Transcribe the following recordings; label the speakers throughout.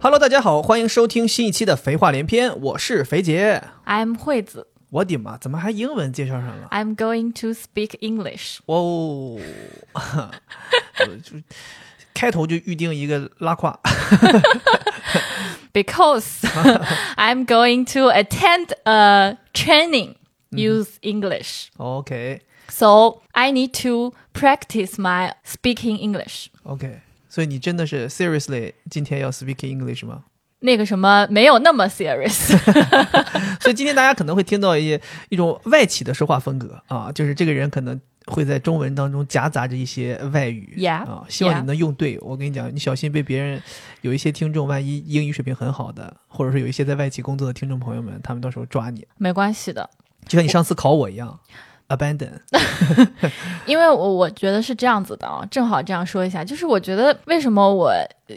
Speaker 1: Hello，大家好，欢迎收听新一期的《肥话连篇》，我是肥杰。
Speaker 2: I'm 惠子
Speaker 1: 我的妈，怎么还英文介绍上了？
Speaker 2: ，I'm going to speak English。
Speaker 1: 哦，我 就开头就预定一个拉胯。
Speaker 2: because I'm going to attend a training use English.
Speaker 1: OK
Speaker 2: So I need to practice my speaking English.
Speaker 1: OK，所以你真的是 seriously 今天要 speak English 吗？
Speaker 2: 那个什么没有那么 serious，
Speaker 1: 所以今天大家可能会听到一一种外企的说话风格啊，就是这个人可能会在中文当中夹杂着一些外语
Speaker 2: Yeah,
Speaker 1: 啊，希望
Speaker 2: yeah.
Speaker 1: 你能用对。我跟你讲，你小心被别人有一些听众，万一英语水平很好的，或者说有一些在外企工作的听众朋友们，他们到时候抓你，
Speaker 2: 没关系的，
Speaker 1: 就像你上次考我一样。abandon，
Speaker 2: 因为我我觉得是这样子的啊，正好这样说一下，就是我觉得为什么我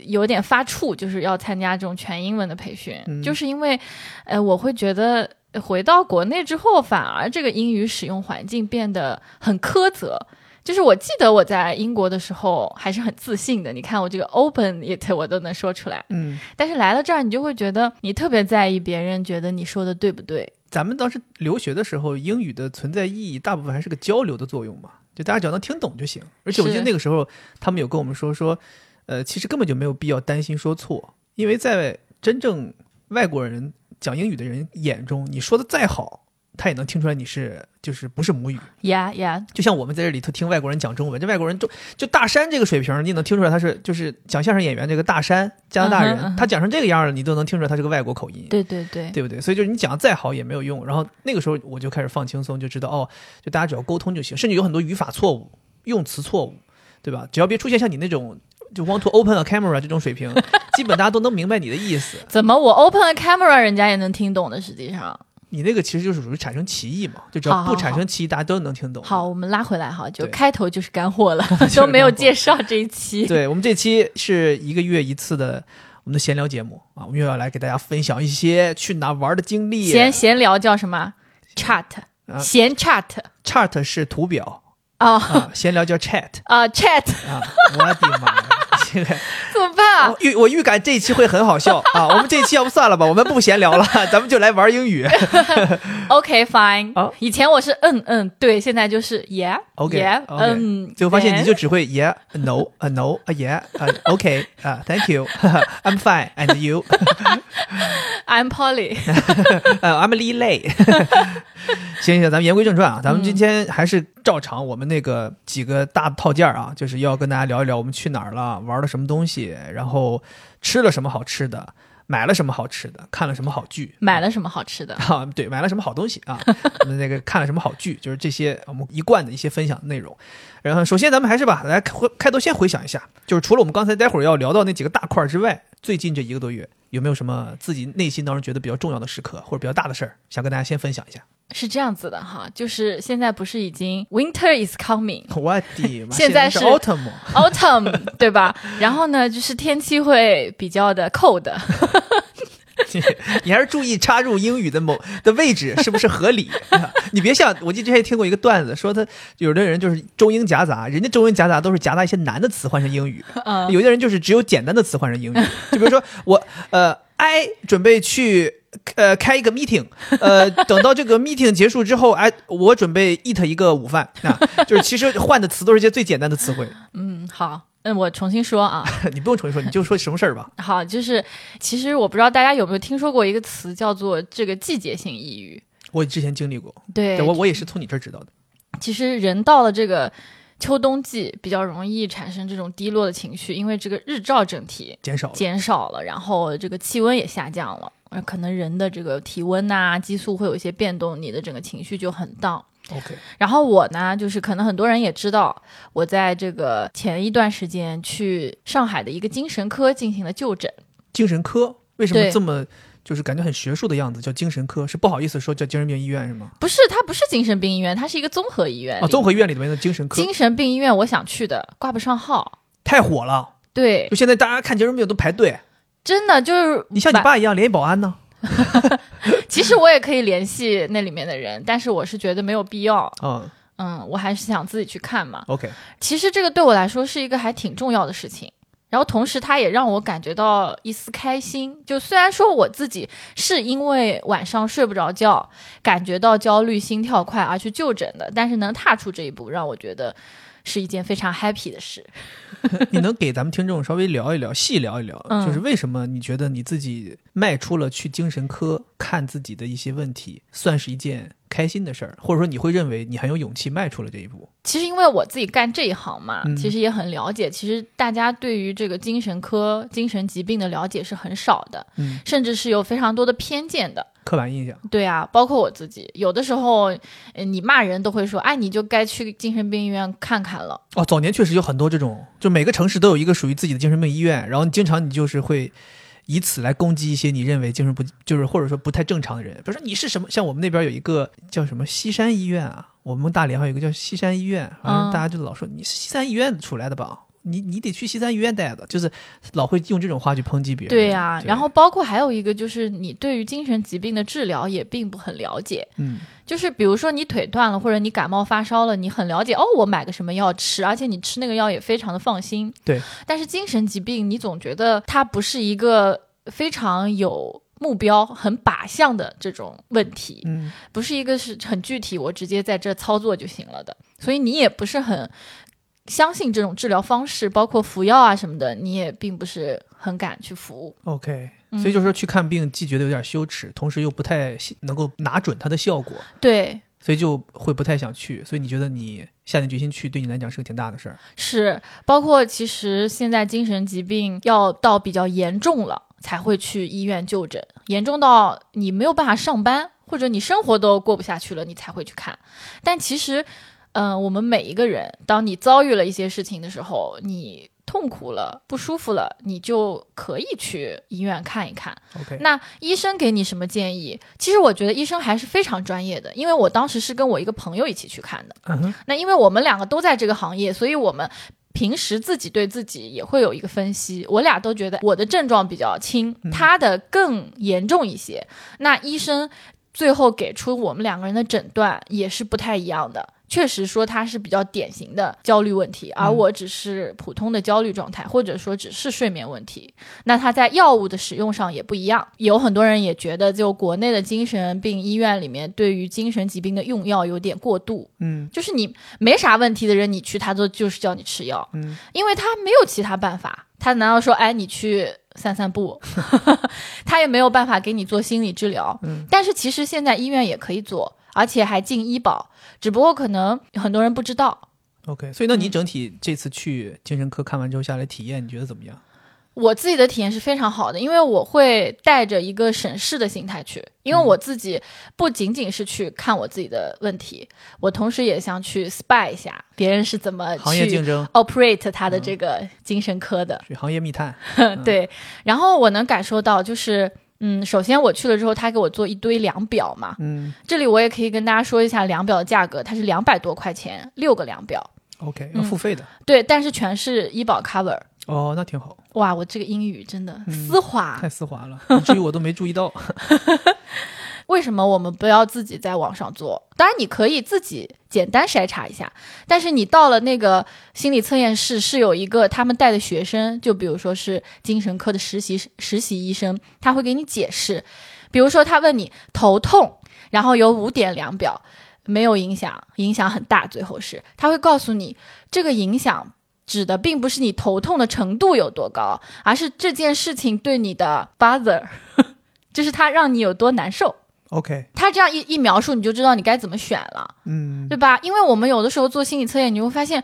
Speaker 2: 有点发怵，就是要参加这种全英文的培训，
Speaker 1: 嗯
Speaker 2: 就是因为，呃，我会觉得回到国内之后，反而这个英语使用环境变得很苛责。就是我记得我在英国的时候还是很自信的，你看我这个 open it 我都能说出来，
Speaker 1: 嗯，
Speaker 2: 但是来了这儿你就会觉得你特别在意别人觉得你说的对不对，
Speaker 1: 咱们当时留学的时候，英语的存在意义大部分还是个交流的作用嘛，就大家只要能听懂就行。而且我记得
Speaker 2: 是
Speaker 1: 那个时候，他们有跟我们说说，呃，其实根本就没有必要担心说错，因为在真正外国人讲英语的人眼中，你说的再好，他也能听出来你是就是不是母语。
Speaker 2: 呀呀，
Speaker 1: 就像我们在这里头听外国人讲中文，这外国人就就大山这个水平，你能听出来他是就是讲相声演员这个大山加拿大人，
Speaker 2: 嗯哼嗯哼
Speaker 1: 他讲成这个样儿了，你都能听出来他是个外国口音。
Speaker 2: 对对对，
Speaker 1: 对不对？所以就是你讲的再好也没有用。然后那个时候我就开始放轻松，就知道哦，就大家只要沟通就行，甚至有很多语法错误、用词错误，对吧？只要别出现像你那种就 want to open a camera 这种水平， 基本大家都能明白你的意思。
Speaker 2: 怎么我 open a camera 人家也能听懂的？实际上，
Speaker 1: 你那个其实就是属于产生歧义嘛，就只要
Speaker 2: 好
Speaker 1: 不
Speaker 2: 好
Speaker 1: 产生歧义，大家都能听懂。
Speaker 2: 好，我们拉回来哈，就
Speaker 1: 对，
Speaker 2: 开头就是干货了
Speaker 1: 是
Speaker 2: 都没有
Speaker 1: 干货
Speaker 2: 介绍这一期。
Speaker 1: 对我们这期是一个月一次的我们的闲聊节目啊，我们又要来给大家分享一些去哪玩的经历。
Speaker 2: 闲闲聊叫什么？chat，
Speaker 1: 啊
Speaker 2: 闲 chat
Speaker 1: chart 是图表
Speaker 2: 哦
Speaker 1: 啊，闲聊叫 chat
Speaker 2: 啊 chat
Speaker 1: 啊，我的妈呀！这个
Speaker 2: 怎么办啊
Speaker 1: 我？预我预感这一期会很好 笑啊！我们这一期要不算了吧，我们不闲聊了，咱们就来玩英语。
Speaker 2: OK fine，、
Speaker 1: 啊
Speaker 2: 以前我是嗯嗯对，现在就是 yeah
Speaker 1: OK，
Speaker 2: yeah
Speaker 1: OK
Speaker 2: 嗯，
Speaker 1: 最后发现你
Speaker 2: then
Speaker 1: 就只会 yeah a no a no a yeah a OK 啊，Thank you，I'm fine and you，
Speaker 2: I'm Polly，
Speaker 1: 呃，I'm really late。行行，咱们言归正传啊，咱们今天还是照常我们那个几个大套件儿啊，就是要跟大家聊一聊我们去哪儿了，玩了什么东西，然后吃了什么好吃的，买了什么好吃的，看了什么好剧，
Speaker 2: 买了什么好吃的？
Speaker 1: 啊，对，买了什么好东西啊？我们那个看了什么好剧？就是这些我们一贯的一些分享内容。然后，首先咱们还是吧，来回开头先回想一下，就是除了我们刚才待会儿要聊到那几个大块儿之外，最近这一个多月有没有什么自己内心当中觉得比较重要的时刻或者比较大的事儿，想跟大家先分享一下？
Speaker 2: 是这样子的哈，就是现在不是已经 winter is coming，
Speaker 1: 我的妈！
Speaker 2: 现在
Speaker 1: 是
Speaker 2: 是
Speaker 1: autumn，
Speaker 2: autumn，对吧？然后呢，就是天气会比较的 cold，
Speaker 1: 你还是注意插入英语的某的位置是不是合理？ 啊你别像我记之前也听过一个段子，说他有的人就是中英夹杂，人家中英夹杂都是夹杂一些难的词换成英语，
Speaker 2: 嗯
Speaker 1: 有些人就是只有简单的词换成英 语，就比如说我呃，I 准备去呃开一个 meeting，呃，等到这个 meeting 结束之后，哎，我准备 eat 一个午饭啊，就是其实换的词都是一些最简单的词汇，
Speaker 2: 嗯，好，嗯，我重新说啊，
Speaker 1: 你不用重新说，你就说什么事儿吧。
Speaker 2: 好，就是其实我不知道大家有没有听说过一个词叫做这个季节性抑郁，
Speaker 1: 我之前经历过，
Speaker 2: 对
Speaker 1: 对我我也是从你这儿知道的。
Speaker 2: 其实人到了这个。秋冬季比较容易产生这种低落的情绪，因为这个日照整体
Speaker 1: 减少了，
Speaker 2: 减少了，然后这个气温也下降了，呃可能人的这个体温呐、激素会有一些变动，你的整个情绪就很 down。
Speaker 1: OK，
Speaker 2: 然后我呢，就是可能很多人也知道，我在这个前一段时间去上海的一个精神科进行了就诊。
Speaker 1: 精神科为什么
Speaker 2: 对
Speaker 1: 这么就是感觉很学术的样子？叫精神科是不好意思说叫精神病医院是吗？
Speaker 2: 不是，它不是精神病医院，它是一个综合医院。
Speaker 1: 啊，综合医院里面的精神科
Speaker 2: 呃精神病医院，我想去的，挂不上号。
Speaker 1: 太火了，
Speaker 2: 对，
Speaker 1: 就现在大家看精神病都排队，
Speaker 2: 真的就是
Speaker 1: 你像你
Speaker 2: 晚。
Speaker 1: 爸一样联系保安呢。
Speaker 2: 其实我也可以联系那里面的人，但是我是觉得没有必要。
Speaker 1: 嗯
Speaker 2: 嗯，我还是想自己去看嘛。
Speaker 1: ，OK，
Speaker 2: 其实这个对我来说是一个还挺重要的事情。然后同时它也让我感觉到一丝开心。就虽然说我自己是因为晚上睡不着觉，感觉到焦虑、心跳快而去就诊的，但是能踏出这一步，让我觉得是一件非常 happy 的事。
Speaker 1: 你能给咱们听众稍微聊一聊、细聊一聊，
Speaker 2: 嗯
Speaker 1: 就是为什么你觉得你自己迈出了去精神科看自己的一些问题，算是一件开心的事儿，或者说你会认为你很有勇气迈出了这一步？
Speaker 2: 其实因为我自己干这一行嘛，
Speaker 1: 嗯
Speaker 2: 其实也很了解。其实大家对于这个精神科、精神疾病的了解是很少的，
Speaker 1: 嗯，
Speaker 2: 甚至是有非常多的偏见的。
Speaker 1: 刻板印象，
Speaker 2: 对啊，包括我自己，有的时候，呃你骂人都会说，哎，你就该去精神病医院看看了。
Speaker 1: 哦，早年确实有很多这种，就每个城市都有一个属于自己的精神病医院，然后经常你就是会以此来攻击一些你认为精神不就是或者说不太正常的人，比如说你是什么，像我们那边有一个叫什么西山医院啊，我们大连还有一个叫西山医院，反正
Speaker 2: 嗯
Speaker 1: 大家就老说你是西山医院出来的吧。你你得去西山医院待的，就是老会用这种话去抨击别人。
Speaker 2: 对呀、然后包括还有一个就是，你对于精神疾病的治疗也并不很了解。
Speaker 1: 嗯，
Speaker 2: 就是比如说你腿断了，或者你感冒发烧了，你很了解哦，我买个什么药吃，而且你吃那个药也非常的放心。
Speaker 1: 对。
Speaker 2: 但是精神疾病，你总觉得它不是一个非常有目标、很靶向的这种问题，
Speaker 1: 嗯，
Speaker 2: 不是一个是很具体，我直接在这操作就行了的。所以你也不是很相信这种治疗方式，包括服药啊什么的，你也并不是很敢去服。
Speaker 1: OK，
Speaker 2: 嗯
Speaker 1: 所以就是说去看病既觉得有点羞耻，同时又不太能够拿准它的效果。
Speaker 2: 对，
Speaker 1: 所以就会不太想去。所以你觉得你下定决心去，对你来讲是个挺大的事儿。
Speaker 2: 是，包括其实现在精神疾病要到比较严重了才会去医院就诊，严重到你没有办法上班，或者你生活都过不下去了，你才会去看。但其实，嗯、我们每一个人，当你遭遇了一些事情的时候，你痛苦了、不舒服了，你就可以去医院看一看。
Speaker 1: OK，
Speaker 2: 那医生给你什么建议？其实我觉得医生还是非常专业的，因为我当时是跟我一个朋友一起去看的。
Speaker 1: 嗯哼，
Speaker 2: 那因为我们两个都在这个行业，所以我们平时自己对自己也会有一个分析。我俩都觉得我的症状比较轻，他的更严重一些。那医生最后给出我们两个人的诊断也是不太一样的。确实说他是比较典型的焦虑问题，而我只是普通的焦虑状态，或者说只是睡眠问题。那他在药物的使用上也不一样，有很多人也觉得，就国内的精神病医院里面对于精神疾病的用药有点过度，
Speaker 1: 嗯
Speaker 2: 就是你没啥问题的人，你去他都就是叫你吃药，
Speaker 1: 嗯，
Speaker 2: 因为他没有其他办法。他难道说，哎，你去散散步？ 他也没有办法给你做心理治疗。
Speaker 1: 嗯，
Speaker 2: 但是其实现在医院也可以做，而且还进医保，只不过可能很多人不知道。
Speaker 1: OK，所以那你整体这次去精神科看完之后下来体验，你觉得怎么样？
Speaker 2: 我自己的体验是非常好的，因为我会带着一个审视的心态去，
Speaker 1: 嗯
Speaker 2: 因为我自己不仅仅是去看我自己的问题，我同时也想去 spy 一下别人是怎么
Speaker 1: 行业
Speaker 2: 去
Speaker 1: 竞争，
Speaker 2: operate 他
Speaker 1: 嗯
Speaker 2: 的这个精神科的。
Speaker 1: 去行业密探。
Speaker 2: 对，然后我能感受到就是。嗯，首先我去了之后，他给我做一堆量表嘛。
Speaker 1: 嗯
Speaker 2: 这里我也可以跟大家说一下量表的价格，它是两百多块钱六个量表，
Speaker 1: ，OK，要
Speaker 2: 嗯
Speaker 1: 付费的。
Speaker 2: 对，但是全是医保 cover。
Speaker 1: 哦，那挺好，
Speaker 2: 哇，我这个英语真的
Speaker 1: 嗯
Speaker 2: 丝滑。
Speaker 1: 太丝滑 了，以至于我都没注意到。
Speaker 2: 为什么我们不要自己在网上做？当然，你可以自己简单筛查一下，但是你到了那个心理测验室，是有一个他们带的学生，就比如说是精神科的实习实习医生，他会给你解释。比如说，他问你头痛，然后有五点量表，没有影响，影响很大，最后是他会告诉你这个影响。指的并不是你头痛的程度有多高，而是这件事情对你的 bother，就是它让你有多难受。
Speaker 1: OK，
Speaker 2: 他这样一一描述，你就知道你该怎么选了，
Speaker 1: 嗯，
Speaker 2: 对吧？因为我们有的时候做心理测验，你会发现，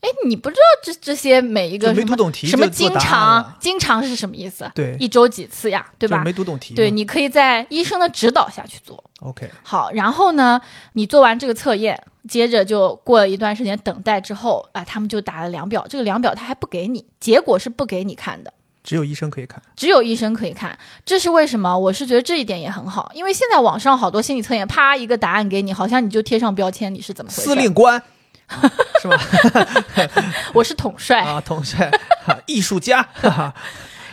Speaker 2: 哎，你不知道这这些每一
Speaker 1: 就
Speaker 2: 个
Speaker 1: 没
Speaker 2: 什
Speaker 1: 读
Speaker 2: 么
Speaker 1: 懂题，
Speaker 2: 什么经常
Speaker 1: 了，
Speaker 2: 经常是什么意思？
Speaker 1: 对，
Speaker 2: 一周几次呀，对
Speaker 1: 就
Speaker 2: 吧
Speaker 1: 没？读懂题嘛。
Speaker 2: 对，你可以在医生的指导下去做。
Speaker 1: OK，
Speaker 2: 好，然后呢，你做完这个测验，接着就过了一段时间等待之后，啊，他们就打了量表，这个量表他还不给你，结果是不给你看的。
Speaker 1: 只有医生可以看。
Speaker 2: 只有医生可以看，这是为什么？我是觉得这一点也很好，因为现在网上好多心理测验，啪一个答案给你，好像你就贴上标签，你是怎么回
Speaker 1: 司
Speaker 2: 事？
Speaker 1: 令 官啊是吧？
Speaker 2: 我是统帅，
Speaker 1: 啊，同学，哈艺术家，啊哈哈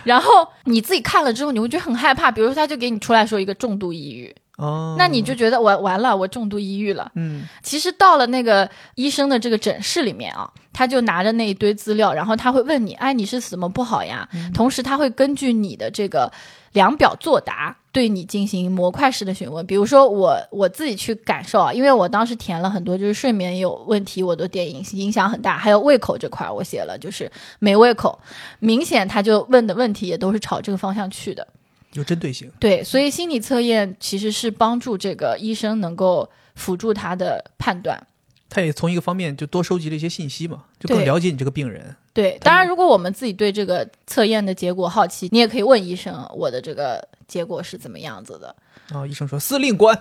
Speaker 2: 然后你自己看了之后，你会觉得很害怕。比如说，他就给你出来说一个重度抑郁，
Speaker 1: 哦，
Speaker 2: 那你就觉得完完了，我重度抑郁了。
Speaker 1: 嗯
Speaker 2: 其实到了那个医生的这个诊室里面啊，他就拿着那一堆资料，然后他会问你，哎，你是怎么不好呀？同时他会根据你的这个量表作答，对你进行模块式的询问。比如说我我自己去感受啊，因为我当时填了很多，就是睡眠有问题，我的电影影响很大，还有胃口这块儿我写了，就是没胃口，明显他就问的问题也都是朝这个方向去的。
Speaker 1: 有针对性，
Speaker 2: 对，所以心理测验其实是帮助这个医生能够辅助他的判断。
Speaker 1: 他也从一个方面就多收集了一些信息嘛，就更
Speaker 2: 对
Speaker 1: 了解你这个病人。
Speaker 2: 对，
Speaker 1: 他
Speaker 2: 当
Speaker 1: 们
Speaker 2: 然，如果我们自己对这个测验的结果好奇，你也可以问医生，我的这个结果是怎么样子 的
Speaker 1: 然后啊医生说：“司令 官，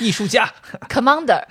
Speaker 1: 艺术家。
Speaker 2: ？Commander，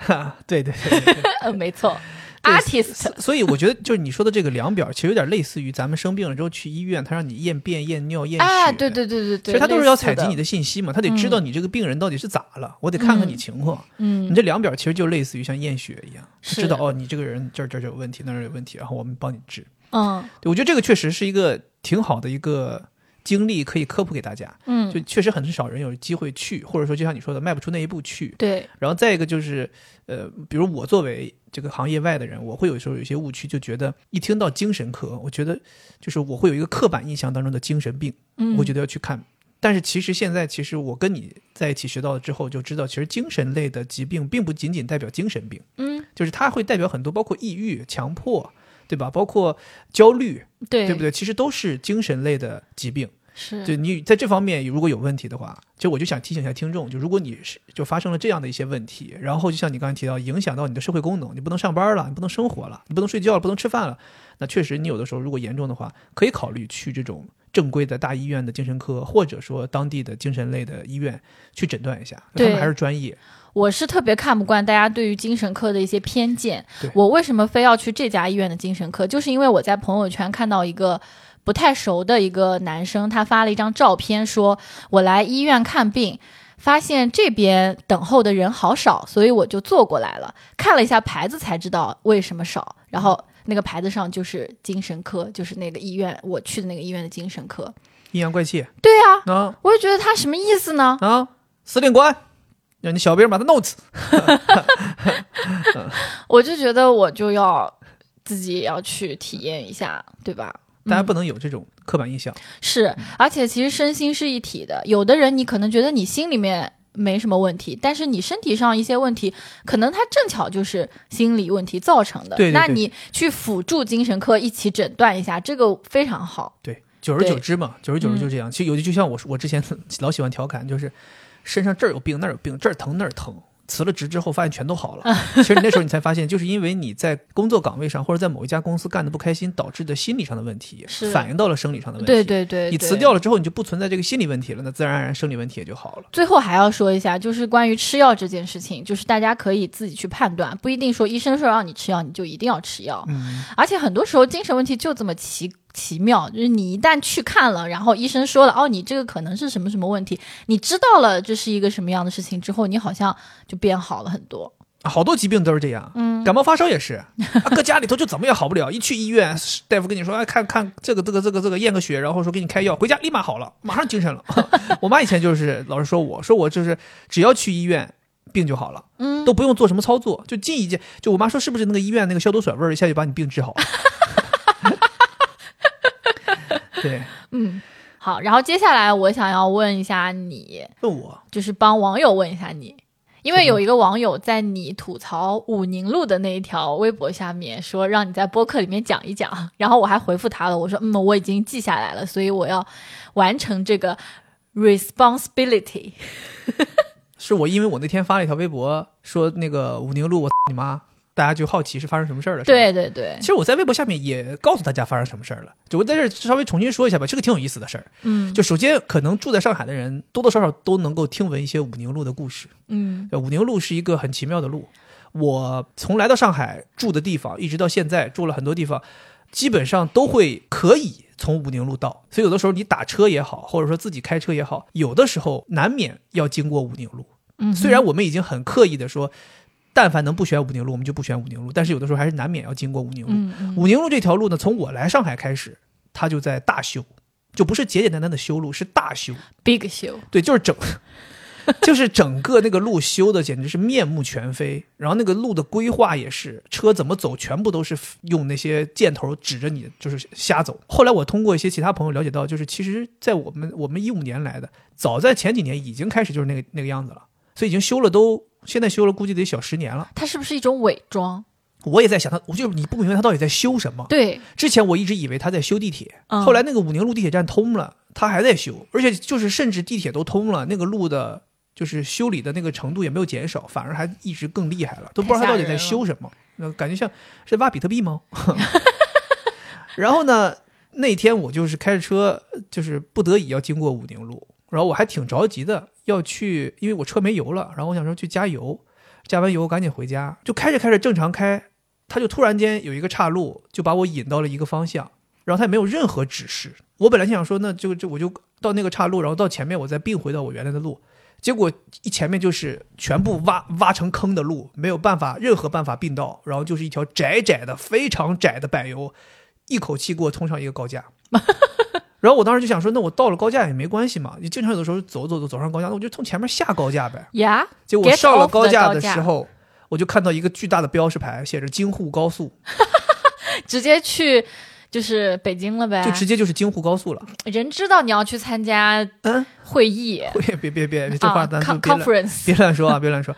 Speaker 1: 对”对对对
Speaker 2: 呃没错
Speaker 1: 对
Speaker 2: ，Artist，
Speaker 1: 所以我觉得就是你说的这个量表，其实有点类似于咱们生病了之后去医院，他让你验便、验尿、验血。
Speaker 2: 哎，对对对对
Speaker 1: 其
Speaker 2: 对，
Speaker 1: 实他都是要采集
Speaker 2: 类似
Speaker 1: 你
Speaker 2: 的，
Speaker 1: 的信息嘛，他得知道你这个病人到底是咋了，我得看看你情况。你
Speaker 2: 嗯，
Speaker 1: 这量表其实就类似于像验血一样，他
Speaker 2: 是
Speaker 1: 知道哦，你这个人这儿这儿有问题，那儿有问题，然后我们帮你治。
Speaker 2: 嗯
Speaker 1: 对，我觉得这个确实是一个挺好的一个经历，可以科普给大家。
Speaker 2: 嗯，
Speaker 1: 就确实很少人有机会去，或者说就像你说的，迈不出那一步去。
Speaker 2: 对，
Speaker 1: 然后再一个就是，呃，比如我作为这个行业外的人，我会有时候有一些误区，就觉得一听到精神科，我觉得就是我会有一个刻板印象当中的精神病，
Speaker 2: 嗯，
Speaker 1: 我会觉得要去看。但是其实现在，其实我跟你在一起学到了之后，就知道其实精神类的疾病并不仅仅代表精神病，
Speaker 2: 嗯，
Speaker 1: 就是它会代表很多，包括抑郁、强迫，对吧？包括焦虑，
Speaker 2: 对，
Speaker 1: 对不？对？其实都是精神类的疾病。
Speaker 2: 是，
Speaker 1: 就你在这方面如果有问题的话，就我就想提醒一下听众，就如果你是就发生了这样的一些问题，然后就像你刚才提到，影响到你的社会功能，你不能上班了，你不能生活了，你不能睡觉了，不能吃饭了，那确实你有的时候如果严重的话，可以考虑去这种正规的大医院的精神科，或者说当地的精神类的医院去诊断一下，他
Speaker 2: 对
Speaker 1: 们还是专业。
Speaker 2: 我是特别看不惯大家对于精神科的一些偏见
Speaker 1: 对。
Speaker 2: 我为什么非要去这家医院的精神科？就是因为我在朋友圈看到一个不太熟的一个男生，他发了一张照片说，我来医院看病。发现这边等候的人好少，所以我就坐过来了。看了一下牌子才知道为什么少，然后那个牌子上就是精神科，就是那个医院我去的那个医院的精神科。
Speaker 1: 阴阳怪气
Speaker 2: 对啊，
Speaker 1: 啊
Speaker 2: 我就觉得他什么意思呢？
Speaker 1: 啊！司令官，让你小兵把他弄死。
Speaker 2: 我就觉得我就要自己也要去体验一下，对吧？
Speaker 1: 大家
Speaker 2: 嗯
Speaker 1: 不能有这种刻板印象。嗯
Speaker 2: 是，而且其实身心是一体的。有的人你可能觉得你心里面没什么问题，但是你身体上一些问题，可能它正巧就是心理问题造成的。
Speaker 1: 对对对
Speaker 2: 那你去辅助精神科一起诊断一下，这个非常好。
Speaker 1: 对，久而久
Speaker 2: 对嗯
Speaker 1: 之嘛，久而久之就这样。其实有的就像我说，我之前老喜欢调侃，就是身上这儿有病那儿有病，这儿疼那儿疼。辞了职之后，发现全都 好了。其实你那时候你才发现，就是因为你在工作岗位上或者在某一家公司干的不开心，导致的心理上的问题，
Speaker 2: 是
Speaker 1: 反映到了生理上的问题。
Speaker 2: 对对对，
Speaker 1: 你
Speaker 2: 对
Speaker 1: 辞掉了之后，你就不存在这个心理问题了，那自然而然生理问题也就好了。
Speaker 2: 最后还要说一下，就是关于吃药这件事情，就是大家可以自己去判断，不一定说医生说让你吃药，你就一定要吃药。
Speaker 1: 嗯，
Speaker 2: 而且很多时候精神问题就这么奇奇妙，就是你一旦去看了，然后医生说了，哦，你这个可能是什么什么问题，你知道了这是一个什么样的事情之后，你好像就变好了很多。
Speaker 1: 好多疾病都是这样，
Speaker 2: 嗯，
Speaker 1: 感冒发烧也是，啊，搁家里头就怎么也好不了。一 去医院，大夫跟你说，哎，看看这个这个这个这个，验个血，然后说给你开药，回家立马好了，马上精神了。 我妈以前就是老是说我，说我就是只要去医院。病就好了，
Speaker 2: 嗯，
Speaker 1: 都不用做什么操作，就进一剂。就我妈说，是不是那个医院那个消毒水味儿一下就把你病治好了？ 对，
Speaker 2: 嗯，好，然后接下来我想要问一下你，
Speaker 1: 问我
Speaker 2: 就是帮网友问一下你。因为有一个网友在你吐槽武宁路的那一条微博下面说，让你在播客里面讲一讲，然后我还回复他了，我说嗯，我已经记下来了，所以我要完成这个 responsibility。
Speaker 1: 是我，因为我那天发了一条微博，说那个武宁路我 你妈，大家就好奇是发生什么事儿了。是吧
Speaker 2: 对对对
Speaker 1: 其，实我在微博下面也告诉大家发生什么事儿了，就我在这儿稍微重新说一下吧，这个挺有意思的事儿。
Speaker 2: 嗯
Speaker 1: 就首先，可能住在上海的人多多少少都能够听闻一些武宁路的故事。
Speaker 2: 嗯
Speaker 1: 呃，武宁路是一个很奇妙的路，我从来到上海住的地方，一直到现在住了很多地方，基本上都会可以从武宁路到，所以有的时候你打车也好，或者说自己开车也好，有的时候难免要经过武宁路。
Speaker 2: 嗯，
Speaker 1: 虽然我们已经很刻意的说，但凡能不选武宁路，我们就不选武宁路，但是有的时候还是难免要经过武宁路。
Speaker 2: 嗯嗯
Speaker 1: 武宁路这条路呢，从我来上海开始，它就在大修，就不是简简单单的修路，是大修。
Speaker 2: big show，
Speaker 1: 对，就是整，就是整个那个路修的简直是面目全非，然后那个路的规划也是，车怎么走全部都是用那些箭头指着你，就是瞎走。后来我通过一些其他朋友了解到，就是其实，在我们我们一五年来的，早在前几年已经开始就是那个那个样子了，所以已经修了都现在修了估计得小十年了。
Speaker 2: 它是不是一种伪装？
Speaker 1: 我也在想他，我就是你不明白他到底在修什么。
Speaker 2: 对，
Speaker 1: 之前我一直以为他在修地铁，
Speaker 2: 嗯
Speaker 1: 后来那个武宁路地铁站通了，他还在修，而且就是甚至地铁都通了，那个路的就是修理的那个程度也没有减少，反而还一直更厉害了，都不知道他到底在修什么，那感觉像是挖比特币吗？ 然后呢，那天我就是开着车，就是不得已要经过武宁路，然后我还挺着急的要去，因为我车没油了，然后我想说去加油，加完油赶紧回家，就开着开着正常开，他就突然间有一个岔路，就把我引到了一个方向，然后他也没有任何指示。我本来心想说，那就就我就到那个岔路，然后到前面我再并回到我原来的路。结果一前面就是全部挖挖成坑的路，没有办法任何办法并道，然后就是一条窄窄的、非常窄的柏油，一口气给我冲上一个高架。然后我当时就想说，那我到了高架也没关系嘛，你经常有的时候走走走走上高架，那我就从前面下高架呗。
Speaker 2: 呀，
Speaker 1: 结果我
Speaker 2: Get
Speaker 1: 上了
Speaker 2: off
Speaker 1: 高
Speaker 2: 的
Speaker 1: 架
Speaker 2: 高
Speaker 1: 的
Speaker 2: 架
Speaker 1: 时候，我就看到一个巨大的标识牌，写着京沪高速，
Speaker 2: 直接去就是北京了呗。
Speaker 1: 就直接就是京沪高速了。
Speaker 2: 人知道你要去参加
Speaker 1: 嗯，
Speaker 2: 会议
Speaker 1: 别别别别，这话
Speaker 2: 啊
Speaker 1: 咱就
Speaker 2: ，con
Speaker 1: 别乱
Speaker 2: conference，
Speaker 1: 别乱说啊，别乱说，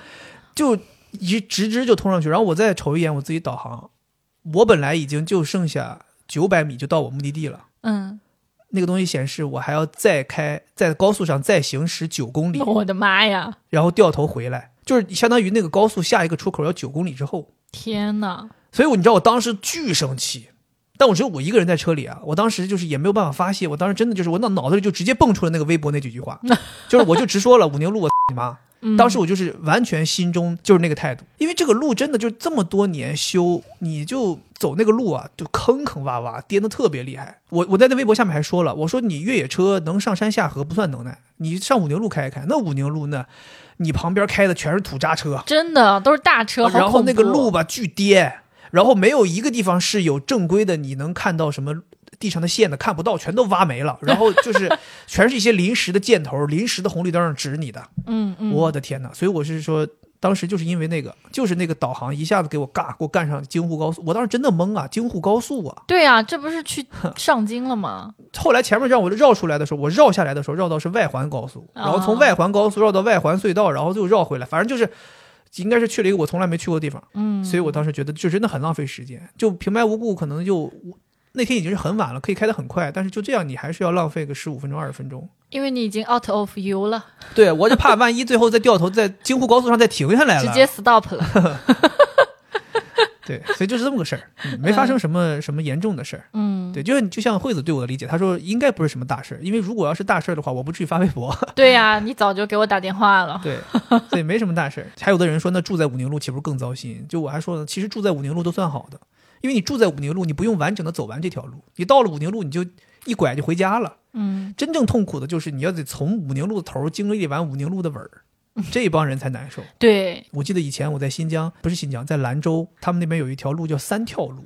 Speaker 1: 就一直直就通上去。然后我再瞅一眼我自己导航，我本来已经就剩下九百米就到我目的地了。
Speaker 2: 嗯，
Speaker 1: 那个东西显示我还要再开，在高速上再行驶九公 里，
Speaker 2: 我的妈呀，
Speaker 1: 然后掉头回来，就是相当于那个高速下一个出口要九公里之后。
Speaker 2: 天呐，
Speaker 1: 所以我你知道我当时巨生气，但我只有我一个人在车里啊，我当时就是也没有办法发泄，我当时真的就是我脑脑子里就直接蹦出了那个微博那几句话，就是我就直说了五宁路我你妈。
Speaker 2: 嗯
Speaker 1: 当时我就是完全心中就是那个态度，因为这个路真的就这么多年修，你就走那个路啊，就坑坑洼洼，颠得特别厉害。我我在那微博下面还说了，我说你越野车能上山下河不算能耐，你上武宁路开一开，那武宁路那，你旁边开的全是土渣车，
Speaker 2: 真的都是大车，好
Speaker 1: 然后那
Speaker 2: 恐
Speaker 1: 个
Speaker 2: 怖啊
Speaker 1: 路吧巨颠，然后没有一个地方是有正规的，你能看到什么地上的线的，看不到，全都挖没了。然后就是全是一些临时的箭头、临时的红绿灯指你的，
Speaker 2: 嗯嗯，
Speaker 1: 我的天哪！所以我是说。当时就是因为那个，就是那个导航一下子给我尬，给我干上京沪高速，我当时真的懵啊，京沪高速啊！
Speaker 2: 对呀、这不是去上京了吗？
Speaker 1: 后来前面让我绕出来的时候，我绕下来的时候绕到是外环高
Speaker 2: 哦
Speaker 1: 速，然后从外环高速绕到外环隧道，然后又绕回来，反正就是应该是去了一个我从来没去过的地方。
Speaker 2: 嗯，
Speaker 1: 所以我当时觉得就真的很浪费时间，就平白无故可能就那天已经是很晚了，可以开得很快，但是就这样你还是要浪费个十五分钟二十分 钟。
Speaker 2: 因为你已经 out of you 了，
Speaker 1: 对我就怕万一最后再掉头在京沪高速上再停下来
Speaker 2: 直
Speaker 1: 哎了，
Speaker 2: 接 stop 了。
Speaker 1: 对，所以就是这么个事儿，嗯没发生什么什么严重的事儿。
Speaker 2: 嗯，
Speaker 1: 对，就是就像惠子对我的理解，她说应该不是什么大事儿，因为如果要是大事儿的话，我不至于发微博。
Speaker 2: 对呀、你早就给我打电话了。
Speaker 1: 对，所以没什么大事儿。还有的人说，那住在武宁路岂不是更糟心？就我还说呢，其实住在武宁路都算好的，因为你住在武宁路，你不用完整的走完这条路，你到了武宁路你就一拐就回家了。
Speaker 2: 嗯，
Speaker 1: 真正痛苦的就是你要得从武宁路的头儿经历完武宁路的尾儿，这帮人才难受。
Speaker 2: 对，
Speaker 1: 我记得以前我在新疆，不是新疆，在兰州，他们那边有一条路叫三跳路，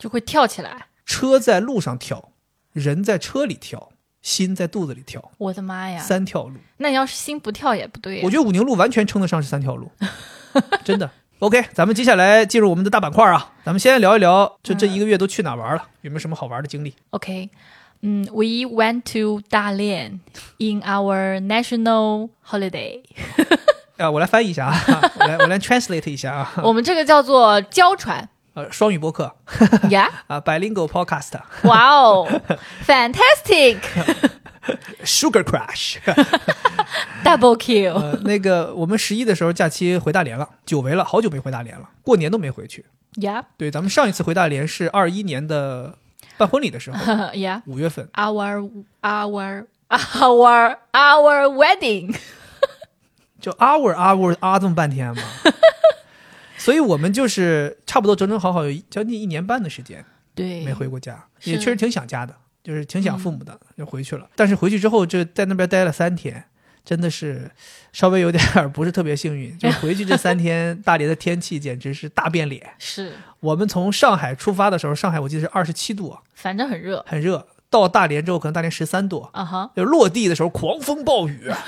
Speaker 2: 就会跳起来。
Speaker 1: 车在路上跳，人在车里跳，心在肚子里跳，
Speaker 2: 我的妈呀！
Speaker 1: 三跳路。
Speaker 2: 那你要是心不跳也不对呀。啊
Speaker 1: 我觉得武宁路完全称得上是三条 路，真的。OK，咱们接下来进入我们的大板块啊，咱们先聊一聊这这一个月都去哪儿玩 了，有没有什么好玩的经历？
Speaker 2: OK，嗯，We went to 大连 in our national holiday 。
Speaker 1: 啊，我来翻译一下啊， 我来我来 translate 一下啊，
Speaker 2: 我们这个叫做娇 传
Speaker 1: 呃，双语播客
Speaker 2: 呀！
Speaker 1: 啊，bilingual podcast，sugar
Speaker 2: 哇哦，fantastic，double
Speaker 1: crash。
Speaker 2: kill。
Speaker 1: 呃，那个我们十一的时候假期回大连了，久违了，好久没回大连了，过年都没回去。
Speaker 2: Yeah，
Speaker 1: 对，咱们上一次回大连是二一年的办婚礼的时候，
Speaker 2: yeah。
Speaker 1: 五月份。
Speaker 2: Our our our our wedding，
Speaker 1: 就 hour hour 啊这么半天嘛。所以我们就是差不多整整好好有一将近一年半的时间
Speaker 2: 对
Speaker 1: 没回过家，
Speaker 2: 是
Speaker 1: 也确实挺想家的，就是挺想父母的，就回去了。但是回去之后，就在那边待了三天，真的是稍微有点儿不是特别幸运。就回去这三天，大连的天气简直是大变脸。
Speaker 2: 是，
Speaker 1: 我们从上海出发的时候，上海我记得是二十七度啊，
Speaker 2: 反正很热，
Speaker 1: 很热。到大连之后，可能大连十三度，
Speaker 2: 啊哈，
Speaker 1: 就落地的时候狂风暴雨，啊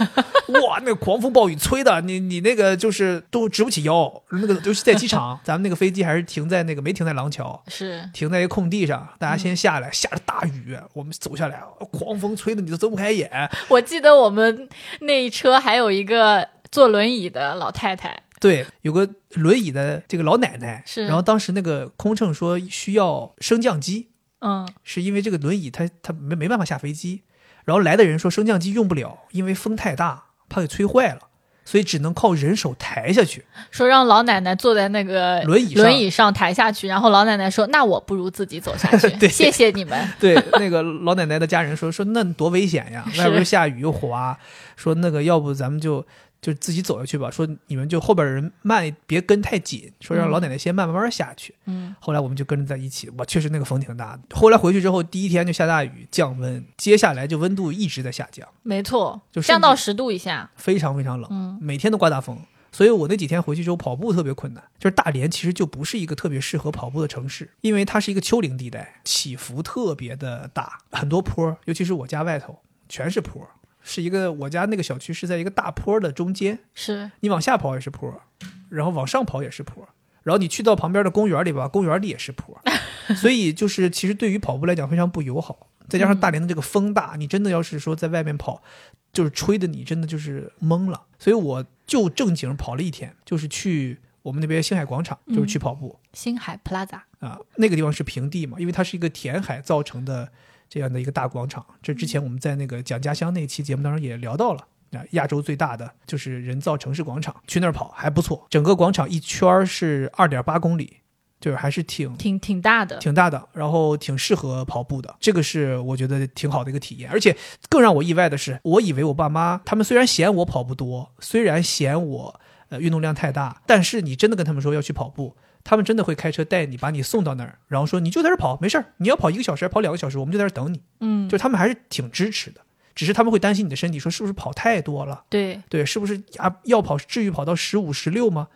Speaker 1: 哇，那个狂风暴雨吹的你你那个就是都直不起腰，那个尤其在机场，咱们那个飞机还是停在那个没停在廊桥。
Speaker 2: 是
Speaker 1: 停在一个空地上，大家先下来，下着大雨，我们走下来，啊狂风吹的你都睁不开眼。
Speaker 2: 我记得我们那一车还有一个坐轮椅的老太太，
Speaker 1: 对，有个轮椅的这个老奶奶，
Speaker 2: 是
Speaker 1: 然后当时那个空乘说需要升降机，
Speaker 2: 嗯，
Speaker 1: 是因为这个轮椅它它没没办法下飞机，然后来的人说升降机用不了，因为风太大，怕给吹坏了，所以只能靠人手抬下去。
Speaker 2: 说让老奶奶坐在那个
Speaker 1: 轮椅上
Speaker 2: 轮椅上抬下去，然后老奶奶说：“那我不如自己走下去，
Speaker 1: 对
Speaker 2: 谢谢你们。
Speaker 1: 对，那个老奶奶的家人说说那多危险呀，
Speaker 2: 是
Speaker 1: 外边下雨又滑，说那个要不咱们就就自己走下去吧，说你们就后边人慢，别跟太紧，说让老奶奶先慢慢下去。”
Speaker 2: 嗯，
Speaker 1: 后来我们就跟着在一起，哇，确实那个风挺大的。后来回去之后，第一天就下大雨，降温，接下来就温度一直在下降，
Speaker 2: 没错，
Speaker 1: 就甚
Speaker 2: 降到
Speaker 1: 至
Speaker 2: 十度以下。
Speaker 1: 非常非常冷，
Speaker 2: 嗯
Speaker 1: 每天都刮大风。所以我那几天回去之后跑步特别困难，就是大连其实就不是一个特别适合跑步的城市，因为它是一个丘陵地带，起伏特别的大，很多坡儿，尤其是我家外头全是坡儿，是一个我家那个小区是在一个大坡儿的中间，
Speaker 2: 是
Speaker 1: 你往下跑也是坡，然后往上跑也是坡，然后你去到旁边的公园里吧，公园里也是坡，所以就是其实对于跑步来讲非常不友好。再加上大连的这个风大，你真的要是说在外面跑，就是吹的你真的就是懵了。所以我就正经跑了一天，就是去我们那边星海广场，就是去跑步
Speaker 2: 星海 Plaza，
Speaker 1: 啊、那个地方是平地嘛，因为它是一个填海造成的这样的一个大广场。这之前我们在那个讲家乡那期节目当中也聊到了。啊，亚洲最大的就是人造城市广场，去那儿跑还不错。整个广场一圈儿是二点八公里，就是还是挺
Speaker 2: 挺挺大的。
Speaker 1: 挺大的，然后挺适合跑步的。这个是我觉得挺好的一个体验。而且更让我意外的是，我以为我爸妈他们虽然嫌我跑步多，虽然嫌我呃运动量太大，但是你真的跟他们说要去跑步。他们真的会开车带你，把你送到那儿，然后说你就在这儿跑，没事儿，你要跑一个小时，跑两个小时，我们就在这儿等你。
Speaker 2: 嗯，
Speaker 1: 就是他们还是挺支持的，只是他们会担心你的身体，说是不是跑太多了。
Speaker 2: 对，
Speaker 1: 对，是不是啊？要跑至于跑到十五、十六吗？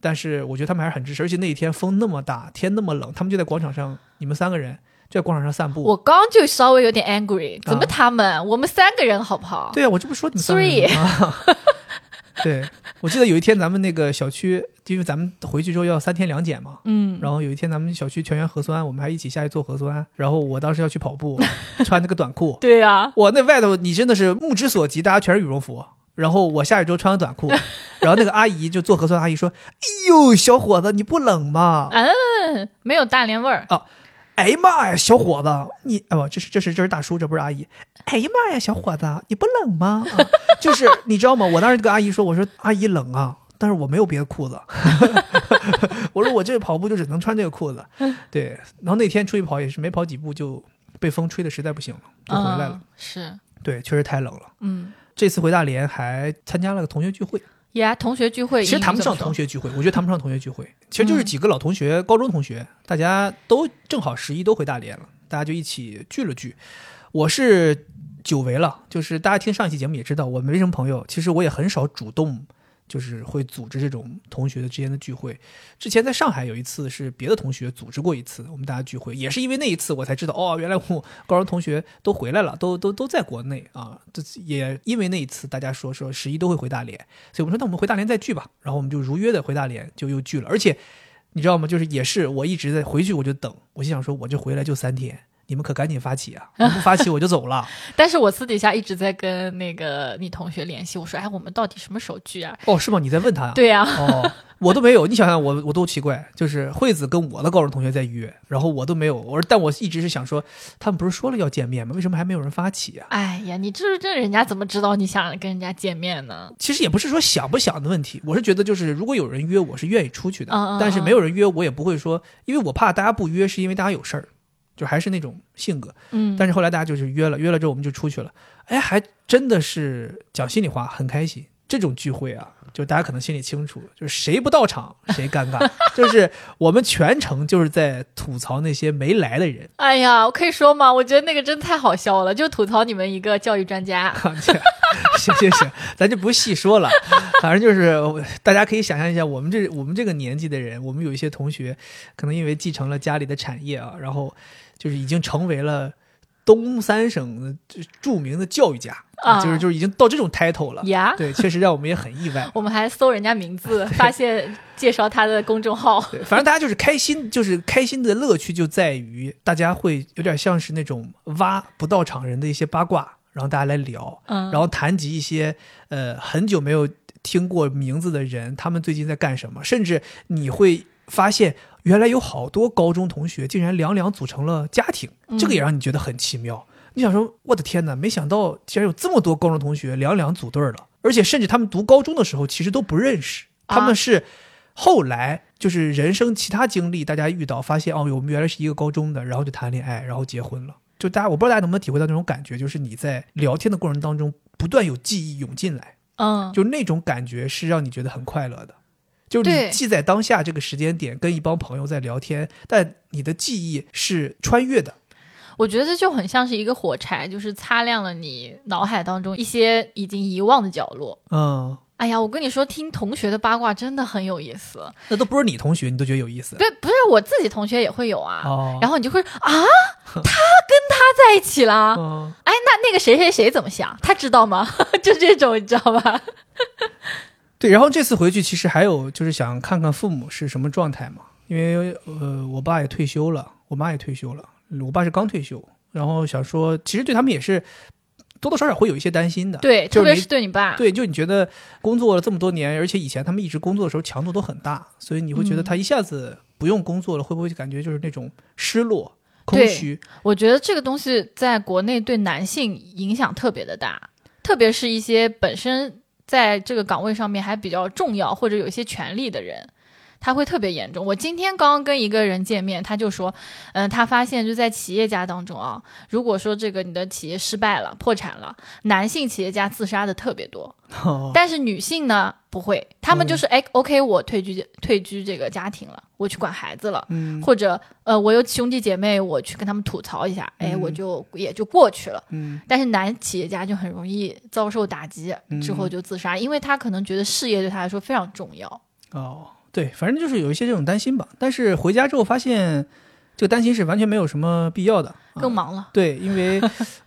Speaker 1: 但是我觉得他们还是很支持，而且那一天风那么大，天那么冷，他们就在广场上，你们三个人就在广场上散步。
Speaker 2: 我刚就稍微有点 angry，怎么
Speaker 1: 啊
Speaker 2: 他们？我们三个人好不好？
Speaker 1: 对啊，我这不说你们三个人吗？对，我记得有一天咱们那个小区，因为咱们回去之后要三天两检嘛，
Speaker 2: 嗯，
Speaker 1: 然后有一天咱们小区全员核酸，我们还一起下去做核酸，然后我当时要去跑步，穿那个短裤，
Speaker 2: 对啊，
Speaker 1: 我那外头你真的是目之所及，大家全是羽绒服。然后我下去之后穿个短裤， 然后那个阿姨就做核酸，阿姨说：“哎呦，小伙子，你不冷吗？
Speaker 2: 嗯，没有大连味儿。
Speaker 1: 哎呀妈呀，小伙子，你啊不、这是这是这是大叔，这不是阿姨。哎呀妈呀，小伙子，你不冷吗？啊就是 你知道吗？我当时跟阿姨说，我说阿姨冷啊，但是我没有别的裤子， 我说我这跑步就只能穿这个裤子。对，然后那天出去跑也是没跑几步就被风吹的实在不行了，就回来了。
Speaker 2: 嗯，是，
Speaker 1: 对，确实太冷了。
Speaker 2: 嗯，
Speaker 1: 这次回大连还参加了个同学聚会，
Speaker 2: 呀，啊同学聚会，
Speaker 1: 其实谈不上
Speaker 2: 英语怎么说嗯
Speaker 1: 同学聚会，我觉得谈不上同学聚会，其实就是几个老同学，高中同学，大家都正好十一都回大连了，大家就一起聚了聚。我是久违了，就是大家听上一期节目也知道，我没什么朋友，其实我也很少主动。就是会组织这种同学之间的聚会。之前在上海有一次是别的同学组织过一次，我们大家聚会，也是因为那一次我才知道，哦，原来我高中同学都回来了，都都都在国内啊。这也因为那一次，大家说说十一都会回大连，所以我们说那我们回大连再聚吧。然后我们就如约的回大连，就又聚了。而且你知道吗？就是也是我一直在回去，我就等，我心想说我这回来就三天。你们可赶紧发起啊！你们不发起我就走了。
Speaker 2: 但是我私底下一直在跟那个你同学联系，我说，哎，我们到底什么时候聚啊？
Speaker 1: 哦，是吗？你在问他呀、
Speaker 2: 对呀、啊，
Speaker 1: 哦，我都没有，你想想我，我都奇怪，就是惠子跟我的高中同学在约，然后我都没有，我说，但我一直是想说，他们不是说了要见面吗？为什么还没有人发起啊呀、
Speaker 2: 哎呀，你这这人家怎么知道你想跟人家见面呢？
Speaker 1: 其实也不是说想不想的问题，我是觉得就是如果有人约，我是愿意出去的，
Speaker 2: 嗯嗯嗯
Speaker 1: 但是没有人约，我也不会说，因为我怕大家不约是因为大家有事儿，就还是那种性格。
Speaker 2: 嗯，
Speaker 1: 但是后来大家就是约了，约了之后我们就出去了，哎，还真的是讲心里话，很开心。这种聚会啊，就大家可能心里清楚，就是谁不到场谁尴 尬，就是我们全程就是在吐槽那些没来的人。
Speaker 2: 哎呀，我可以说吗？我觉得那个真太好笑了，就吐槽你们一个教育 专家。
Speaker 1: 行行行，咱就不细说了，反正就是大家可以想象一下，我们这我们这个年纪的人，我们有一些同学，可能因为继承了家里的产业啊，然后就是已经成为了东三省的就著名的教育家，
Speaker 2: 啊
Speaker 1: 就是就是已经到这种 title 了。
Speaker 2: 呀，
Speaker 1: 对，确实让我们也很意外。
Speaker 2: 我们还搜人家名字，发现介绍他的公众号。
Speaker 1: 对，反正大家就是开心，就是开心的乐趣就在于大家会有点像是那种挖不到场人的一些八卦，然后大家来聊，
Speaker 2: 嗯，
Speaker 1: 然后谈及一些呃很久没有听过名字的人，他们最近在干什么，甚至你会发现原来有好多高中同学竟然两两组成了家庭，这个也让你觉得很奇妙。你想说，我的天哪，没想到竟然有这么多高中同学两两组队儿了，而且甚至他们读高中的时候其实都不认识，
Speaker 2: 啊
Speaker 1: 他们是后来。就是人生其他经历，大家遇到发现哦，我们原来是一个高中的，然后就谈恋爱，然后结婚了。就大家，我不知道大家能不能体会到那种感觉，就是你在聊天的过程当中，不断有记忆涌进来，
Speaker 2: 嗯，
Speaker 1: 就那种感觉是让你觉得很快乐的。就是你
Speaker 2: 对
Speaker 1: 记在当下这个时间点，跟一帮朋友在聊天，但你的记忆是穿越的。
Speaker 2: 我觉得这就很像是一个火柴，就是擦亮了你脑海当中一些已经遗忘的角落。
Speaker 1: 嗯，
Speaker 2: 哎呀，我跟你说，听同学的八卦真的很有意思。
Speaker 1: 那都不是你同学，你都觉得有意思
Speaker 2: 不，不是我自己同学也会有啊。
Speaker 1: 哦。
Speaker 2: 然后你就会啊， 他跟他在一起啦。
Speaker 1: 嗯，
Speaker 2: 哎，那那个谁谁谁怎么想？他知道吗？ 就这种，你知道吧？
Speaker 1: 对。然后这次回去，其实还有就是想看看父母是什么状态嘛，因为呃，我爸也退休了，我妈也退休了，我爸是刚退休，然后想说，其实对他们也是多多少少会有一些担心的。
Speaker 2: 对，啊
Speaker 1: 就
Speaker 2: 特
Speaker 1: 是
Speaker 2: 别
Speaker 1: 你
Speaker 2: 是对你爸。
Speaker 1: 对，就你觉得工作了这么多年，而且以前他们一直工作的时候强度都很大，所以你会觉得他一下子不用工作了，会不会感觉就是那种失落、空
Speaker 2: 对
Speaker 1: 虚？
Speaker 2: 我觉得这个东西在国内对男性影响特别的大，特别是一些本身在这个岗位上面还比较重要或者有一些权利的人。他会特别严重。我今天刚刚跟一个人见面，他就说，嗯、他发现就在企业家当中啊，如果说这个你的企业失败了、破产了，男性企业家自杀的特别多，
Speaker 1: 哦
Speaker 2: 但是女性呢不会，他们就是
Speaker 1: 嗯
Speaker 2: 哎、OK，我退居退居这个家庭了，我去管孩子了，
Speaker 1: 嗯
Speaker 2: 或者呃，我有兄弟姐妹，我去跟他们吐槽一下，哎，
Speaker 1: 嗯
Speaker 2: 我就也就过去了。
Speaker 1: 嗯
Speaker 2: 但是男企业家就很容易遭受打击，之后就自杀，因为他可能觉得事业对他来说非常重要。
Speaker 1: 哦，对，反正就是有一些这种担心吧。但是回家之后发现，这个担心是完全没有什么必要的。啊
Speaker 2: 更忙了，
Speaker 1: 对，因为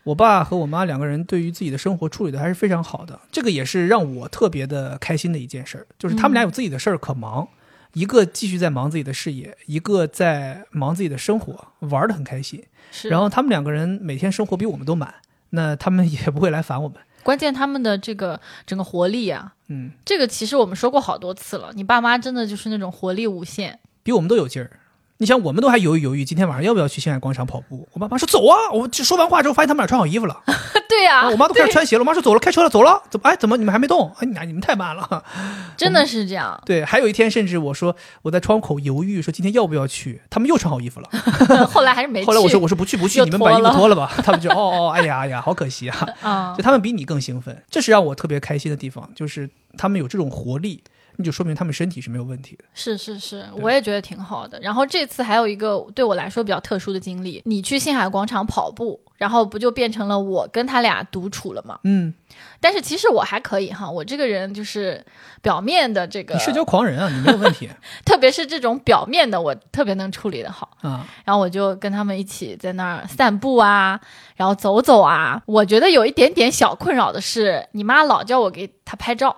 Speaker 1: 我爸和我妈两个人对于自己的生活处理的还是非常好的，这个也是让我特别的开心的一件事儿，就是他们俩有自己的事儿可忙，一个继续在忙自己的事业，一个在忙自己的生活，玩的很开心。
Speaker 2: 是。
Speaker 1: 然后他们两个人每天生活比我们都满，那他们也不会来烦我们。
Speaker 2: 关键他们的这个整个活力啊，
Speaker 1: 嗯，
Speaker 2: 这个其实我们说过好多次了，你爸妈真的就是那种活力无 限。
Speaker 1: 比我们都有劲儿。你想，我们都还犹豫犹豫，今天晚上要不要去星海广场跑步？我爸妈说走啊！我就说完话之后，发现他们俩穿好衣服了，
Speaker 2: 对呀、
Speaker 1: 啊我妈都开始穿鞋了。我妈说走了，开车了，走了。怎么？哎，怎么你们还没动？哎，你你们太慢了。
Speaker 2: 真的是 这样。
Speaker 1: 对，还有一天，甚至我说我在窗口犹豫，说今天要不要去，他们又穿好衣服了。
Speaker 2: 后来还是 没去。
Speaker 1: 后来我说我说不去不去，
Speaker 2: 又
Speaker 1: 你们把衣服
Speaker 2: 脱了
Speaker 1: 脱了吧。 他们就哦哦，哎呀哎呀，好可惜啊。
Speaker 2: 啊
Speaker 1: 就，他们比你更兴奋，这是让我特别开心的地方，就是他们有这种活力，那就说明他们身体是没有问题的。
Speaker 2: 是是是，
Speaker 1: 对
Speaker 2: 我也觉得挺好的。然后这次还有一个对我来说比较特殊的经历，你去星海广场跑步，然后不就变成了我跟他俩独处了吗？
Speaker 1: 嗯，
Speaker 2: 但是其实我还可以哈，我这个人就是表面的这个
Speaker 1: 你，社交狂人啊，你没有问题
Speaker 2: 特别是这种表面的，我特别能处理的好。
Speaker 1: 啊。
Speaker 2: 然后我就跟他们一起在那儿散步啊，然后走走啊。我觉得有一点点小困扰的是，你妈老叫我给她拍照。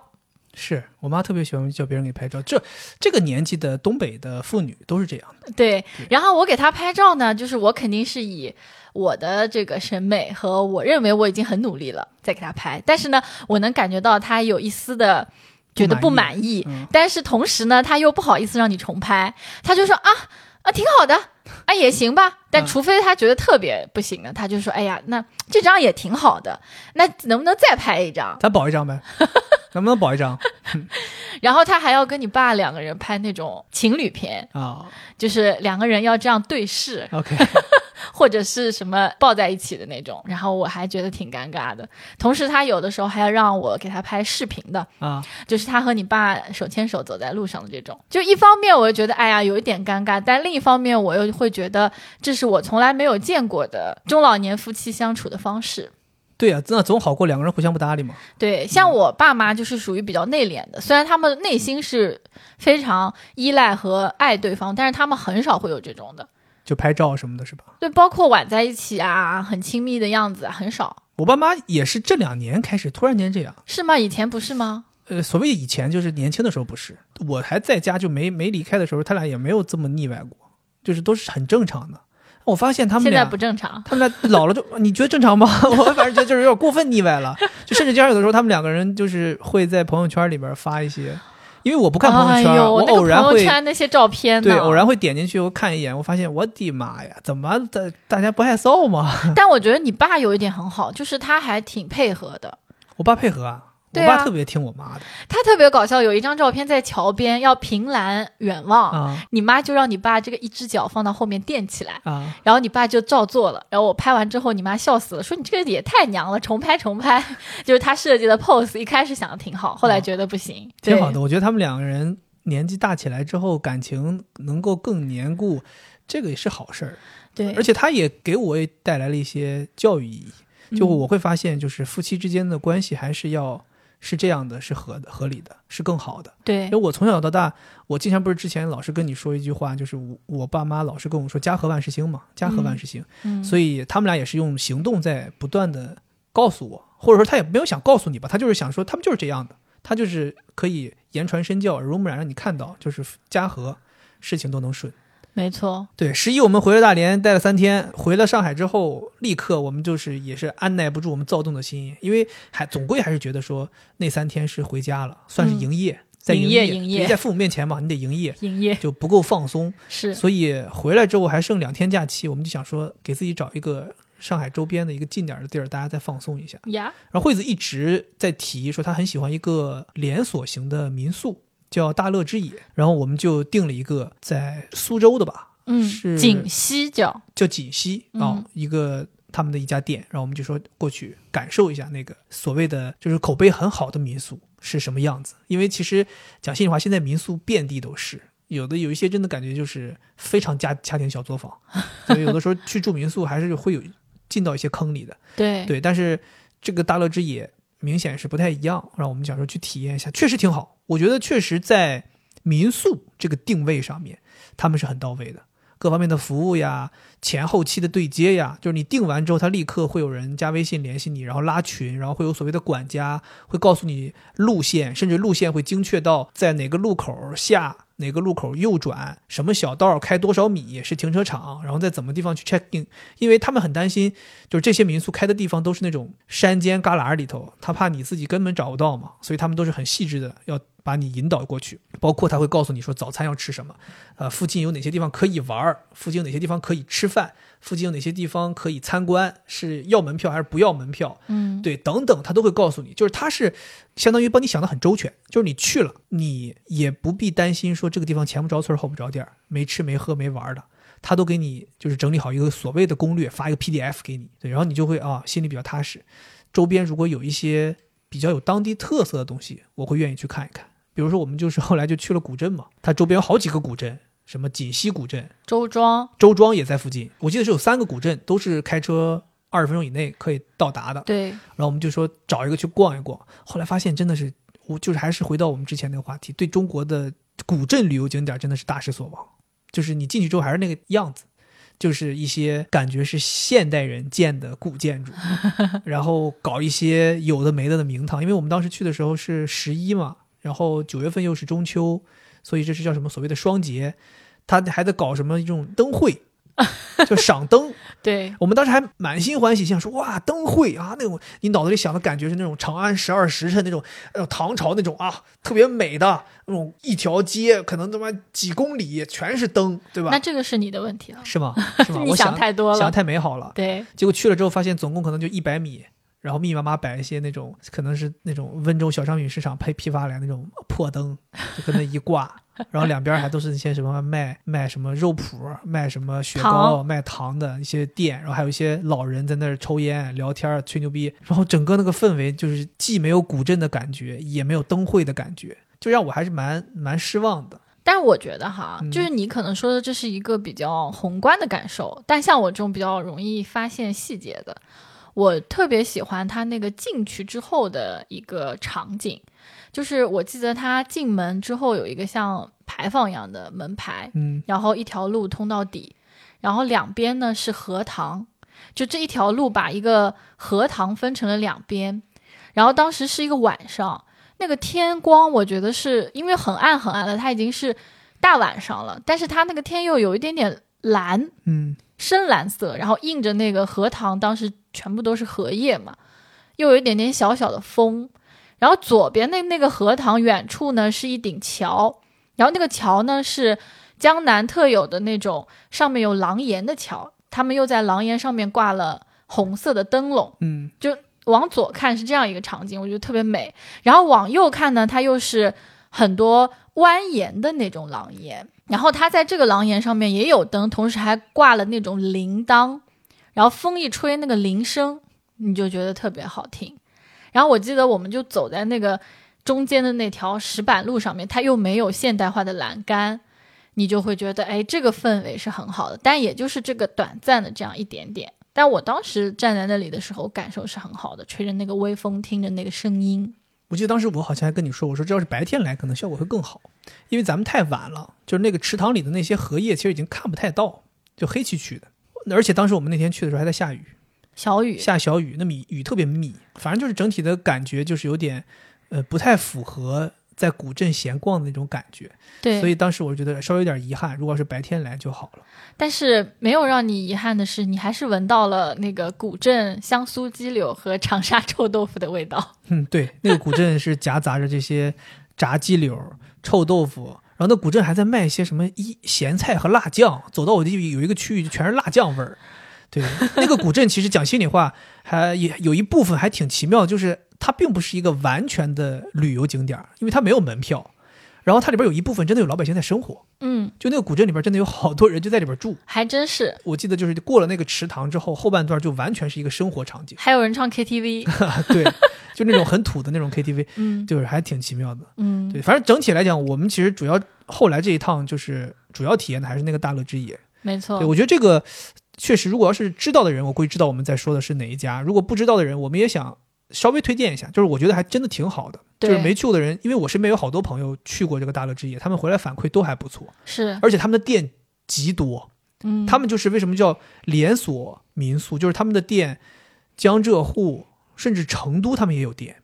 Speaker 1: 是我妈特别喜欢叫别人给拍照，这这个年纪的东北的妇女都是这样的。
Speaker 2: 对，然后我给他拍照呢，就是我肯定是以我的这个审美和我认为我已经很努力了，再给他拍。但是呢，我能感觉到他有一丝的觉得不满意，
Speaker 1: 嗯
Speaker 2: 但是同时呢，他又不好意思让你重拍，他就说啊啊挺好的，啊也行吧。但
Speaker 1: 嗯
Speaker 2: 除非他觉得特别不行的，他就说哎呀，那这张也挺好的，那能不能再拍一张？
Speaker 1: 咱保一张呗， 能不能保一张
Speaker 2: 然后他还要跟你爸两个人拍那种情侣片，
Speaker 1: 啊
Speaker 2: 就是两个人要这样对视，
Speaker 1: ？OK，
Speaker 2: 或者是什么抱在一起的那种，然后我还觉得挺尴尬的。同时，他有的时候还要让我给他拍视频的，
Speaker 1: 啊，
Speaker 2: 就是他和你爸手牵手走在路上的这种。就一方面，我就觉得哎呀有一点尴尬，但另一方面，我又会觉得这是我从来没有见过的中老年夫妻相处的方式。
Speaker 1: 对呀、那总好过两个人互相不搭理嘛。
Speaker 2: 对，像我爸妈就是属于比较内敛的，虽然他们内心是非常依赖和爱对方，但是他们很少会有这种的。
Speaker 1: 就拍照什么的，是吧？
Speaker 2: 对，包括挽在一起啊，很亲密的样子啊很少，
Speaker 1: 我爸妈也是这两年开始突然间这样。
Speaker 2: 是吗？以前不是吗？
Speaker 1: 呃，所谓以前就是年轻的时候不是，我还在家就没没离开的时候，他俩也没有这么腻歪过，就是都是很正常的。我发现他们
Speaker 2: 现
Speaker 1: 俩
Speaker 2: 在不正常。
Speaker 1: 他们俩老了就， 你觉得正常吗？我反正觉得就是有点过分腻歪了，就甚至经常有的时候他们两个人就是会在朋友圈里边发一些，因为我不看朋
Speaker 2: 哎
Speaker 1: 友圈，啊
Speaker 2: 呦，
Speaker 1: 我
Speaker 2: 那个
Speaker 1: 偶然
Speaker 2: 朋友
Speaker 1: 会、
Speaker 2: 圈那些照片呢？
Speaker 1: 对偶然会点进去我看一眼，我发现我的妈呀，怎么大大家不害臊吗？
Speaker 2: 但我觉得你爸有一点很好，就是他还挺配合的。
Speaker 1: 我爸配合啊，我
Speaker 2: 对啊
Speaker 1: 爸特别听我妈的
Speaker 2: 他特别搞笑，有一张照片在桥边要凭栏远望，
Speaker 1: 啊
Speaker 2: 你妈就让你爸这个一只脚放到后面垫起来。
Speaker 1: 啊，
Speaker 2: 然后你爸就照做了，然后我拍完之后，你妈笑死了，说你这个也太娘了，重拍重拍， 就是他设计的 pose，一开始想的挺好，后来觉得不行，
Speaker 1: 啊挺
Speaker 2: 对
Speaker 1: 好的。我觉得他们两个人年纪大起来之后，感情能够更凝固，这个也是好事儿。
Speaker 2: 对，
Speaker 1: 而且他也给我带来了一些教育意义。
Speaker 2: 嗯
Speaker 1: 就我会发现，就是夫妻之间的关系还是要是这样的，是合合理的，是更好的。
Speaker 2: 对
Speaker 1: 因为我从小到大，我经常不是之前老是跟你说一句话，就是我我爸妈老是跟我说“家和万事兴”嘛，“家和万事兴”，
Speaker 2: 嗯
Speaker 1: 所以他们俩也是用行动在不断的告诉我，或者说他也没有想告诉你吧，他就是想说他们就是这样的，他就是可以言传身教，耳濡目染，让你看到就是家和事情都能顺。
Speaker 2: 没错，
Speaker 1: 对，十一我们回了大连，待了三天，回了上海之后，立刻我们就是也是按耐不住我们躁动的心，因为还总归还是觉得说那三天是回家了，算是营业，在
Speaker 2: 嗯营业
Speaker 1: 业
Speaker 2: 营业
Speaker 1: 因为在父母面前嘛，你得营业，
Speaker 2: 营业
Speaker 1: 就不够放松，
Speaker 2: 是
Speaker 1: 所以回来之后还剩两天假期，我们就想说给自己找一个上海周边的一个近点儿的地儿，大家再放松一下。
Speaker 2: 呀，
Speaker 1: 然后惠子一直在提说她很喜欢一个连锁型的民宿，叫大乐之野，然后我们就定了一个在苏州的吧。
Speaker 2: 嗯
Speaker 1: 是，
Speaker 2: 锦溪角，
Speaker 1: 叫锦溪啊、
Speaker 2: 嗯
Speaker 1: 一个他们的一家店，然后我们就说过去感受一下那个所谓的就是口碑很好的民宿是什么样子。因为其实讲心里话，现在民宿遍地都是，有的有一些真的感觉就是非常家家庭小作坊，所以有的时候去住民宿还是会有进到一些坑里的。
Speaker 2: 对
Speaker 1: 对，但是这个大乐之野明显是不太一样，让我们想说去体验一下，确实挺好。我觉得确实在民宿这个定位上面，他们是很到位的，各方面的服务呀、前后期的对接呀，就是你订完之后，他立刻会有人加微信联系你，然后拉群，然后会有所谓的管家会告诉你路线，甚至路线会精确到在哪个路口下。哪个路口右转，什么小道开多少米是停车场，然后在怎么地方去 check in，因为他们很担心就是这些民宿开的地方都是那种山间旮旯里头，他怕你自己根本找不到嘛，所以他们都是很细致的要把你引导过去，包括他会告诉你说早餐要吃什么，呃，附近有哪些地方可以玩儿，附近有哪些地方可以吃饭，附近有哪些地方可以参观，是要门票还是不要门票，
Speaker 2: 嗯
Speaker 1: 对，等等，他都会告诉你，就是他是相当于帮你想的很周全，就是你去了，你也不必担心说这个地方前不着村儿后不着店儿，没吃没喝没玩儿的，他都给你就是整理好一个所谓的攻略，发一个 PDF 给你，对，然后你就会啊心里比较踏实。周边如果有一些比较有当地特色的东西，我会愿意去看一看。比如说我们就是后来就去了古镇嘛，它周边有好几个古镇，什么锦溪古镇、
Speaker 2: 周庄，
Speaker 1: 周庄也在附近，我记得是有三个古镇，都是开车二十分钟以内可以到达的。
Speaker 2: 对
Speaker 1: 然后我们就说找一个去逛一逛。后来发现真的是，我就是还是回到我们之前那个话题，对中国的古镇旅游景点真的是大失所望。就是你进去之后还是那个样子，就是一些感觉是现代人建的古建筑，然后搞一些有的没的的名堂。因为我们当时去的时候是十一嘛，然后九月份又是中秋，所以这是叫什么所谓的双节，他还在搞什么一种灯会，就赏灯。
Speaker 2: 对，
Speaker 1: 我们当时还满心欢喜，想说哇灯会啊那种，你脑子里想的感觉是那种长安十二时辰那种，呃唐朝那种啊特别美的那种一条街，可能他妈几公里全是灯，对
Speaker 2: 那
Speaker 1: 吧？
Speaker 2: 这个是你的问题了，
Speaker 1: 是 吗？是吗？
Speaker 2: 你
Speaker 1: 我想
Speaker 2: 太多
Speaker 1: 想
Speaker 2: 了，
Speaker 1: 太美好了，
Speaker 2: 对，
Speaker 1: 结果去了之后发现总共可能就一百米。然后密密麻麻摆一些那种，可能是那种温州小商品市场配批发来那种破灯，就跟那一挂，然后两边还都是那些什么卖卖什么肉脯、卖什么雪糕、卖糖的一些店，然后还有一些老人在那儿抽烟、聊天、吹牛逼，然后整个那个氛围就是既没有古镇的感觉，也没有灯会的感觉，就让我还是蛮蛮失望的。
Speaker 2: 但我觉得哈，
Speaker 1: 嗯
Speaker 2: 就是你可能说的这是一个比较宏观的感受，但像我这种比较容易发现细节的，我特别喜欢他那个进去之后的一个场景，就是我记得他进门之后有一个像牌坊一样的门牌，
Speaker 1: 嗯
Speaker 2: 然后一条路通到底。然后两边呢是荷塘，就这一条路把一个荷塘分成了两边。然后当时是一个晚上，那个天光我觉得是因为很暗很暗了，它已经是大晚上了，但是它那个天又有一点点蓝，
Speaker 1: 嗯，
Speaker 2: 深蓝色，然后映着那个荷塘，当时全部都是荷叶嘛，又有一点点小小的风。然后左边那那个荷塘远处呢是一顶桥，然后那个桥呢是江南特有的那种上面有廊檐的桥，他们又在廊檐上面挂了红色的灯笼。
Speaker 1: 嗯
Speaker 2: 往左看是这样一个场景，我觉得特别美。然后往右看呢，它又是很多蜿蜒的那种廊檐，然后它在这个廊檐上面也有灯，同时还挂了那种铃铛，然后风一吹，那个铃声你就觉得特别好听。然后我记得我们就走在那个中间的那条石板路上面，它又没有现代化的栏杆。你就会觉得，哎，这个氛围是很好的，但也就是这个短暂的这样一点点。但我当时站在那里的时候，感受是很好的，吹着那个微风，听着那个声音。
Speaker 1: 我记得当时我好像还跟你说，我说这要是白天来，可能效果会更好，因为咱们太晚了，就是那个池塘里的那些荷叶其实已经看不太到，就黑漆漆的。而且当时我们那天去的时候还在下雨，
Speaker 2: 小雨，
Speaker 1: 下小雨，那么雨雨特别密，反正就是整体的感觉就是有点，呃，不太符合在古镇闲逛的那种感觉。
Speaker 2: 对，
Speaker 1: 所以当时我觉得稍微有点遗憾，如果要是白天来就好了。
Speaker 2: 但是没有让你遗憾的是，你还是闻到了那个古镇香酥鸡柳和长沙臭豆腐的味 道。
Speaker 1: 嗯，对，那个古镇是夹杂着这些炸鸡柳、臭豆腐，然后那古镇还在卖一些什么一咸菜和辣酱。走到我的有一个区域，就全是辣酱味儿。对，那个古镇其实讲心里话，还也有一部分还挺奇妙，就是它并不是一个完全的旅游景点儿，因为它没有门票。然后它里边有一部分真的有老百姓在生活，
Speaker 2: 嗯，
Speaker 1: 就那个古镇里边真的有好多人就在里边住。
Speaker 2: 还真是。，
Speaker 1: 我记得就是过了那个池塘之后，后半段就完全是一个生活场景
Speaker 2: 还有人唱 KTV，
Speaker 1: 对，就那种很土的那种 KTV，
Speaker 2: 嗯
Speaker 1: 就是还挺奇妙的。
Speaker 2: 嗯，
Speaker 1: 对，反正整体来讲，我们其实主要后来这一趟就是主要体验的还是那个大乐之野。
Speaker 2: 没错
Speaker 1: 对，，我觉得这个确实，如果要是知道的人，我估计知道我们在说的是哪一家；如果不知道的人，我们也想稍微推荐一下，就是我觉得还真的挺好的。就是
Speaker 2: 对
Speaker 1: 没去过的人，因为我身边有好多朋友去过这个大乐之野，他们回来反馈都还不错，
Speaker 2: 是，
Speaker 1: 而且他们的店极多。
Speaker 2: 嗯，
Speaker 1: 他们就是为什么叫连锁民宿，就是他们的店，江浙沪甚至成都他们也有店。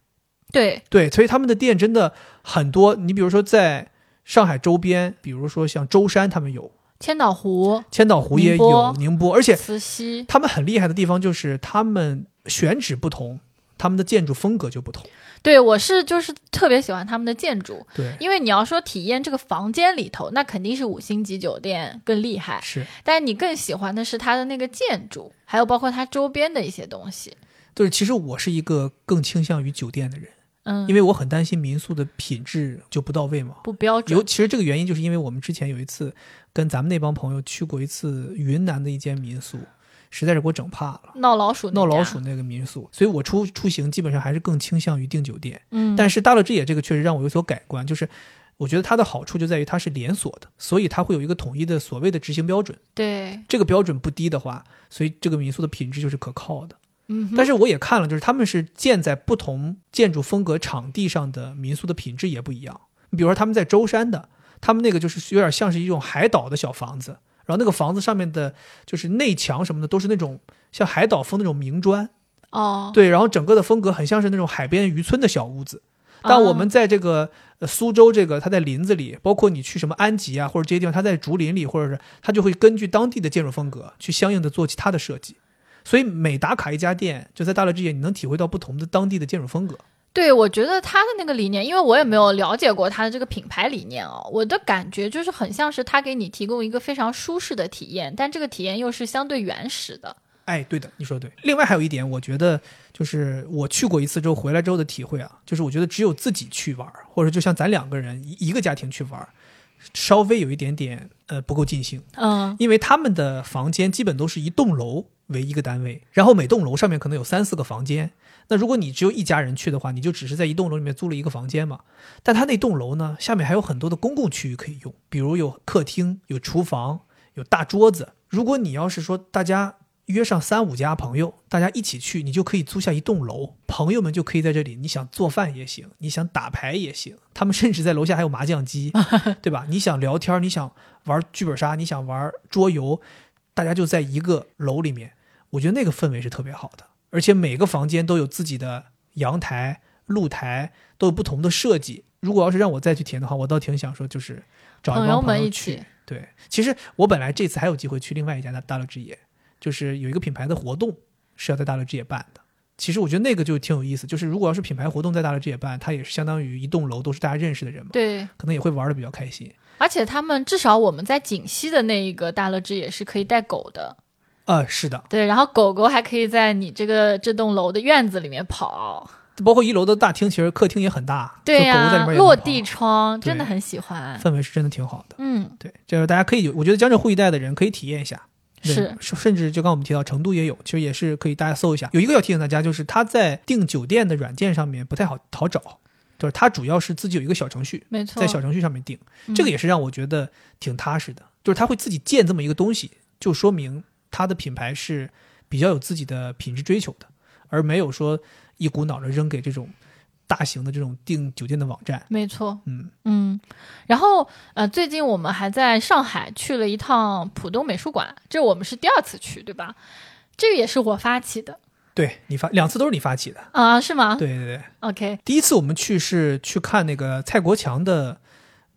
Speaker 2: 对
Speaker 1: 对，所以他们的店真的很多。你比如说在上海周边，比如说像舟山，他们有
Speaker 2: 千岛湖、
Speaker 1: 千岛湖也有
Speaker 2: 宁波
Speaker 1: 宁波，而且
Speaker 2: 慈溪，
Speaker 1: 他们很厉害的地方就是他们选址不同，他们的建筑风格就不同。
Speaker 2: 对我是就是特别喜欢他们的建筑，
Speaker 1: 对，
Speaker 2: 因为你要说体验这个房间里头，那肯定是五星级酒店更厉害，
Speaker 1: 是，
Speaker 2: 但你更喜欢的是它的那个建筑，还有包括它周边的一些东西。
Speaker 1: 就是其实我是一个更倾向于酒店的人，
Speaker 2: 嗯，
Speaker 1: 因为我很担心民宿的品质就不到位嘛。
Speaker 2: 不标
Speaker 1: 尤
Speaker 2: 准。
Speaker 1: 其实这个原因，就是因为我们之前有一次跟咱们那帮朋友去过一次云南的一间民宿，实在是给我整怕了。
Speaker 2: 闹老鼠，
Speaker 1: 闹老鼠，那个民宿，所以我出出行基本上还是更倾向于订酒店。
Speaker 2: 嗯，
Speaker 1: 但是大乐之野这个确实让我有所改观，就是我觉得它的好处就在于它是连锁的，所以它会有一个统一的所谓的执行标准。
Speaker 2: 对，
Speaker 1: 这个标准不低的话，所以这个民宿的品质就是可靠的。
Speaker 2: 嗯哼，
Speaker 1: 但是我也看了，就是他们是建在不同建筑风格场地上的民宿的品质也不一样。你比如说他们在舟山的，他们那个就是有点像是一种海岛的小房子，然后那个房子上面的就是内墙什么的都是那种像海岛风那种明砖。
Speaker 2: 哦，
Speaker 1: 对，然后整个的风格很像是那种海边渔村的小屋子。但
Speaker 2: 哦
Speaker 1: 我们在这个、呃苏州，这个它在林子里，包括你去什么安吉啊，或者这些地方，它在竹林里，或者是它就会根据当地的建筑风格去相应的做其他的设计。所以每打卡一家店，就在大乐之野，你能体会到不同的当地的建筑风格。
Speaker 2: 对，我觉得它的那个理念，因为我也没有了解过它的这个品牌理念哦，我的感觉就是很像是它给你提供一个非常舒适的体验，但这个体验又是相对原始的。
Speaker 1: 哎，对的，你说的对。另外还有一点，我觉得就是我去过一次之后回来之后的体会啊，就是我觉得只有自己去玩儿，或者就像咱两个人一一个家庭去玩儿，稍微有一点点呃不够尽兴。
Speaker 2: 嗯，
Speaker 1: 因为他们的房间基本都是一栋楼为一个单位，然后每栋楼上面可能有三四个房间。那如果你只有一家人去的话，你就只是在一栋楼里面租了一个房间嘛。但他那栋楼呢，下面还有很多的公共区域可以用，比如有客厅、有厨房、有大桌子。如果你要是说大家约上三五家朋友，大家一起去，你就可以租下一栋楼，朋友们就可以在这里，你想做饭也行，你想打牌也行，他们甚至在楼下还有麻将机，对吧？你想聊天，你想玩剧本杀，你想玩桌游，大家就在一个楼里面，我觉得那个氛围是特别好的，而且每个房间都有自己的阳台、露台，都有不同的设计。如果要是让我再去填的话，我倒挺想说，就是找一帮
Speaker 2: 朋友们一
Speaker 1: 去。
Speaker 2: 起
Speaker 1: 对，其实我本来这次还有机会去另外一家大大乐之野，就是有一个品牌的活动是要在大乐之野办的。其实我觉得那个就挺有意思，就是如果要是品牌活动在大乐之野办，它也是相当于一栋楼都是大家认识的人嘛，
Speaker 2: 对，
Speaker 1: 可能也会玩的比较开心。
Speaker 2: 而且他们至少我们在锦溪的那一个大乐之也是可以带狗的，
Speaker 1: 啊，是的，
Speaker 2: 对，然后狗狗还可以在你这个这栋楼的院子里面跑，
Speaker 1: 包括一楼的大厅，其实客厅也很大，
Speaker 2: 对
Speaker 1: 就狗狗在
Speaker 2: 呀、
Speaker 1: 里面也
Speaker 2: 落
Speaker 1: 能跑
Speaker 2: 地窗真的
Speaker 1: 对
Speaker 2: 很喜欢，
Speaker 1: 氛围是真的挺好的。
Speaker 2: 嗯，
Speaker 1: 对，就是大家可以有，我觉得江浙沪一带的人可以体验一下。对
Speaker 2: 是，
Speaker 1: 甚至就刚我们提到成都也有，其实也是可以大家搜一下。有一个要提醒大家，就是它在订酒店的软件上面不太好好找，就是它主要是自己有一个小程序，
Speaker 2: 没错
Speaker 1: 在，小程序上面订，这个
Speaker 2: 嗯
Speaker 1: 也是让我觉得挺踏实的。就是它会自己建这么一个东西，就说明它的品牌是比较有自己的品质追求的，而没有说一股脑的扔给这种大型的这种订酒店的网站。
Speaker 2: 没错，
Speaker 1: 嗯，
Speaker 2: 嗯，然后呃，最近我们还在上海去了一趟浦东美术馆，这我们是第二次去，对吧？这个也是我发起的
Speaker 1: 对你发两次都是你发起的，
Speaker 2: 啊、是吗？
Speaker 1: 对对对。
Speaker 2: ，OK，
Speaker 1: 第一次我们去是去看那个蔡国强的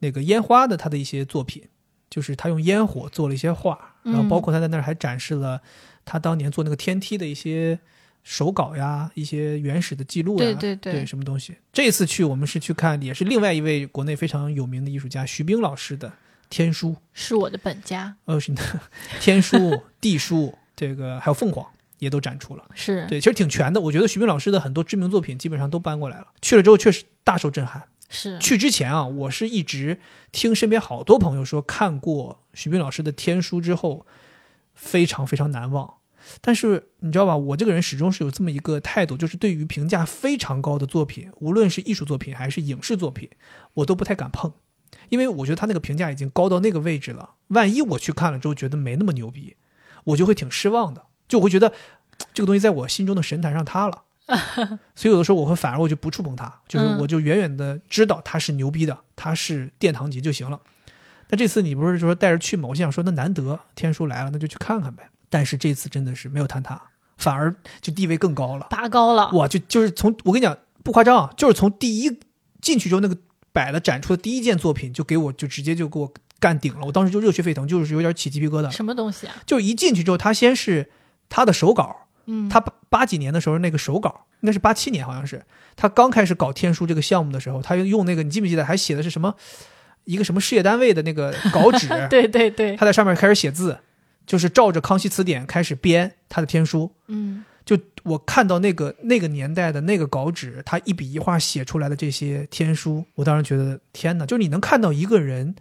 Speaker 1: 那个烟花的他的一些作品，就是他用烟火做了一些画，
Speaker 2: 嗯
Speaker 1: 然后包括他在那儿还展示了他当年做那个天梯的一些手稿呀、一些原始的记录呀，
Speaker 2: 对对对
Speaker 1: 什么东西。这次去我们是去看，也是另外一位国内非常有名的艺术家徐冰老师的《天书》，
Speaker 2: 是我的本家，
Speaker 1: 呃，是 天书、地书，这个还有凤凰也都展出了。
Speaker 2: 是
Speaker 1: 对，其实挺全的。我觉得徐冰老师的很多知名作品基本上都搬过来了。去了之后确实大受震撼。
Speaker 2: 是，
Speaker 1: 去之前啊，我是一直听身边好多朋友说看过徐冰老师的《天书》之后，非常非常难忘。但是你知道吧，我这个人始终是有这么一个态度，就是对于评价非常高的作品，无论是艺术作品还是影视作品，我都不太敢碰，因为我觉得他那个评价已经高到那个位置了。万一我去看了之后觉得没那么牛逼，我就会挺失望的，就我会觉得这个东西在我心中的神坛上塌了。所以有的时候我会反而我就不触碰它，就是
Speaker 2: 嗯
Speaker 1: 我就远远的知道它是牛逼的，它是殿堂级就行了。那这次你不是说带着去吗？我心想说，那难得天书来了，那就去看看呗。但是这次真的是没有坍塌，反而就地位更高了。
Speaker 2: 拔高了，
Speaker 1: 哇，就就是从我跟你讲不夸张啊，就是从第一进去之后那个摆了展出的第一件作品，就给我就直接就给我干顶了，我当时就热血沸腾，就是有点起鸡皮疙瘩。
Speaker 2: 什么东西啊？
Speaker 1: 就一进去之后，他先是他的手稿，
Speaker 2: 嗯，
Speaker 1: 他八八几年的时候那个手稿，应该是八七年好像是，他刚开始搞天书这个项目的时候，他用那个你记不记得还写的是什么一个什么事业单位的那个稿纸，
Speaker 2: 对对对，
Speaker 1: 他在上面开始写字，就是照着《康熙词典》开始编他的天书。
Speaker 2: 嗯，
Speaker 1: 就我看到那个那个年代的那个稿纸，他一笔一画写出来的这些天书，我当时觉得天哪！就是你能看到一个人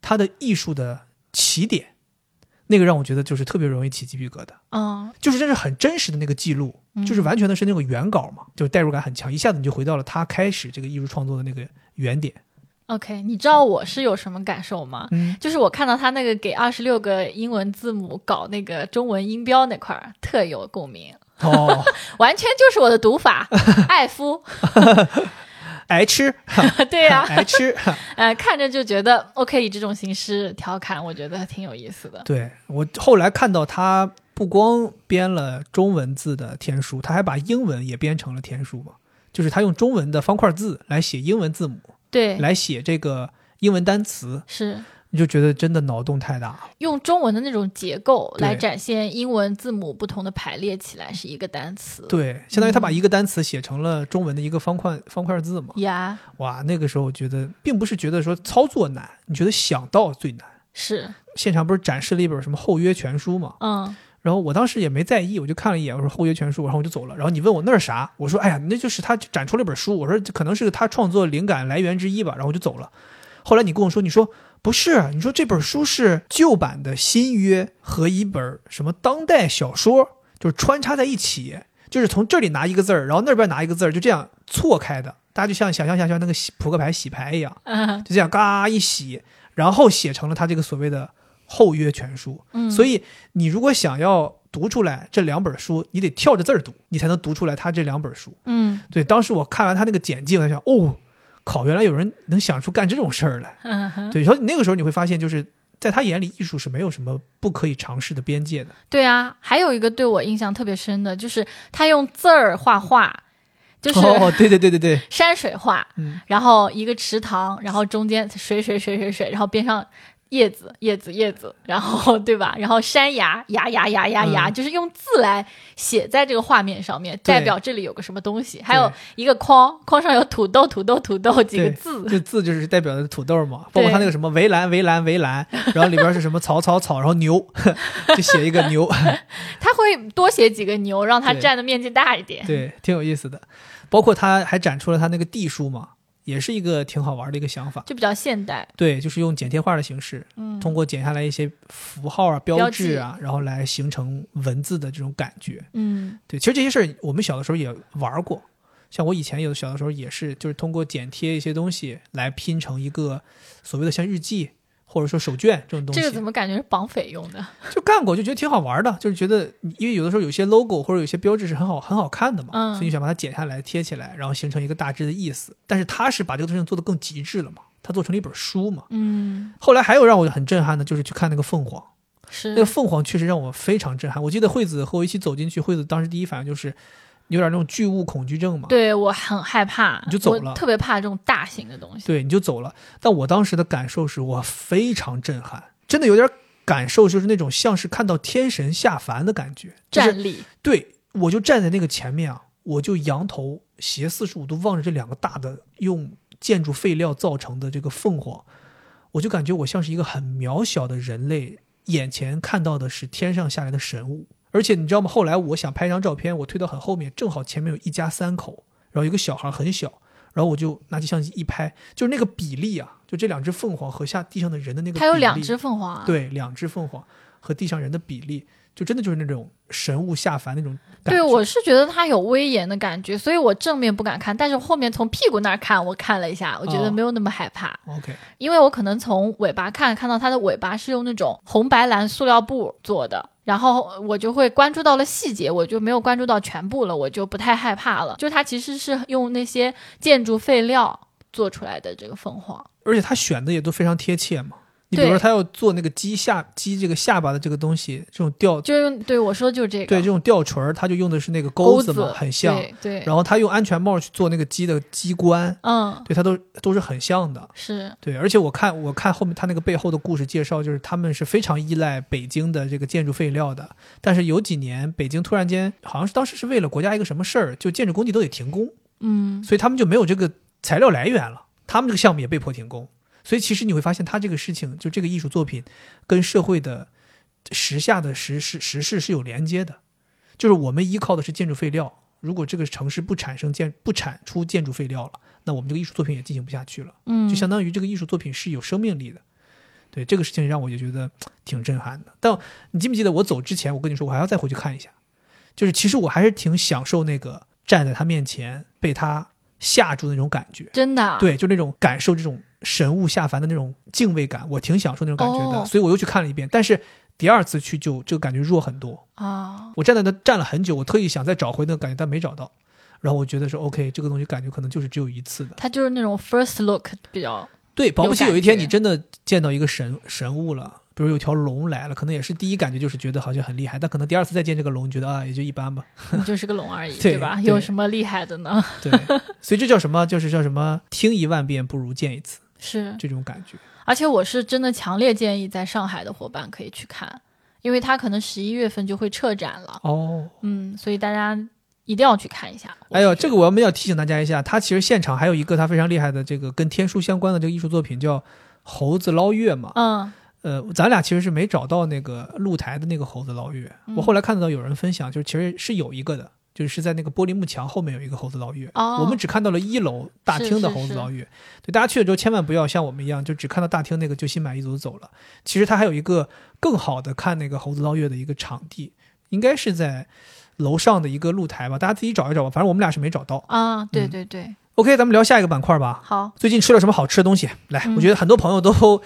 Speaker 1: 他的艺术的起点，那个让我觉得就是特别容易起鸡皮疙瘩。
Speaker 2: 嗯，
Speaker 1: 就是这是很真实的那个记录，
Speaker 2: 嗯
Speaker 1: 就是完全的是那个原稿嘛，就是代入感很强，一下子你就回到了他开始这个艺术创作的那个原点。
Speaker 2: OK，你知道我是有什么感受吗？
Speaker 1: 嗯，
Speaker 2: 就是我看到他那个给二十六个英文字母搞那个中文音标那块儿，特有共鸣，
Speaker 1: 哦，
Speaker 2: 完全就是我的读法，爱夫，
Speaker 1: 挨吃，
Speaker 2: 对啊呀、
Speaker 1: 挨吃。
Speaker 2: 呃，看着就觉得 OK，以这种形式调侃，我觉得挺有意思的。
Speaker 1: 对我后来看到他不光编了中文字的天书，他还把英文也编成了天书嘛，就是他用中文的方块字来写英文字母，
Speaker 2: 对，
Speaker 1: 来写这个英文单词，
Speaker 2: 是
Speaker 1: 你就觉得真的脑洞太大了。
Speaker 2: 用中文的那种结构
Speaker 1: 对
Speaker 2: 来展现英文字母不同的排列起来是一个单词。
Speaker 1: 对，相当于他把一个单词写成了中文的一个方块方块字嘛。
Speaker 2: 呀
Speaker 1: 哇，那个时候我觉得并不是觉得说操作难，你觉得想到最难。
Speaker 2: 是，
Speaker 1: 现场不是展示了一本什么《后约全书》嘛，
Speaker 2: 嗯，
Speaker 1: 然后我当时也没在意，我就看了一眼，我说《后约全书》，然后我就走了。然后你问我那是啥，我说哎呀，那就是他展出了一本书，我说这可能是他创作灵感来源之一吧，然后我就走了。后来你跟我说，你说不是，你说这本书是旧版的《新约》和一本什么当代小说，就是穿插在一起，就是从这里拿一个字儿，然后那边拿一个字儿，就这样错开的。大家就像想象一下，像那个洗扑克牌洗牌一样，
Speaker 2: 嗯
Speaker 1: 就这样嘎一洗，然后写成了他这个所谓的后约全书。
Speaker 2: 嗯，
Speaker 1: 所
Speaker 2: 以
Speaker 1: 以你如果想要读出来这两本书，你得跳着字儿读，你才能读出来他这两本书。
Speaker 2: 嗯
Speaker 1: 对，当时我看完他那个简介，我在想，哦，靠，原来有人能想出干这种事儿来。
Speaker 2: 嗯哼
Speaker 1: 对，然后你那个时候你会发现，就是在他眼里，艺术是没有什么不可以尝试的边界的。
Speaker 2: 对啊，还有一个对我印象特别深的就是他用字儿画画，就是
Speaker 1: 哦，对对对对对，
Speaker 2: 山水画，
Speaker 1: 嗯
Speaker 2: 然后一个池塘，然后中间水水水水水，然后边上叶子叶子叶子，然后对吧？然后山崖崖崖崖崖崖，
Speaker 1: 嗯
Speaker 2: 就是用字来写在这个画面上面，代表这里有个什么东西。还有
Speaker 1: 对
Speaker 2: 一个框，框上有土豆土豆土豆几个
Speaker 1: 对
Speaker 2: 字，
Speaker 1: 这字就是代表的土豆嘛，包括
Speaker 2: 对
Speaker 1: 他那个什么围栏围栏围栏，然后里边是什么草草草，然后牛， 就写一个牛，
Speaker 2: 他会多写几个牛，让它
Speaker 1: 对
Speaker 2: 占的面积大一点。
Speaker 1: 对，挺有意思的。包括他还展出了他那个地书嘛，也是一个挺好玩的一个想法。
Speaker 2: 就比较现代，
Speaker 1: 对，就是用剪贴画的形式，
Speaker 2: 嗯，
Speaker 1: 通过剪下来一些符号啊、标
Speaker 2: 标
Speaker 1: 志啊，然后来形成文字的这种感觉。
Speaker 2: 嗯，
Speaker 1: 对，其实这些事儿我们小的时候也玩过，像我以前有的小的时候也是，就是通过剪贴一些东西来拼成一个所谓的像日记或者说手卷这种东西，
Speaker 2: 这个怎么感觉是绑匪用的？
Speaker 1: 就干过，就觉得挺好玩的，就是觉得因为有的时候有些 logo 或者有些标志是很好很好看的嘛，
Speaker 2: 嗯
Speaker 1: 所以你想把它剪下来贴起来，然后形成一个大致的意思。但是他是把这个东西做得更极致了嘛，他做成了一本书嘛。
Speaker 2: 嗯，
Speaker 1: 后来还有让我很震撼的，就是去看那个凤凰。
Speaker 2: 是
Speaker 1: 那个凤凰确实让我非常震撼。我记得惠子和我一起走进去，惠子当时第一反应就是有点那种巨物恐惧症嘛，
Speaker 2: 对我很害怕，
Speaker 1: 你就走了
Speaker 2: 我特别怕这种大型的东西。
Speaker 1: 对，你就走了。但我当时的感受是我非常震撼，真的有点感受，就是那种像是看到天神下凡的感觉。就是
Speaker 2: 站立，
Speaker 1: 对，我就站在那个前面啊，我就仰头斜四十五度望着这两个大的用建筑废料造成的这个凤凰，我就感觉我像是一个很渺小的人类，眼前看到的是天上下来的神物。而且你知道吗？后来我想拍张照片，我推到很后面，正好前面有一家三口，然后一个小孩很小，然后我就拿起相机一拍，就是那个比例啊，就这两只凤凰和下地上的人的那个比例，
Speaker 2: 它有两只凤凰啊。，
Speaker 1: 对，两只凤凰和地上人的比例，就真的就是那种神物下凡那种感觉。
Speaker 2: 对我是觉得它有威严的感觉，所以我正面不敢看，但是后面从屁股那儿看，我看了一下，我觉
Speaker 1: 哦
Speaker 2: 得没有那么害怕，
Speaker 1: OK，
Speaker 2: 因为我可能从尾巴看，看到它的尾巴是用那种红白蓝塑料布做的。然后我就会关注到了细节，我就没有关注到全部了，我就不太害怕了。就它其实是用那些建筑废料做出来的这个凤凰，
Speaker 1: 而且他选的也都非常贴切嘛。你比如说，
Speaker 2: 对
Speaker 1: 他要做那个鸡下鸡这个下巴的这个东西，这种吊
Speaker 2: 就是用对我说的就是这个，
Speaker 1: 对这种吊锤儿，他就用的是那个
Speaker 2: 钩
Speaker 1: 钩子嘛，很像。
Speaker 2: 对对，
Speaker 1: 然后他用安全帽去做那个鸡的鸡冠，
Speaker 2: 嗯，
Speaker 1: 对，他都都是很像的。
Speaker 2: 是
Speaker 1: 对，而且我看我看后面他那个背后的故事介绍，就是他们是非常依赖北京的这个建筑废料的。但是有几年，北京突然间好像是当时是为了国家一个什么事儿，就建筑工地都得停工，
Speaker 2: 嗯，
Speaker 1: 所以他们就没有这个材料来源了，他们这个项目也被迫停工。所以其实你会发现，他这个事情就这个艺术作品跟社会的时下的时事时事是有连接的，就是我们依靠的是建筑废料。如果这个城市不产生建不产出建筑废料了，那我们这个艺术作品也进行不下去了。
Speaker 2: 嗯，
Speaker 1: 就相当于这个艺术作品是有生命力的。对这个事情让我也觉得挺震撼的。但你记不记得我走之前，我跟你说我还要再回去看一下，就是其实我还是挺享受那个站在他面前被他吓住的那种感觉，
Speaker 2: 真的啊，
Speaker 1: 对，就那种感受这种神物下凡的那种敬畏感，我挺享受那种感觉的。
Speaker 2: 哦
Speaker 1: 所以我又去看了一遍，但是第二次去就这个感觉弱很多。
Speaker 2: 啊，
Speaker 1: 我站在那站了很久，我特意想再找回那个感觉，但没找到。然后我觉得说 OK，这个东西感觉可能就是只有一次的。
Speaker 2: 他就是那种 first look 比较，
Speaker 1: 对，保不齐
Speaker 2: 有
Speaker 1: 有一
Speaker 2: 感
Speaker 1: 天
Speaker 2: 觉
Speaker 1: 你真的见到一个神神物了，比如有条龙来了，可能也是第一感觉就是觉得好像很厉害，但可能第二次再见这个龙，你觉得啊也就一般 吧。
Speaker 2: 你就是个龙而已，
Speaker 1: 对
Speaker 2: 吧？
Speaker 1: 对
Speaker 2: 有什么厉害的呢？
Speaker 1: 对，所以这叫什么？就是叫什么？听一万遍不如见一次，
Speaker 2: 是，
Speaker 1: 这种感觉。
Speaker 2: 而且我是真的强烈建议在上海的伙伴可以去看，因为他可能十一月份就会撤展了，
Speaker 1: 哦，
Speaker 2: 嗯，所以大家一定要去看一下。我
Speaker 1: 哎呦，
Speaker 2: 是觉
Speaker 1: 这个我们要提醒大家一下，他其实现场还有一个他非常厉害的这个跟天书相关的这个艺术作品叫《猴子捞月》嘛
Speaker 2: 得。嗯，
Speaker 1: 呃，咱俩其实是没找到那个露台的那个猴子捞月，我后来看到有人分
Speaker 2: 嗯
Speaker 1: 享，就是其实是有一个的，就是在那个玻璃幕墙后面有一个猴子捞月。
Speaker 2: 哦
Speaker 1: 我们只看到了一楼大厅的猴子捞月。对，大家去了之后千万不要像我们一样，就只看到大厅那个就心满意足地走了。其实它还有一个更好的看那个猴子捞月的一个场地，应该是在楼上的一个露台吧，大家自己找一找吧。反正我们俩是没找到。
Speaker 2: 啊，对
Speaker 1: 嗯
Speaker 2: 对对，
Speaker 1: OK，咱们聊下一个板块吧。
Speaker 2: 好，
Speaker 1: 最近吃了什么好吃的东西？来，
Speaker 2: 嗯
Speaker 1: 我觉得很多朋友都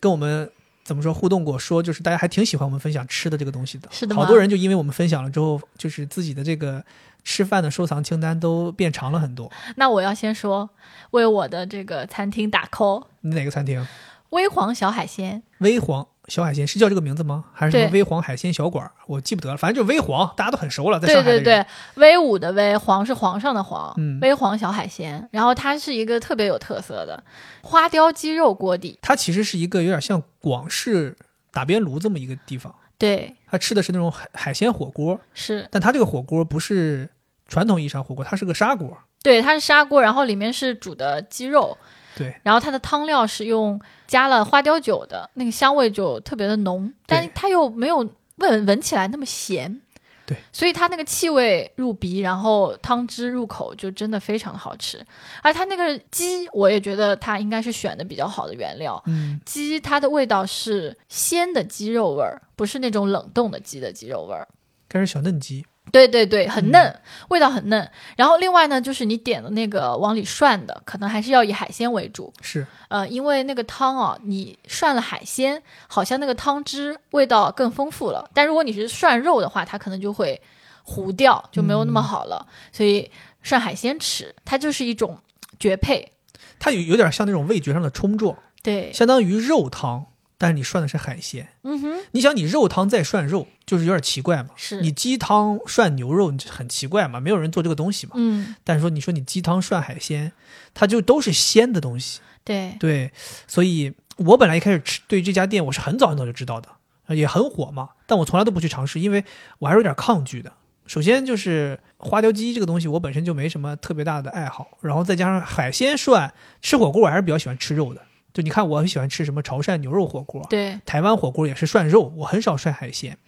Speaker 1: 跟我们怎么说互动过，说就是大家还挺喜欢我们分享吃的这个东西的。
Speaker 2: 是的吗
Speaker 1: 好多人就因为我们分享了之后，就是自己的这个吃饭的收藏清单都变长了很多。
Speaker 2: 那我要先说为我的这个餐厅打 call。
Speaker 1: 你哪个餐厅？
Speaker 2: 微黄小海鲜，
Speaker 1: 微黄小海鲜是叫这个名字吗？还是什么
Speaker 2: 对
Speaker 1: 微黄海鲜小馆儿？我记不得了，反正就是微黄，大家都很熟了，在
Speaker 2: 对
Speaker 1: 上海的
Speaker 2: 对
Speaker 1: 人
Speaker 2: 对，威武的威，皇是皇上的皇，
Speaker 1: 嗯
Speaker 2: 微黄小海鲜。然后它是一个特别有特色的花雕鸡肉锅底，
Speaker 1: 它其实是一个有点像广式打边炉这么一个地方，
Speaker 2: 对，
Speaker 1: 它吃的是那种海海鲜火锅，
Speaker 2: 是
Speaker 1: 但它这个火锅不是传统意义上火锅，它是个砂锅。
Speaker 2: 对，它是砂锅，然后里面是煮的鸡肉，
Speaker 1: 对，
Speaker 2: 然后它的汤料是用加了花雕酒的，那个香味就特别的浓，但它又没有闻闻起来那么咸。
Speaker 1: 对，
Speaker 2: 所以它那个气味入鼻，然后汤汁入口，就真的非常的好吃。而它那个鸡，我也觉得它应该是选的比较好的原料。
Speaker 1: 嗯，
Speaker 2: 鸡它的味道是鲜的鸡肉味儿，不是那种冷冻的鸡的鸡肉味儿。
Speaker 1: 该是小嫩鸡，
Speaker 2: 对对对，很嫩，味道很嫩。然后另外呢，就是你点的那个往里涮的，可能还是要以海鲜为主。
Speaker 1: 是
Speaker 2: 呃，因为那个汤啊，你涮了海鲜，好像那个汤汁味道更丰富了。但如果你是涮肉的话，它可能就会糊掉，就没有那么好了。所以涮海鲜吃，它就是一种绝配。
Speaker 1: 它有有点像那种味觉上的冲撞，
Speaker 2: 对，
Speaker 1: 相当于肉汤，但是你涮的是海鲜。
Speaker 2: 嗯哼，
Speaker 1: 你想，你肉汤再涮肉，就是有点奇怪嘛。
Speaker 2: 是
Speaker 1: 你鸡汤涮牛肉，你这很奇怪嘛，没有人做这个东西嘛。
Speaker 2: 嗯，
Speaker 1: 但是说你说你鸡汤涮海鲜，它就都是鲜的东西。
Speaker 2: 对，
Speaker 1: 对，所以我本来一开始吃对这家店我是很早很早就知道的，也很火嘛，但我从来都不去尝试，因为我还是有点抗拒的。首先就是花雕鸡这个东西，我本身就没什么特别大的爱好，然后再加上海鲜涮，吃火锅我还是比较喜欢吃肉的。就你看，我很喜欢吃什么潮汕牛肉火锅，
Speaker 2: 对，
Speaker 1: 台湾火锅也是涮肉，我很少涮海鲜。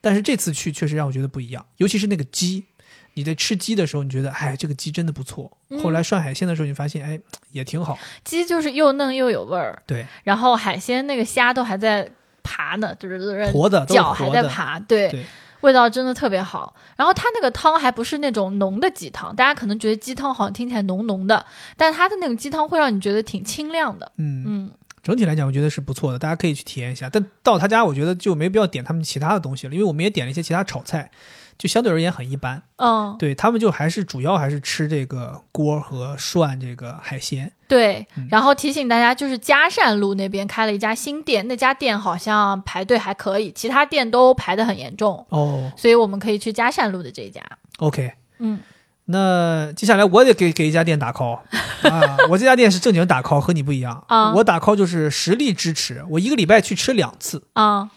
Speaker 1: 但是这次去确实让我觉得不一样，尤其是那个鸡，你在吃鸡的时候，你觉得哎这个鸡真的不错。
Speaker 2: 嗯
Speaker 1: 后来涮海鲜的时候，你发现哎也挺好。
Speaker 2: 鸡就是又嫩又有味儿，
Speaker 1: 对，
Speaker 2: 然后海鲜那个虾都还在爬呢，就是
Speaker 1: 活的都是
Speaker 2: 脚还
Speaker 1: 活
Speaker 2: 在
Speaker 1: 的，
Speaker 2: 爬，对，
Speaker 1: 对
Speaker 2: 味道真的特别好。然后它那个汤还不是那种浓的鸡汤，大家可能觉得鸡汤好像听起来浓浓的，但它的那种鸡汤会让你觉得挺清亮的。
Speaker 1: 嗯，
Speaker 2: 嗯，
Speaker 1: 整体来讲我觉得是不错的，大家可以去体验一下。但到他家，我觉得就没必要点他们其他的东西了，因为我们也点了一些其他炒菜，就相对而言很一般。
Speaker 2: 嗯，
Speaker 1: 对他们就还是主要还是吃这个锅和涮这个海鲜。
Speaker 2: 对
Speaker 1: 嗯。
Speaker 2: 然后提醒大家，就是嘉善路那边开了一家新店，那家店好像排队还可以，其他店都排得很严重，
Speaker 1: 哦
Speaker 2: 所以我们可以去嘉善路的这一家。
Speaker 1: ，OK，
Speaker 2: 嗯，
Speaker 1: 那接下来我得给给一家店打 call 啊！我这家店是正经打 call，和你不一样。
Speaker 2: 啊
Speaker 1: 我打 call 就是实力支持，我一个礼拜去吃两次，
Speaker 2: 啊、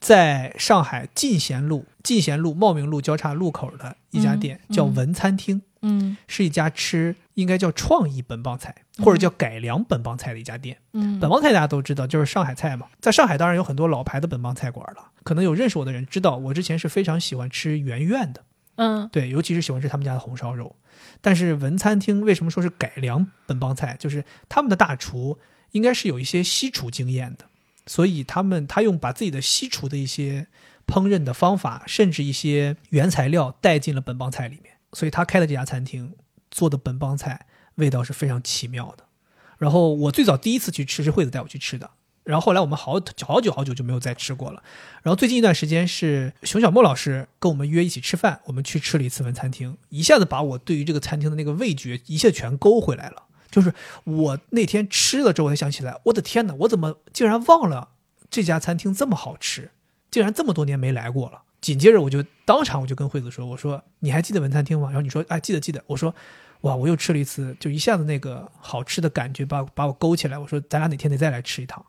Speaker 1: 在上海进贤路、进贤路、茂名路交叉路口的一家店，
Speaker 2: 嗯
Speaker 1: 叫
Speaker 2: 嗯
Speaker 1: 文餐厅。
Speaker 2: 嗯，
Speaker 1: 是一家吃应该叫创意本帮菜，或者叫改良本帮菜的一家店。
Speaker 2: 嗯
Speaker 1: 本
Speaker 2: 嗯，
Speaker 1: 帮菜大家都知道，就是上海菜嘛。在上海当然有很多老牌的本帮菜馆了，可能有认识我的人知道，我之前是非常喜欢吃圆圆的，
Speaker 2: 嗯，
Speaker 1: 对，尤其是喜欢吃他们家的红烧肉。但是文餐厅为什么说是改良本帮菜？就是他们的大厨应该是有一些西厨经验的，所以他们他用把自己的西厨的一些烹饪的方法，甚至一些原材料带进了本帮菜里面。所以他开的这家餐厅做的本帮菜味道是非常奇妙的。然后我最早第一次去吃是惠子带我去吃的，然后后来我们好好久好久就没有再吃过了。然后最近一段时间是熊小莫老师跟我们约一起吃饭，我们去吃了一次文餐厅，一下子把我对于这个餐厅的那个味觉一下全勾回来了。就是我那天吃了之后，我才想起来，我的天哪，我怎么竟然忘了这家餐厅这么好吃，竟然这么多年没来过了。紧接着我就当场我就跟惠子说，我说你还记得文餐厅吗？然后你说哎记得记得，我说哇我又吃了一次，就一下子那个好吃的感觉把把我勾起来，我说咱俩哪天得再来吃一趟。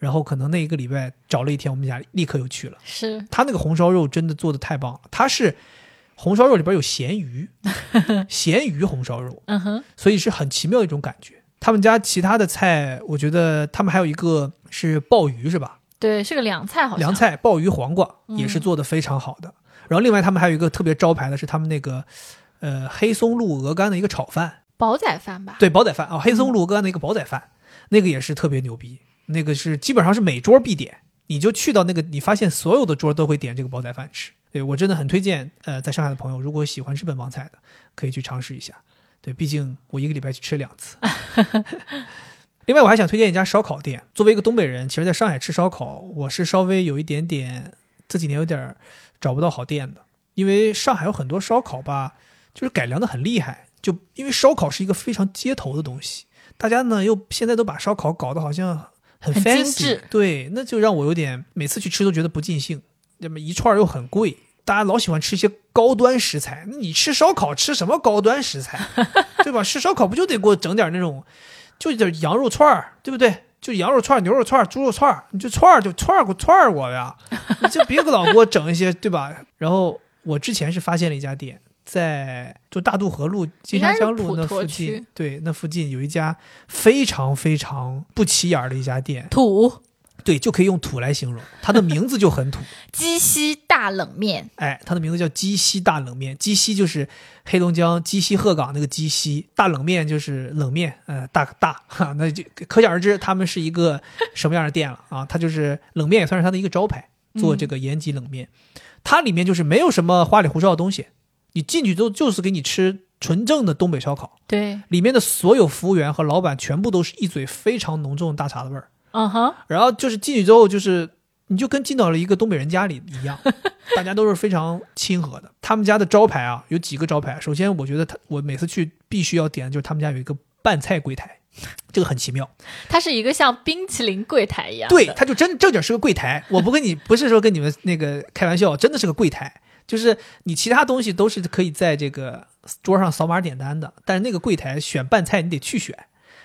Speaker 1: 然后可能那一个礼拜找了一天，我们俩立刻又去了。
Speaker 2: 是，
Speaker 1: 他那个红烧肉真的做的太棒了，它是红烧肉里边有咸 鱼，咸鱼红烧肉，
Speaker 2: 嗯哼，
Speaker 1: 所以是很奇妙的一种感觉。他们家其他的菜，我觉得他们还有一个是鲍鱼是吧？
Speaker 2: 对，是个凉菜，好像嗯
Speaker 1: 凉菜鲍鱼黄瓜也是做的非常好的。然后另外他们还有一个特别招牌的是他们那个呃黑松露鹅肝的一个炒饭，
Speaker 2: 煲仔饭吧？
Speaker 1: 对，煲仔饭啊、黑松露干的一个煲仔饭，那个也是特别牛逼，那个是基本上是每桌必点，你就去到那个，你发现所有的桌都会点这个煲仔饭吃。对我真的很推荐，呃，在上海的朋友，如果喜欢吃本帮菜的，可以去尝试一下。对，毕竟我一个礼拜去吃两次。另外，我还想推荐一家烧烤店。作为一个东北人，其实在上海吃烧烤，我是稍微有一点点这几年有点儿找不到好店的，因为上海有很多烧烤吧，就是改良的很厉害。就因为烧烤是一个非常街头的东西，大家呢又现在都把烧烤搞得好像很
Speaker 2: 很
Speaker 1: fancy，
Speaker 2: 精致
Speaker 1: 对，那就让我有点每次去吃都觉得不尽兴。那么一串儿又很贵，大家老喜欢吃一些高端食材，那你吃烧烤吃什么高端食材， 对吧？吃烧烤不就得给我整点那种，就点羊肉串儿，对不对？就羊肉串儿、牛肉串儿、猪肉串儿，你就串儿就串儿给我串儿我呀， 你就别老给我整一些，对吧？然后我之前是发现了一家店，在就大渡河路、金沙江路
Speaker 2: 应
Speaker 1: 那
Speaker 2: 该是普陀
Speaker 1: 附近
Speaker 2: 区，
Speaker 1: 对，那附近有一家非常非常不起眼儿的一家店，
Speaker 2: 土
Speaker 1: 对，就可以用土来形容，它的名字就很土。
Speaker 2: 鸡西大冷面，
Speaker 1: 哎，它的名字叫鸡西大冷面。鸡西就是黑龙江鸡西鹤岗那个鸡西，大冷面就是冷面，呃，大大哈，那就可想而知他们是一个什么样的店了啊。它就是冷面也算是它的一个招牌，做这个延吉冷面，它里面就是没有什么花里胡哨的东西，你进去之后就是给你吃纯正的东北烧烤，
Speaker 2: 对，
Speaker 1: 里面的所有服务员和老板全部都是一嘴非常浓重的大碴子味儿。
Speaker 2: 嗯哼，
Speaker 1: 然后就是进去之后，就是你就跟进到了一个东北人家里一样，大家都是非常亲和的。他们家的招牌啊，有几个招牌。首先，我觉得他我每次去必须要点的就是他们家有一个拌菜柜台，这个很奇妙。
Speaker 2: 它是一个像冰淇淋柜台一样的，
Speaker 1: 对，他就真正经是个柜台，我不跟你不是说跟你们那个开玩笑，真的是个柜台。就是你其他东西都是可以在这个桌上扫码点单的，但是那个柜台选拌菜你得去选，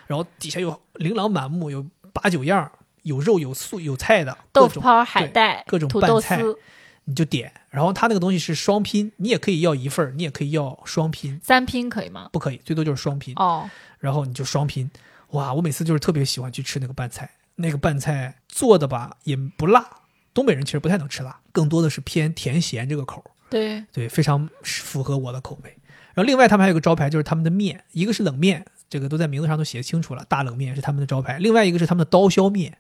Speaker 1: 然后底下有琳琅满目，有八九样儿，有肉有素有菜的
Speaker 2: 豆
Speaker 1: 各
Speaker 2: 腐
Speaker 1: 种
Speaker 2: 泡、海
Speaker 1: 对
Speaker 2: 带、
Speaker 1: 各种
Speaker 2: 土
Speaker 1: 拌
Speaker 2: 豆
Speaker 1: 菜
Speaker 2: 丝、
Speaker 1: 你就点。然后它那个东西是双拼，你也可以要一份儿，你也可以要双拼，
Speaker 2: 三拼可以吗？
Speaker 1: 不可以，最多就是双拼。
Speaker 2: 哦，
Speaker 1: 然后你就双拼。哇，我每次就是特别喜欢去吃那个拌菜，那个拌菜做的吧也不辣，东北人其实不太能吃辣，更多的是偏甜咸这个口儿，
Speaker 2: 对，
Speaker 1: 对，非常符合我的口味。然后另外他们还有个招牌，就是他们的面，一个是冷面，这个都在名字上都写清楚了，大冷面是他们的招牌；另外一个是他们的刀削面，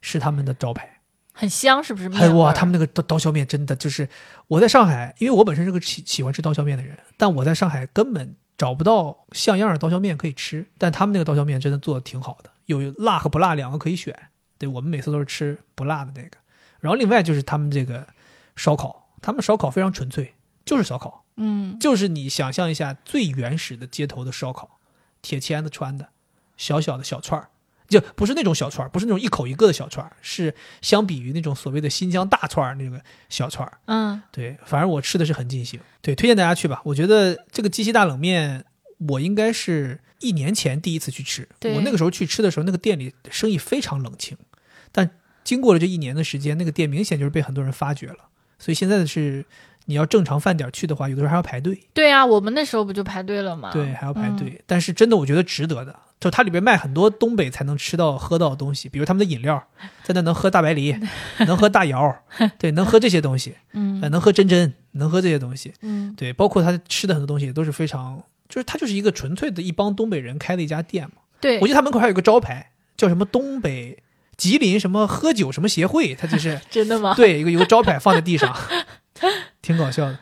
Speaker 1: 是他们的招牌。
Speaker 2: 很香，是不是面味
Speaker 1: 哎
Speaker 2: 儿？
Speaker 1: 哇，他们那个刀刀削面真的就是，我在上海，因为我本身是个喜喜欢吃刀削面的人，但我在上海根本找不到像样的刀削面可以吃。但他们那个刀削面真的做的挺好的，有辣和不辣两个可以选。对我们每次都是吃不辣的那个。然后另外就是他们这个烧烤，他们烧烤非常纯粹，就是烧烤，
Speaker 2: 嗯，
Speaker 1: 就是你想象一下最原始的街头的烧烤，铁签子穿的，小小的小串儿，就不是那种小串儿，不是那种一口一个的小串儿，是相比于那种所谓的新疆大串儿那个小串儿。
Speaker 2: 嗯，
Speaker 1: 对，反正我吃的是很尽兴。对，推荐大家去吧。我觉得这个鸡西大冷面，我应该是一年前第一次去吃。
Speaker 2: 对
Speaker 1: 我那个时候去吃的时候，那个店里生意非常冷清，但经过了这一年的时间，那个店明显就是被很多人发掘了。所以现在的是，你要正常饭点儿去的话，有的时候还要排队。
Speaker 2: 对啊，我们那时候不就排队了吗？
Speaker 1: 对，还要排
Speaker 2: 嗯
Speaker 1: 队。但是真的，我觉得值得的。就它里边卖很多东北才能吃到、喝到的东西，比如他们的饮料，在那能喝大白 梨，能喝大窑，对，能喝这些东西，
Speaker 2: 嗯
Speaker 1: 呃能喝真真，能喝这些东西，
Speaker 2: 嗯，
Speaker 1: 对，包括他吃的很多东西也都是非常，就是它就是一个纯粹的一帮东北人开的一家店嘛。
Speaker 2: 对
Speaker 1: 我记，得他门口还有一个招牌，叫什么东北吉林什么喝酒什么协会，它就是
Speaker 2: 真的吗？
Speaker 1: 对一个有个招牌放在地 上，挺搞笑的。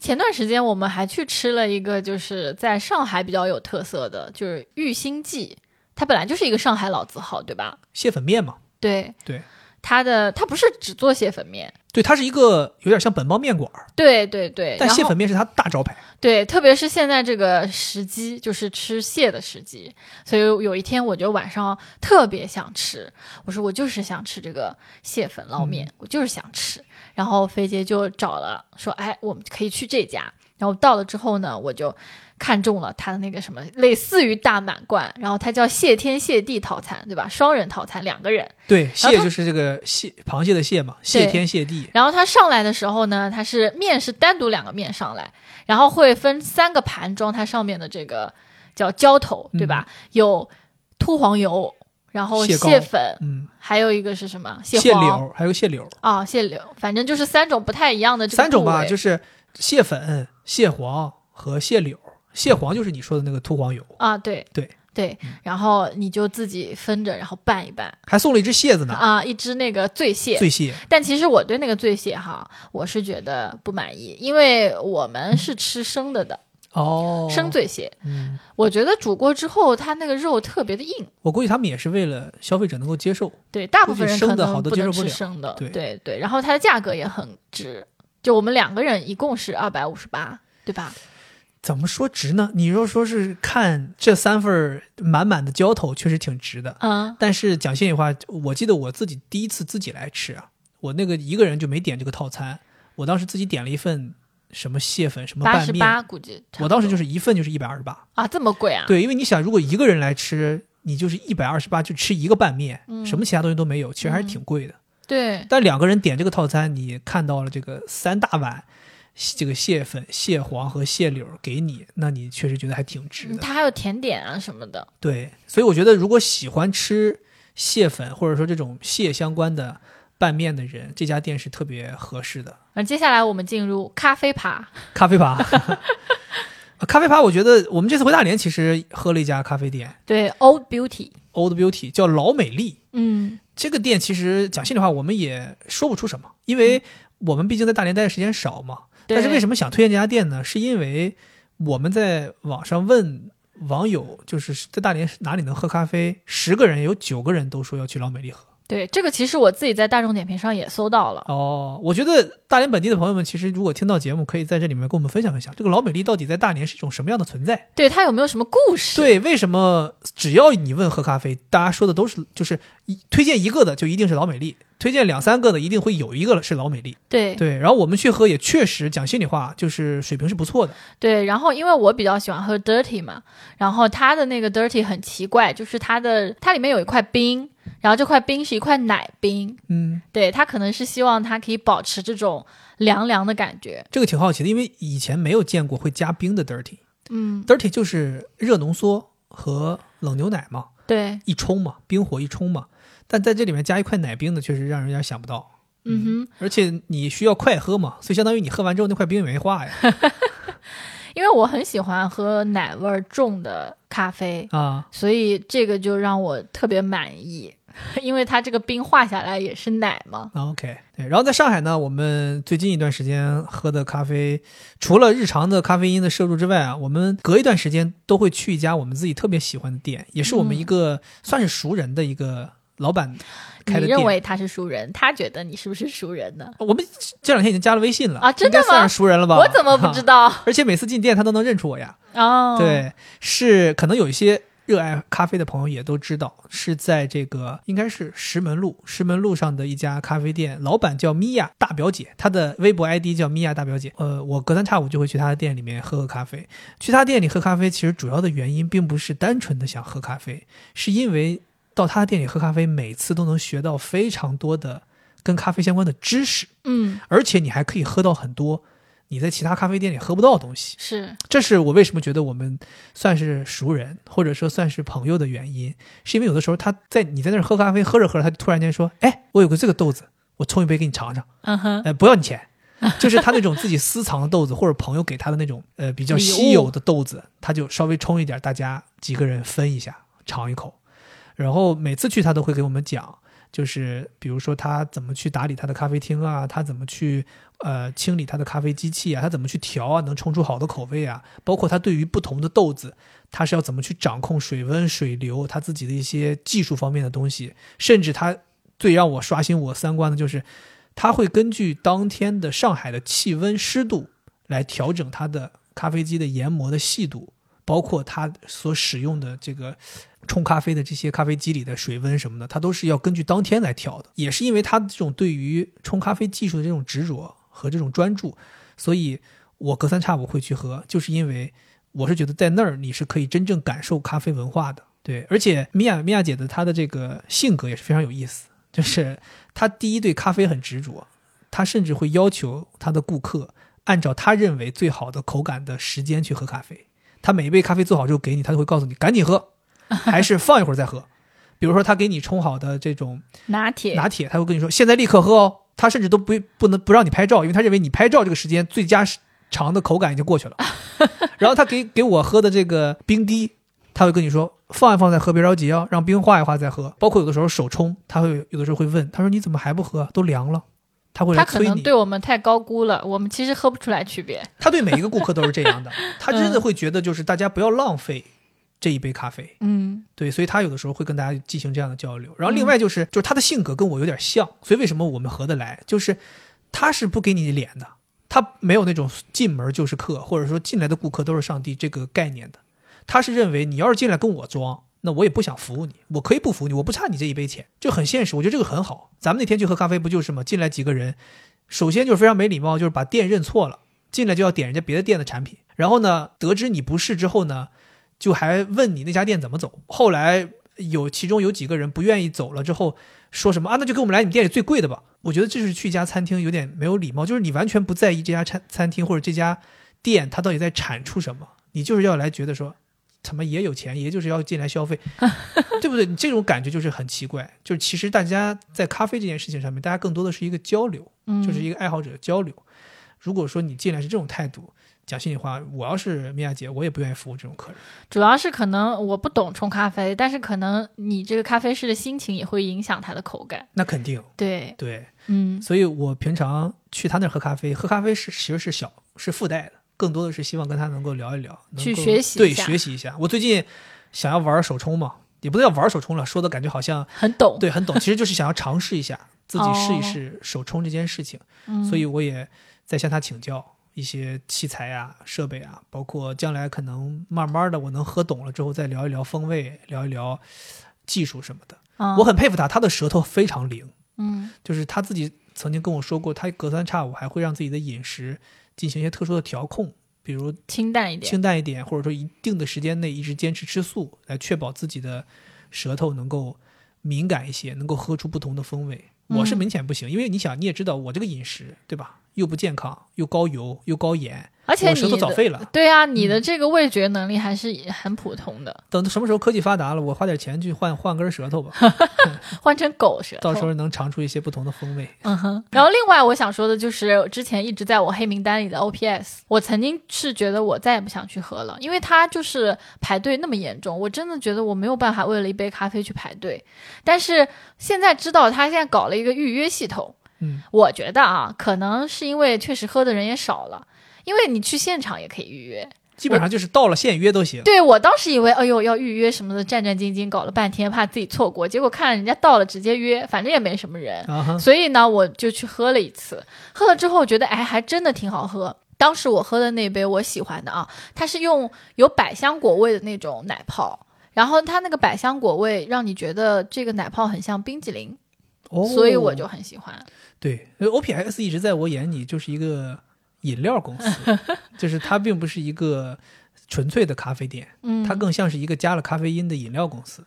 Speaker 2: 前段时间我们还去吃了一个，就是在上海比较有特色的，就是玉兴记，它本来就是一个上海老字号，对吧？
Speaker 1: 蟹粉面嘛，
Speaker 2: 对
Speaker 1: 对，
Speaker 2: 它的它不是只做蟹粉面，
Speaker 1: 对，它是一个有点像本帮面馆儿，
Speaker 2: 对对对，
Speaker 1: 但
Speaker 2: 然
Speaker 1: 蟹
Speaker 2: 后
Speaker 1: 粉面是它大招牌。
Speaker 2: 对，特别是现在这个时机，就是吃蟹的时机，所以有一天我就晚上特别想吃，我说我就是想吃这个蟹粉捞面，
Speaker 1: 嗯
Speaker 2: 我就是想吃。然后菲姐就找了，说哎，我们可以去这家。然后到了之后呢，我就看中了它的那个什么，类似于大满贯，然后它叫谢天谢地套餐，对吧？双人套餐，两个人。
Speaker 1: 对，
Speaker 2: 后
Speaker 1: 蟹
Speaker 2: 它
Speaker 1: 就是这个蟹，螃蟹的蟹嘛，谢天谢地。
Speaker 2: 然后它上来的时候呢，它是面是单独两个面上来，然后会分三个盘装它上面的这个叫浇头，对吧？有秃黄油，然
Speaker 1: 嗯
Speaker 2: 后
Speaker 1: 蟹膏
Speaker 2: 蟹粉，
Speaker 1: 嗯，
Speaker 2: 还有一个是什么
Speaker 1: 蟹
Speaker 2: 黄
Speaker 1: 柳还有蟹柳，
Speaker 2: 啊、蟹柳，反正就是三种不太一样的这个
Speaker 1: 三种
Speaker 2: 部
Speaker 1: 吧，
Speaker 2: 位
Speaker 1: 就是蟹粉、蟹黄和蟹柳。蟹黄就是你说的那个秃黄油，
Speaker 2: 啊，对
Speaker 1: 对嗯
Speaker 2: 对，然后你就自己分着，然后拌一拌
Speaker 1: 还送了一只蟹子呢，
Speaker 2: 啊，一只那个醉
Speaker 1: 嗯
Speaker 2: 蟹，
Speaker 1: 醉蟹。
Speaker 2: 但其实我对那个醉蟹哈，我是觉得不满意，因为我们是吃生的的，
Speaker 1: 哦，
Speaker 2: 生醉蟹。
Speaker 1: 嗯，
Speaker 2: 我觉得煮过之后，它那个肉特别的硬。
Speaker 1: 我估计他们也是为了消费者能够接受。
Speaker 2: 对，大部分人
Speaker 1: 估计
Speaker 2: 可
Speaker 1: 生的好
Speaker 2: 能
Speaker 1: 多
Speaker 2: 不
Speaker 1: 接
Speaker 2: 能
Speaker 1: 受不
Speaker 2: 吃
Speaker 1: 了
Speaker 2: 生的。
Speaker 1: 对
Speaker 2: 对对，然后
Speaker 1: 嗯
Speaker 2: 它的价格也很值，就我们两个人一共是二百五十八，对吧？
Speaker 1: 怎么说值呢？你若说是看这三份满满的浇头，确实挺值的。
Speaker 2: 嗯，
Speaker 1: 但是讲心里话，我记得我自己第一次自己来吃啊，我那个一个人就没点这个套餐，我当时自己点了一份什么蟹粉什么
Speaker 2: 八
Speaker 1: 拌
Speaker 2: 十
Speaker 1: 面，
Speaker 2: 八估计差不多。
Speaker 1: 我当时就是一份就是一百二十八。
Speaker 2: 啊，这么贵啊？
Speaker 1: 对，因为你想，如果一个人来吃，你就是一百二十八，就吃一个拌面，
Speaker 2: 嗯
Speaker 1: 什么其他东西都没有，其实还是挺贵的。
Speaker 2: 对
Speaker 1: 但两个人点这个套餐，你看到了这个三大碗，这个蟹粉、蟹黄和蟹柳给你，那你确实觉得还挺值
Speaker 2: 嗯
Speaker 1: 的。
Speaker 2: 它还有甜点啊什么的。
Speaker 1: 对，所以我觉得如果喜欢吃蟹粉或者说这种蟹相关的拌面的人，这家店是特别合适的。
Speaker 2: 那接下来我们进入咖啡趴，
Speaker 1: 咖啡趴，咖啡趴，我觉得我们这次回大连其实喝了一家咖啡店
Speaker 2: 对，Old Beauty，
Speaker 1: ，Old Beauty，叫老美丽。
Speaker 2: 嗯
Speaker 1: 这个店其实讲心里话，我们也说不出什么，因为我们毕竟在大连待的时间少嘛。
Speaker 2: 对
Speaker 1: 但是为什么想推荐这家店呢？是因为我们在网上问网友，就是在大连哪里能喝咖啡，十个人有九个人都说要去老美丽喝。
Speaker 2: 对，这个其实我自己在大众点评上也搜到了。
Speaker 1: 哦，我觉得大连本地的朋友们，其实如果听到节目，可以在这里面跟我们分享分享，这个老美丽到底在大连是一种什么样的存在？
Speaker 2: 对它有没有什么故事？，
Speaker 1: 对，为什么只要你问喝咖啡，大家说的都是就是一推荐一个的就一定是老美丽，推荐两三个的一定会有一个是老美丽。
Speaker 2: 对
Speaker 1: 对，然后我们去喝也确实讲心里话，就是水平是不错的。
Speaker 2: 对，然后因为我比较喜欢喝 dirty 嘛，然后它的那个 dirty 很奇怪，就是它的它里面有一块冰，然后这块冰是一块奶冰，
Speaker 1: 嗯，
Speaker 2: 对，它可能是希望它可以保持这种凉凉的感觉，
Speaker 1: 这个挺好奇的，因为以前没有见过会加冰的 dirty。
Speaker 2: 嗯，
Speaker 1: dirty 就是热浓缩和冷牛奶嘛，
Speaker 2: 对，
Speaker 1: 一冲嘛，冰火一冲嘛。但在这里面加一块奶冰呢，确实让人有点想不到。
Speaker 2: 嗯哼，
Speaker 1: 而且你需要快喝嘛，所以相当于你喝完之后那块冰也没化 呀。
Speaker 2: 因为我很喜欢喝奶味儿重的咖啡，
Speaker 1: 啊，
Speaker 2: 所以这个就让我特别满意， 因为它这个冰化下来也是奶嘛。
Speaker 1: 啊 OK，对，然后在上海呢，我们最近一段时间喝的咖啡，除了日常的咖啡因的摄入之外啊，我们隔一段时间都会去一家我们自己特别喜欢的店，也是我们一个算是熟人的一个老板
Speaker 2: 你
Speaker 1: 开的店。
Speaker 2: 认为他是熟人，他觉得你是不是熟人呢？
Speaker 1: 我们这两天已经加了微信了
Speaker 2: 啊真的
Speaker 1: 应该算
Speaker 2: 吗
Speaker 1: 是熟人了吧？
Speaker 2: 我怎么不知
Speaker 1: 道？
Speaker 2: 道？
Speaker 1: 而且每次进店他都能认出我呀。
Speaker 2: 哦，，
Speaker 1: 对，是可能有一些热爱咖啡的朋友也都知道，是在这个应该是石门路，石门路上的一家咖啡店，老板叫米娅大表姐，她的微博 ID 叫米娅大表姐。呃，我隔三差五就会去她的店里面喝喝咖啡。去她店里喝咖啡，其实主要的原因并不是单纯的想喝咖啡，是因为到她店里喝咖啡，每次都能学到非常多的跟咖啡相关的知识，
Speaker 2: 嗯，
Speaker 1: 而且你还可以喝到很多你在其他咖啡店里喝不到的东西。
Speaker 2: 是，
Speaker 1: 这是我为什么觉得我们算是熟人，或者说算是朋友的原因，是因为有的时候他在你在那儿喝咖啡，喝着喝着，他就突然间说：“哎，我有个这个豆子，我冲一杯给你尝尝，
Speaker 2: 嗯哼，
Speaker 1: 哎，不要你钱。” 就是他那种自己私藏的豆子，或者朋友给他的那种呃比较稀有的豆子，他就稍微冲一点，大家几个人分一下，尝一口。然后每次去他都会给我们讲，就是比如说他怎么去打理他的咖啡厅啊，他怎么去呃清理他的咖啡机器啊，他怎么去调啊，能冲出好的口味啊，包括他对于不同的豆子，他是要怎么去掌控水温、水流，他自己的一些技术方面的东西，甚至他最让我刷新我三观的就是，他会根据当天的上海的气温、湿度来调整他的咖啡机的研磨的细度，包括他所使用的这个冲咖啡的这些咖啡机里的水温什么的，它都是要根据当天来调的。也是因为他这种对于冲咖啡技术的这种执着和这种专注，所以我隔三差五会去喝，就是因为我是觉得在那儿你是可以真正感受咖啡文化的。对，而且米娅米娅姐的她的这个性格也是非常有意思，就是她第一对咖啡很执着，她甚至会要求她的顾客按照她认为最好的口感的时间去喝咖啡。她每一杯咖啡做好之后给你，她就会告诉你赶紧喝，还是放一会儿再喝。比如说，她给你冲好的这种
Speaker 2: 拿铁，
Speaker 1: 拿铁，他会跟你说现在立刻喝哦。他甚至都不不能不让你拍照，因为他认为你拍照这个时间最佳时长的口感已经过 去了。然后他给给我喝的这个冰滴，他会跟你说放一放再喝，别着急哦，让冰化一化再喝。包括有的时候手冲，他会有的时候会问，他说你怎么还不喝？啊都凉了。他会来
Speaker 2: 他可
Speaker 1: 催
Speaker 2: 能
Speaker 1: 你，
Speaker 2: 对我们太高估了，我们其实喝不出来区别。
Speaker 1: 他对每一个顾客都是这样的， 他真的会觉得就是大家不要浪费这一杯咖啡，
Speaker 2: 嗯，
Speaker 1: 对，所以他有的时候会跟大家进行这样的交流。然后另外就是，就是他的性格跟我有点像，所以为什么我们合得来，就是他是不给你脸的，他没有那种进门就是客，或者说进来的顾客都是上帝这个概念的。他是认为你要是进来跟我装，那我也不想服务你，我可以不服务你，我不差你这一杯钱，就很现实。我觉得这个很好。咱们那天去喝咖啡不就是吗？进来几个人，首先就是非常没礼貌，就是把店认错了，进来就要点人家别的店的产品，然后呢，得知你不是之后呢，就还问你那家店怎么走。后来有其中有几个人不愿意走了之后，说什么啊，那就给我们来你们店里最贵的吧。我觉得这是去一家餐厅有点没有礼貌，就是你完全不在意这家餐餐厅或者这家店它到底在产出什么，你就是要来觉得说。他妈爷有钱，爷就是要进来消费， 对不对？你这种感觉就是很奇怪。就是其实大家在咖啡这件事情上面，大家更多的是一个交流，
Speaker 2: 嗯，
Speaker 1: 就是一个爱好者交流。如果说你进来是这种态度，讲心里话，我要是米娅姐，我也不愿意服务这种客人。
Speaker 2: 主要是可能我不懂冲咖啡，但是可能你这个咖啡师的心情也会影响它的口感。
Speaker 1: 那肯定
Speaker 2: 对，
Speaker 1: 对，
Speaker 2: 嗯
Speaker 1: 所以我平常去他那儿喝咖啡，喝咖啡是其实是小是附带的，更多的是希望跟他能够聊一聊，能
Speaker 2: 去
Speaker 1: 够
Speaker 2: 学习一
Speaker 1: 对
Speaker 2: 下
Speaker 1: 学习一下。我最近想要玩手冲嘛，也不能叫玩手冲了，说的感觉好像。
Speaker 2: 很懂。
Speaker 1: 对，很懂，其实就是想要尝试一下，自己试一试手冲这件事情，
Speaker 2: 哦嗯，
Speaker 1: 所以我也在向他请教一些器材啊、设备啊，包括将来可能慢慢的我能喝懂了之后，再聊一聊风味，聊一聊技术什么的。
Speaker 2: 嗯
Speaker 1: 我很佩服他，他的舌头非常灵，
Speaker 2: 嗯
Speaker 1: 就是他自己曾经跟我说过，他隔三差五还会让自己的饮食进行一些特殊的调控，比如
Speaker 2: 清淡一点。
Speaker 1: 清淡一点，或者说一定的时间内一直坚持吃素，来确保自己的舌头能够敏感一些，能够喝出不同的风味。
Speaker 2: 嗯
Speaker 1: 我是明显不行，因为你想，你也知道我这个饮食，对吧？又不健康，又高油，又高盐，
Speaker 2: 而且
Speaker 1: 我舌
Speaker 2: 你
Speaker 1: 头早嗯
Speaker 2: 的
Speaker 1: 废了。
Speaker 2: 对啊，你的这个味觉能力还是很普通的，
Speaker 1: 等什么时候科技发达了，我花点钱去换换根舌头 吧，
Speaker 2: 换成狗舌头。
Speaker 1: 到时候能尝出一些不同的风味。
Speaker 2: 嗯哼，然后另外我想说的就是，之前一直在我黑名单里的 OPS，我曾经是觉得我再也不想去喝了，因为它就是排队那么严重，我真的觉得我没有办法为了一杯咖啡去排队。但是现在知道它现在搞了一个预约系统，
Speaker 1: 嗯，
Speaker 2: 我觉得啊，可能是因为确实喝的人也少了，因为你去现场也可以预约。
Speaker 1: 基本上就是到了现约都行。
Speaker 2: 对我当时以为，哎呦要预约什么的，战战兢兢搞了半天，怕自己错过，结果看人家到了直接约，反正也没什么人。
Speaker 1: 啊哈，
Speaker 2: 所以呢，我就去喝了一次，喝了之后觉得，哎，还真的挺好喝。当时我喝的那杯我喜欢的啊，它是用有百香果味的那种奶泡，然后它那个百香果味让你觉得这个奶泡很像冰激凌，
Speaker 1: 哦，
Speaker 2: 所以我就很喜欢。
Speaker 1: 对呃因为，OPX 一直在我眼里就是一个饮料公司，就是它并不是一个纯粹的咖啡店，
Speaker 2: 嗯，
Speaker 1: 它更像是一个加了咖啡因的饮料公司。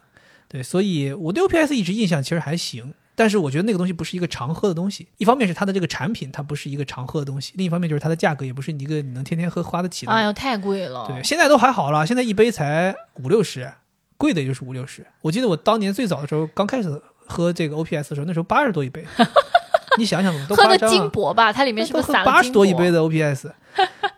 Speaker 1: 对，所以我对 OPX 一直印象其实还行，但是我觉得那个东西不是一个常喝的东西。一方面是它的这个产品它不是一个常喝的东西，另一方面就是它的价格也不是一个你能天天喝花得起的。
Speaker 2: 哎呦太贵了，
Speaker 1: 对，现在都还好了，现在一杯才五六十，贵的也就是五六十。我记得我当年最早的时候，刚开始喝这个 OPS 的时候，那时候八十多一 杯。你想想吧，都
Speaker 2: 喝
Speaker 1: 夸
Speaker 2: 个
Speaker 1: 张
Speaker 2: 金
Speaker 1: 了。
Speaker 2: 箔吧，它里面是不
Speaker 1: 都
Speaker 2: 是
Speaker 1: 喝
Speaker 2: 撒了
Speaker 1: 八十
Speaker 2: 金
Speaker 1: 多一
Speaker 2: 箔
Speaker 1: 杯的 OPS？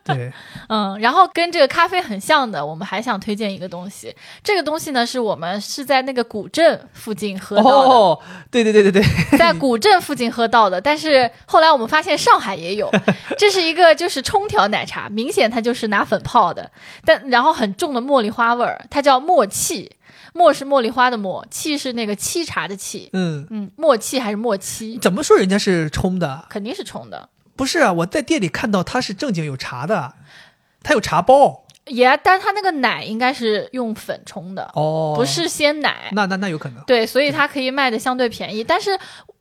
Speaker 1: 对，
Speaker 2: 嗯，然后跟这个咖啡很像的，我们还想推荐一个东西。这个东西呢，是我们是在那个古镇附近喝到的，
Speaker 1: 哦，对对对对对，
Speaker 2: 在古镇附近喝到的。但是后来我们发现上海也 有，这是一个就是冲调奶茶，明显它就是拿粉泡的，但然后很重的茉莉花味儿，它叫默契。默是茉莉花的默，契是那个沏茶的沏。
Speaker 1: 嗯，
Speaker 2: 嗯，默契还是默契，
Speaker 1: 怎么说人家是冲的？
Speaker 2: 肯定是冲的。
Speaker 1: 不是啊，我在店里看到它是正经有茶的，它有茶包
Speaker 2: 也、但是它那个奶应该是用粉冲的，
Speaker 1: 哦，
Speaker 2: 不，是鲜奶。
Speaker 1: 那那那有可能。
Speaker 2: 对，所以它可以卖的相对便宜，但是，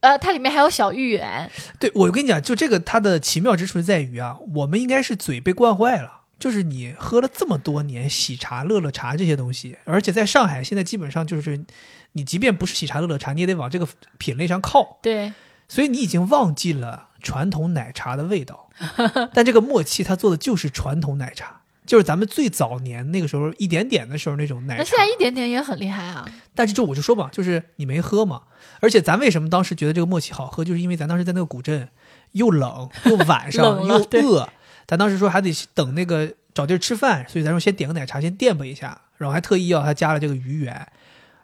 Speaker 2: 呃，它里面还有小芋圆，
Speaker 1: 对我跟你讲，就这个它的奇妙之处在于啊，我们应该是嘴被惯坏了。就是你喝了这么多年喜茶、乐乐茶这些东西，而且在上海现在基本上就是，你即便不是喜茶、乐乐茶，你也得往这个品类上靠。
Speaker 2: 对，
Speaker 1: 所以你已经忘记了传统奶茶的味 道。但这个默契它做的就是传统奶茶，就是咱们最早年那个时候一点点的时候那种奶
Speaker 2: 那
Speaker 1: 茶
Speaker 2: 现。在一点点也很厉害啊，
Speaker 1: 但是就我就说嘛，就是你没喝嘛。而且咱为什么当时觉得这个默契好喝，就是因为咱当时在那个古镇，又 冷又晚上
Speaker 2: 冷了
Speaker 1: 又
Speaker 2: 对
Speaker 1: 饿，咱当时说还得等那个找地儿吃饭，所以咱说先点个奶茶先垫吧一下，然后还特意要他加了这个鱼圆，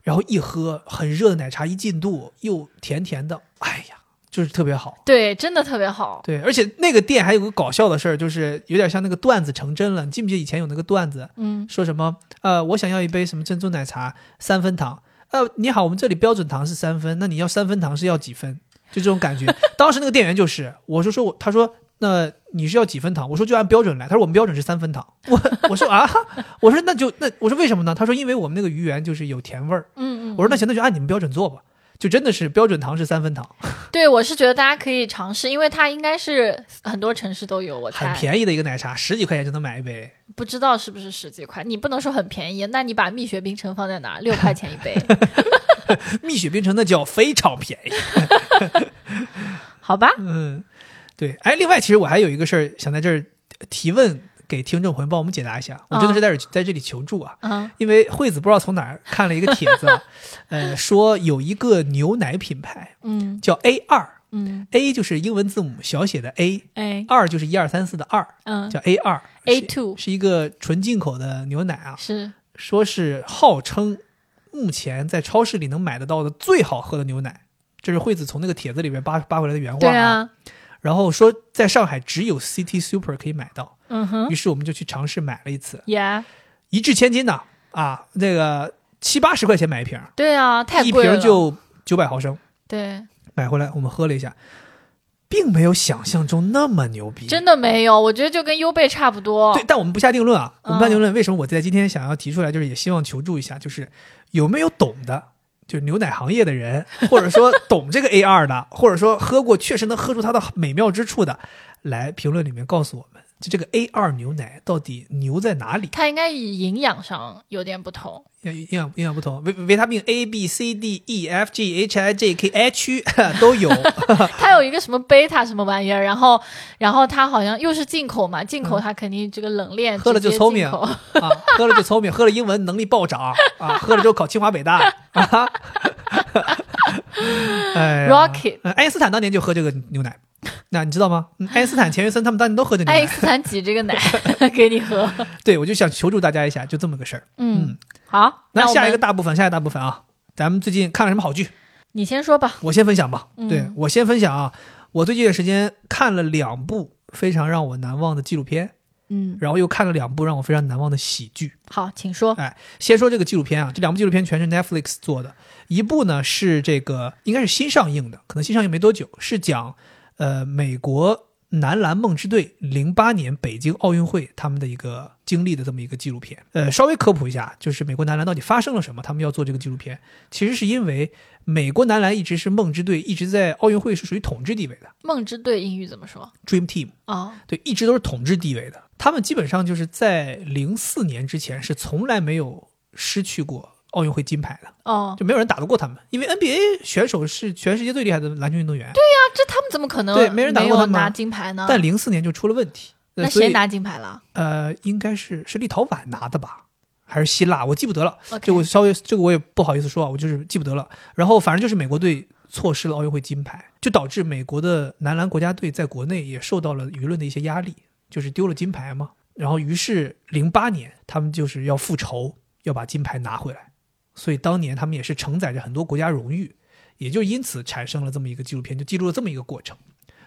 Speaker 1: 然后一喝很热的奶茶一进肚又甜甜的，哎呀，就是特别好。
Speaker 2: 对，真的特别好，
Speaker 1: 对，而且那个店还有个搞笑的事儿，就是有点像那个段子成真了。你记不记得以前有那个段子，
Speaker 2: 嗯，
Speaker 1: 说什么呃，我想要一杯什么珍珠奶茶三分糖，呃，你好，我们这里标准糖是三分，那你要三分糖是要几分？就这种感觉。当时那个店员就是，我就说我，他说那你是要几分糖？我说就按标准来。他说我们标准是三分糖。我 我说啊，我说那就那我说为什么呢？他说因为我们那个鱼圆就是有甜味儿。
Speaker 2: 嗯嗯，
Speaker 1: 我说那行，那就按你们标准做吧。就真的是标准糖是三分糖，
Speaker 2: 对，我是觉得大家可以尝试，因为它应该是很多城市都有，我
Speaker 1: 很
Speaker 2: 猜。
Speaker 1: 便宜的一个奶茶，十几块钱就能买一杯。
Speaker 2: 不知道是不是十几块，你不能说很便宜。那你把蜜雪冰城放在哪？六块钱一 杯，
Speaker 1: 蜜雪冰城那叫非常便宜。
Speaker 2: 好吧？
Speaker 1: 嗯，对。哎，另外，其实我还有一个事儿想在这儿提问给听众朋友帮我们解答一下。我真
Speaker 2: 啊
Speaker 1: 的是在这、在这里求助啊，
Speaker 2: 嗯
Speaker 1: 因为惠子不知道从哪儿看了一个帖子啊，呃，说有一个牛奶品牌
Speaker 2: 嗯
Speaker 1: 叫 A 二
Speaker 2: 嗯，
Speaker 1: ，A 就是英文字母小写的 A，
Speaker 2: 哎
Speaker 1: 二就是一二三四的二，
Speaker 2: 嗯
Speaker 1: 叫 A 二
Speaker 2: A2
Speaker 1: 是一个纯进口的牛奶啊，
Speaker 2: 是
Speaker 1: 说是号称目前在超市里能买得到的最好喝的牛奶。这是惠子从那个帖子里面扒扒回来的原话、
Speaker 2: 对啊，
Speaker 1: 然后说在上海只有 City Super 可以买到，
Speaker 2: 嗯哼
Speaker 1: 于是我们就去尝试买了一次，
Speaker 2: ，Yeah，
Speaker 1: 一掷千金呐啊，那个七八十块钱买一瓶，
Speaker 2: 对啊，太
Speaker 1: 一
Speaker 2: 贵了，
Speaker 1: 瓶就九百毫升，
Speaker 2: 对，
Speaker 1: 买回来我们喝了一下，并没有想象中那么牛逼，
Speaker 2: 真的没有，我觉得就跟优贝差不多。
Speaker 1: 对，但我们不下定论啊，我们不下
Speaker 2: 嗯
Speaker 1: 定论。为什么我在今天想要提出来，就是也希望求助一下，就是有没有懂的，就是牛奶行业的人，或者说懂这个 AR 的，或者说喝过确实能喝出它的美妙之处的，来评论里面告诉我们，就这个 AR 牛奶到底牛在哪里？
Speaker 2: 它应该以营养上有点不同，
Speaker 1: 营养营养不同，维维他命 A B C D E F G H I J K H 都有，啊
Speaker 2: 它有一个什么贝塔什么玩意儿，然后，然后它好像又是进口嘛，进口它肯定这个冷链
Speaker 1: 嗯喝了就
Speaker 2: 直接
Speaker 1: 聪明
Speaker 2: 进口
Speaker 1: 啊，喝了就聪明，喝了英文能力暴涨啊，喝了就考清华北大啊。 哎呀
Speaker 2: Rocket
Speaker 1: 呃爱因斯坦当年就喝这个牛奶，那你知道吗？嗯爱因斯坦、钱学森他们当年都喝这牛
Speaker 2: 爱因
Speaker 1: 奶。
Speaker 2: 斯坦挤这个 奶给你喝，
Speaker 1: 对，我就想求助大家一下，就这么个事儿。
Speaker 2: 嗯，好，
Speaker 1: 那
Speaker 2: 我
Speaker 1: 下一个
Speaker 2: 们
Speaker 1: 大部分，下一个大部分啊，咱们最近看了什么好剧？
Speaker 2: 你先说吧，
Speaker 1: 我先分享吧。
Speaker 2: 嗯
Speaker 1: 对我先分享啊，我最近的时间看了两部非常让我难忘的纪录片，
Speaker 2: 嗯，
Speaker 1: 然后又看了两部让我非常难忘的喜剧。
Speaker 2: 好，请说，
Speaker 1: 哎，先说这个纪录片啊，这两部纪录片全是 Netflix 做的，一部呢是这个应该是新上映的，可能新上映没多久，是讲呃美国男篮梦之队零八年北京奥运会他们的一个经历的这么一个纪录片。呃，稍微科普一下，就是美国男篮到底发生了什么，他们要做这个纪录片，其实是因为美国男篮一直是梦之队，一直在奥运会是属于统治地位的
Speaker 2: 梦之队英语怎么说？
Speaker 1: Dream Team。
Speaker 2: 哦，
Speaker 1: 对，一直都是统治地位的。他们基本上就是在零四年之前是从来没有失去过奥运会金牌的，
Speaker 2: 哦，
Speaker 1: 就没有人打得过他们。因为 NBA 选手是全世界最厉害的篮球运动员，
Speaker 2: 那这他们怎么可能
Speaker 1: 对没人打过
Speaker 2: 有
Speaker 1: 他们啊
Speaker 2: 拿金牌呢？
Speaker 1: 但零四年就出了问题。呃
Speaker 2: 那
Speaker 1: 所
Speaker 2: 谁
Speaker 1: 以
Speaker 2: 拿金牌了
Speaker 1: 呃，应该是是立陶宛拿的吧，还是希腊？我记不得了。
Speaker 2: ？OK，
Speaker 1: 这我稍微这个我也不好意思说啊，我就是记不得了。然后反正就是美国队错失了奥运会金牌，就导致美国的男篮国家队在国内也受到了舆论的一些压力，就是丢了金牌嘛。然后于是零八年他们就是要复仇，要把金牌拿回来，所以当年他们也是承载着很多国家荣誉，也就因此产生了这么一个纪录片，就记录了这么一个过程。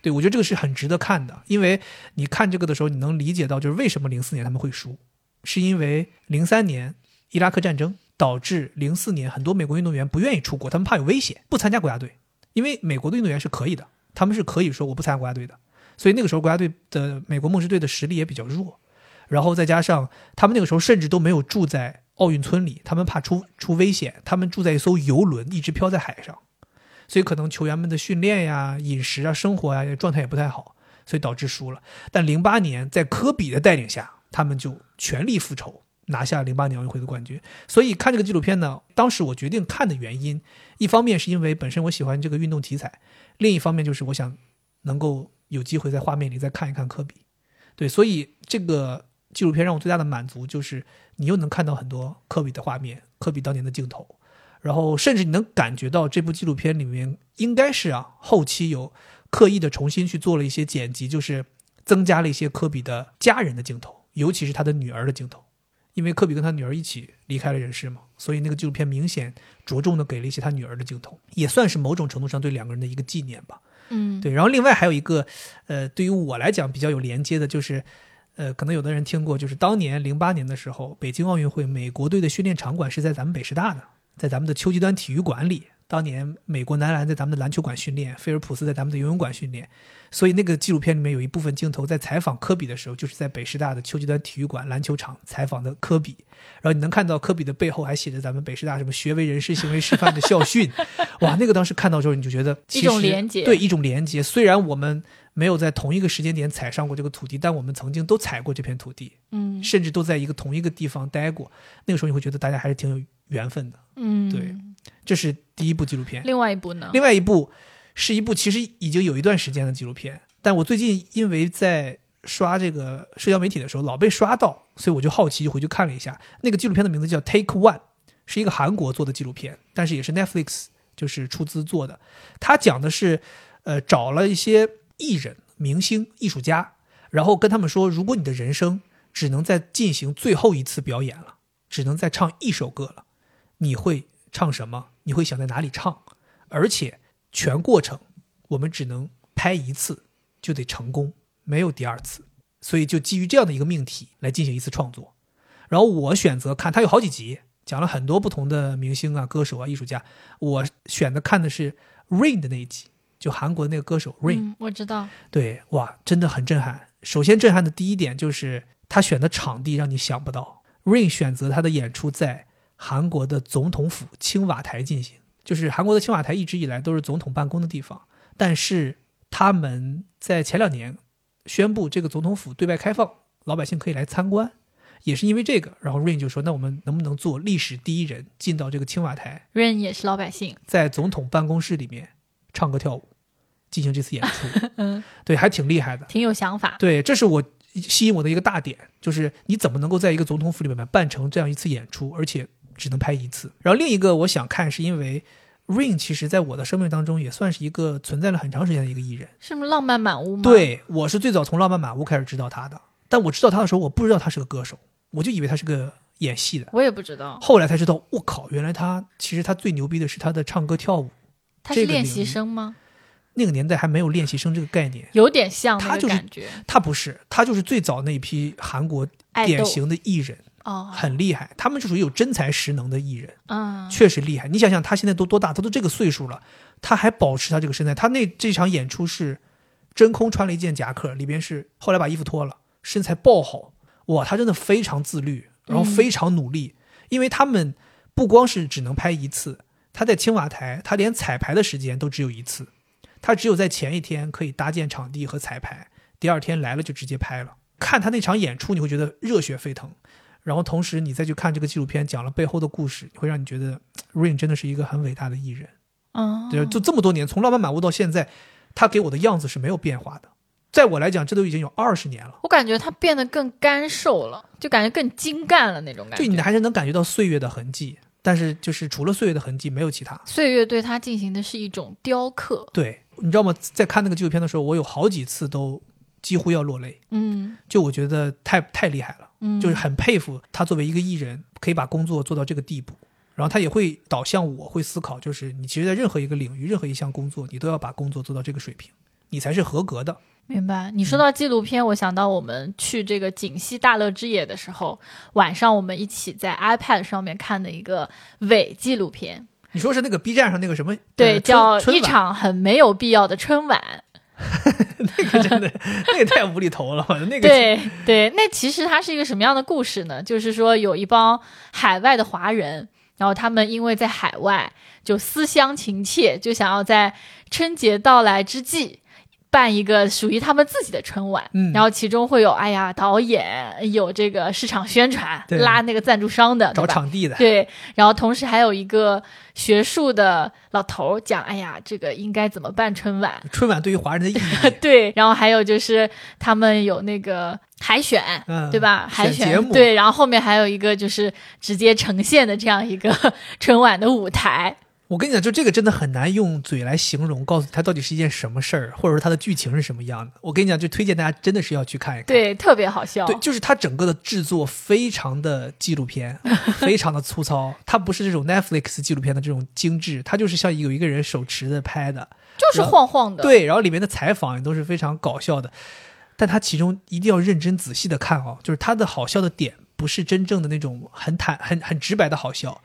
Speaker 1: 对，我觉得这个是很值得看的，因为你看这个的时候，你能理解到就是为什么零四年他们会输，是因为零三年伊拉克战争导致零四年很多美国运动员不愿意出国，他们怕有危险，不参加国家队，因为美国的运动员是可以的，他们是可以说我不参加国家队的，所以那个时候国家队的美国梦之队的实力也比较弱，然后再加上他们那个时候甚至都没有住在奥运村里，他们怕出出危险，他们住在一艘游轮，一直漂在海上，所以可能球员们的训练呀、饮食啊、生活呀状态也不太好，所以导致输了。但零八年在科比的带领下，他们就全力复仇，拿下零八年奥运会的冠军。所以看这个纪录片呢，当时我决定看的原因，一方面是因为本身我喜欢这个运动题材，另一方面就是我想能够有机会在画面里再看一看科比。对，所以这个纪录片让我最大的满足就是，你又能看到很多科比的画面，科比当年的镜头，然后甚至你能感觉到这部纪录片里面应该是啊，后期有刻意的重新去做了一些剪辑，就是增加了一些科比的家人的镜头，尤其是他的女儿的镜头。因为科比跟他女儿一起离开了人世嘛，所以那个纪录片明显着重的给了一些他女儿的镜头，也算是某种程度上对两个人的一个纪念吧。
Speaker 2: 嗯，
Speaker 1: 对，然后另外还有一个，呃，对于我来讲比较有连接的就是，呃，可能有的人听过，就是当年零八年的时候，北京奥运会美国队的训练场馆是在咱们北师大的，在咱们的秋季端体育馆里，当年美国男篮在咱们的篮球馆训练，菲尔普斯在咱们的游泳馆训练，所以那个纪录片里面有一部分镜头在采访科比的时候，就是在北师大的秋季端体育馆篮球场采访的科比。然后你能看到科比的背后还写着咱们北师大什么学为人师、行为示范的校 训，哇，那个当时看到之后你就觉得其实
Speaker 2: 一种连结
Speaker 1: 对一种连接。虽然我们没有在同一个时间点踩上过这个土地，但我们曾经都踩过这片土地，
Speaker 2: 嗯
Speaker 1: 甚至都在一个同一个地方待过。那个时候你会觉得大家还是挺有缘分的。
Speaker 2: 嗯，
Speaker 1: 对。这是第一部纪录片。
Speaker 2: 另外一部呢？
Speaker 1: 另外一部是一部其实已经有一段时间的纪录片，但我最近因为在刷这个社交媒体的时候老被刷到，所以我就好奇就回去看了一下。那个纪录片的名字叫《Take One》，是一个韩国做的纪录片，但是也是 Netflix 就是出资做的。它讲的是，呃，找了一些艺人、明星、艺术家，然后跟他们说，如果你的人生只能在进行最后一次表演了，只能再唱一首歌了，你会唱什么？你会想在哪里唱？而且全过程我们只能拍一次，就得成功，没有第二次。所以就基于这样的一个命题来进行一次创作。然后我选择看，它有好几集，讲了很多不同的明星啊、歌手啊、艺术家。我选的看的是 Rain 的那一集，就韩国那个歌手 Rain。
Speaker 2: 嗯，我知道，
Speaker 1: 对，哇，真的很震撼。首先震撼的第一点就是他选的场地让你想不到。Rain 选择他的演出在韩国的总统府青瓦台进行，就是韩国的青瓦台一直以来都是总统办公的地方，但是他们在前两年宣布这个总统府对外开放，老百姓可以来参观。也是因为这个，然后 Rain 就说：“那我们能不能做历史第一人进到这个青瓦台，
Speaker 2: 任也是老百姓。
Speaker 1: 在总统办公室里面唱歌跳舞，进行这次演出？
Speaker 2: 嗯，
Speaker 1: 对，还挺厉害的。”
Speaker 2: 挺有想法。
Speaker 1: 对，这是我吸引我的一个大点，就是你怎么能够在一个总统府里面办成这样一次演出，而且只能拍一次。然后另一个我想看，是因为 Rain 其实在我的生命当中也算是一个存在了很长时间的一个艺人。
Speaker 2: 是不是浪漫满屋吗？，
Speaker 1: 对我是最早从《浪漫满屋》开始知道他的，但我知道他的时候，我不知道他是个歌手，我就以为他是个演戏的。
Speaker 2: 我也不知道，
Speaker 1: 后来才知道，我靠，原来他其实他最牛逼的是他的唱歌跳舞。
Speaker 2: 他
Speaker 1: 这
Speaker 2: 是
Speaker 1: 个
Speaker 2: 练
Speaker 1: 领
Speaker 2: 习
Speaker 1: 域
Speaker 2: 生吗？
Speaker 1: 那个年代还没有练习生这个概念，
Speaker 2: 有点像
Speaker 1: 他
Speaker 2: 那
Speaker 1: 就
Speaker 2: 个
Speaker 1: 是
Speaker 2: 感觉，
Speaker 1: 他不是，他就是最早那一批韩国
Speaker 2: 爱
Speaker 1: 典
Speaker 2: 豆
Speaker 1: 型的艺人。
Speaker 2: 哦，
Speaker 1: 很厉害，他们是属于有真才实能的艺人，
Speaker 2: 嗯，
Speaker 1: 确实厉害。你想想，他现在都多大？他都这个岁数了，他还保持他这个身材。他那这场演出是真空穿了一件夹克，里边是后来把衣服脱了，身材爆好。哇，他真的非常自律，然后非常努力，因为他们不光是只能拍一次，他在青瓦台，他连彩排的时间都只有一次，他只有在前一天可以搭建场地和彩排，第二天来了就直接拍了。看他那场演出，你会觉得热血沸腾，然后同时你再去看这个纪录片，讲了背后的故事，会让你觉得 Rain 真的是一个很伟大的艺人。
Speaker 2: 嗯，
Speaker 1: 对，就这么多年，从《浪漫满屋》到现在，他给我的样子是没有变化的。在我来讲，这都已经有二十年了，
Speaker 2: 我感觉他变得更干瘦了，就感觉更精干了那种感
Speaker 1: 就你
Speaker 2: 觉。
Speaker 1: 还是能感觉到岁月的痕迹，但是就是除了岁月的痕迹，没有其他。
Speaker 2: 岁月对他进行的是一种雕刻，
Speaker 1: 对，你知道吗？在看那个纪录片的时候，我有好几次都几乎要落泪，
Speaker 2: 嗯
Speaker 1: 就我觉得太太厉害了。
Speaker 2: 嗯，
Speaker 1: 就是很佩服他作为一个艺人，可以把工作做到这个地步。然后他也会导向我会思考，就是你其实，在任何一个领域、任何一项工作，你都要把工作做到这个水平，你才是合格的。
Speaker 2: 明白。你
Speaker 1: 嗯
Speaker 2: 说到纪录片，我想到我们去这个锦溪大乐之野的时候，晚上我们一起在 iPad 上面看的一个伪纪录片，
Speaker 1: 你说是那个 B 站上那个什么？
Speaker 2: 对，
Speaker 1: 呃
Speaker 2: 叫《
Speaker 1: 春
Speaker 2: 一
Speaker 1: 春晚
Speaker 2: 场很没有必要的春晚》。
Speaker 1: 那个 真的，那也太无厘头了。那个
Speaker 2: 对对，那其实它是一个什么样的故事呢？就是说有一帮海外的华人，然后他们因为在海外就思乡情切，就想要在春节到来之际。办一个属于他们自己的春晚，
Speaker 1: 嗯
Speaker 2: 然后其中会有哎呀导演，有这个市场宣传，
Speaker 1: 对
Speaker 2: 拉那个赞助商的，
Speaker 1: 找
Speaker 2: 对吧？
Speaker 1: 场地的，
Speaker 2: 对，然后同时还有一个学术的老头儿讲，哎呀，这个应该怎么办春晚？
Speaker 1: 春晚对于华人的意义，
Speaker 2: 对，然后还有就是他们有那个海选，
Speaker 1: 嗯
Speaker 2: 对吧？海
Speaker 1: 选
Speaker 2: 选
Speaker 1: 节目
Speaker 2: 对，然后后面还有一个就是直接呈现的这样一个 春晚的舞台。
Speaker 1: 我跟你讲，就这个真的很难用嘴来形容，告诉它到底是一件什么事儿，或者说它的剧情是什么样的。我跟你讲，就推荐大家真的是要去看一看。
Speaker 2: 对，特别好笑。
Speaker 1: 对，就是它整个的制作非常的纪录片， 非常的粗糙。它不是这种 Netflix 纪录片的这种精致，它就是像有一个人手持的拍的，
Speaker 2: 就是
Speaker 1: 然后
Speaker 2: 晃晃的。，
Speaker 1: 对，然后里面的采访也都是非常搞笑的。但它其中一定要认真仔细的看哦，就是它的好笑的点不是真正的那种很坦、很很直白的好笑，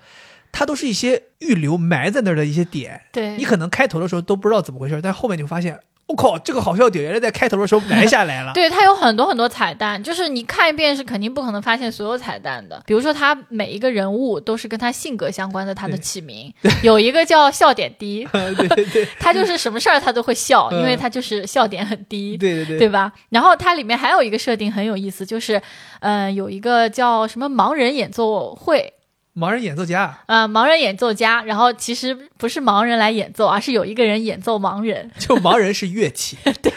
Speaker 1: 它都是一些预留埋在那儿的一些点，
Speaker 2: 对，
Speaker 1: 你可能开头的时候都不知道怎么回事，但后面你会发现，我、靠，这个好笑点原来在开头的时候埋下来了。
Speaker 2: 对，它有很多很多彩蛋，就是你看一遍是肯定不可能发现所有彩蛋的。比如说，他每一个人物都是跟他性格相关的，他的
Speaker 1: 对
Speaker 2: 起名有一个叫笑点 低，
Speaker 1: 对对 对
Speaker 2: 他就是什么事儿他都会笑，因为
Speaker 1: 嗯
Speaker 2: 他就是笑点很低。
Speaker 1: 对对
Speaker 2: 对，吧？然后它里面还有一个设定很有意思，就是，呃，有一个叫什么盲人演奏会，
Speaker 1: 盲人演奏家，啊
Speaker 2: 呃，盲人演奏家，然后其实不是盲人来演奏，而是有一个人演奏盲人。
Speaker 1: 就盲人是乐 器，对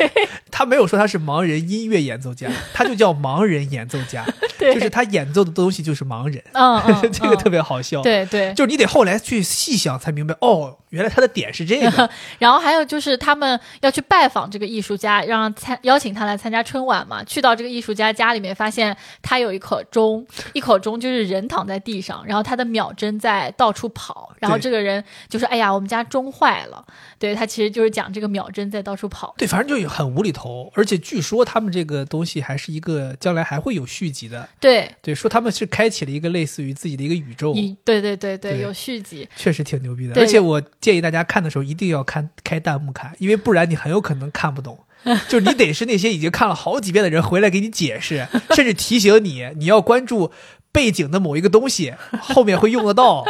Speaker 1: 他没有说他是盲人音乐演奏家，他就叫盲人演奏家，
Speaker 2: 对，
Speaker 1: 就是他演奏的东西就是盲人，
Speaker 2: 嗯 嗯，
Speaker 1: 这个特
Speaker 2: 别
Speaker 1: 别好笑。
Speaker 2: 对对。
Speaker 1: 就是你得后来去细想才明白，哦，原来他的点是这个。
Speaker 2: 然后还有就是他们要去拜访这个艺术家，让参邀请他来参加春晚嘛。去到这个艺术家家里面，发现他有一口钟，一口钟就是人躺在地上，然后他的秒针在到处跑。然后
Speaker 1: 对
Speaker 2: 这个人就说：“哎呀，我们家钟坏了。”对他其实就是讲这个秒针在到处跑。
Speaker 1: 对，反正就有很无厘头，而且据说他们这个东西还是一个将来还会有续集的。
Speaker 2: 对，
Speaker 1: 对，说他们是开启了一个类似于自己的一个宇宙，
Speaker 2: 你对对对对，
Speaker 1: 哦对
Speaker 2: 有续集。
Speaker 1: 确实挺牛逼的。
Speaker 2: 对
Speaker 1: 而且我建议大家看的时候一定要看开弹幕看，因为不然你很有可能看不懂。 就是你得是那些已经看了好几遍的人回来给你解 释，甚至提醒你你要关注背景的某一个东西，后面会用得 到。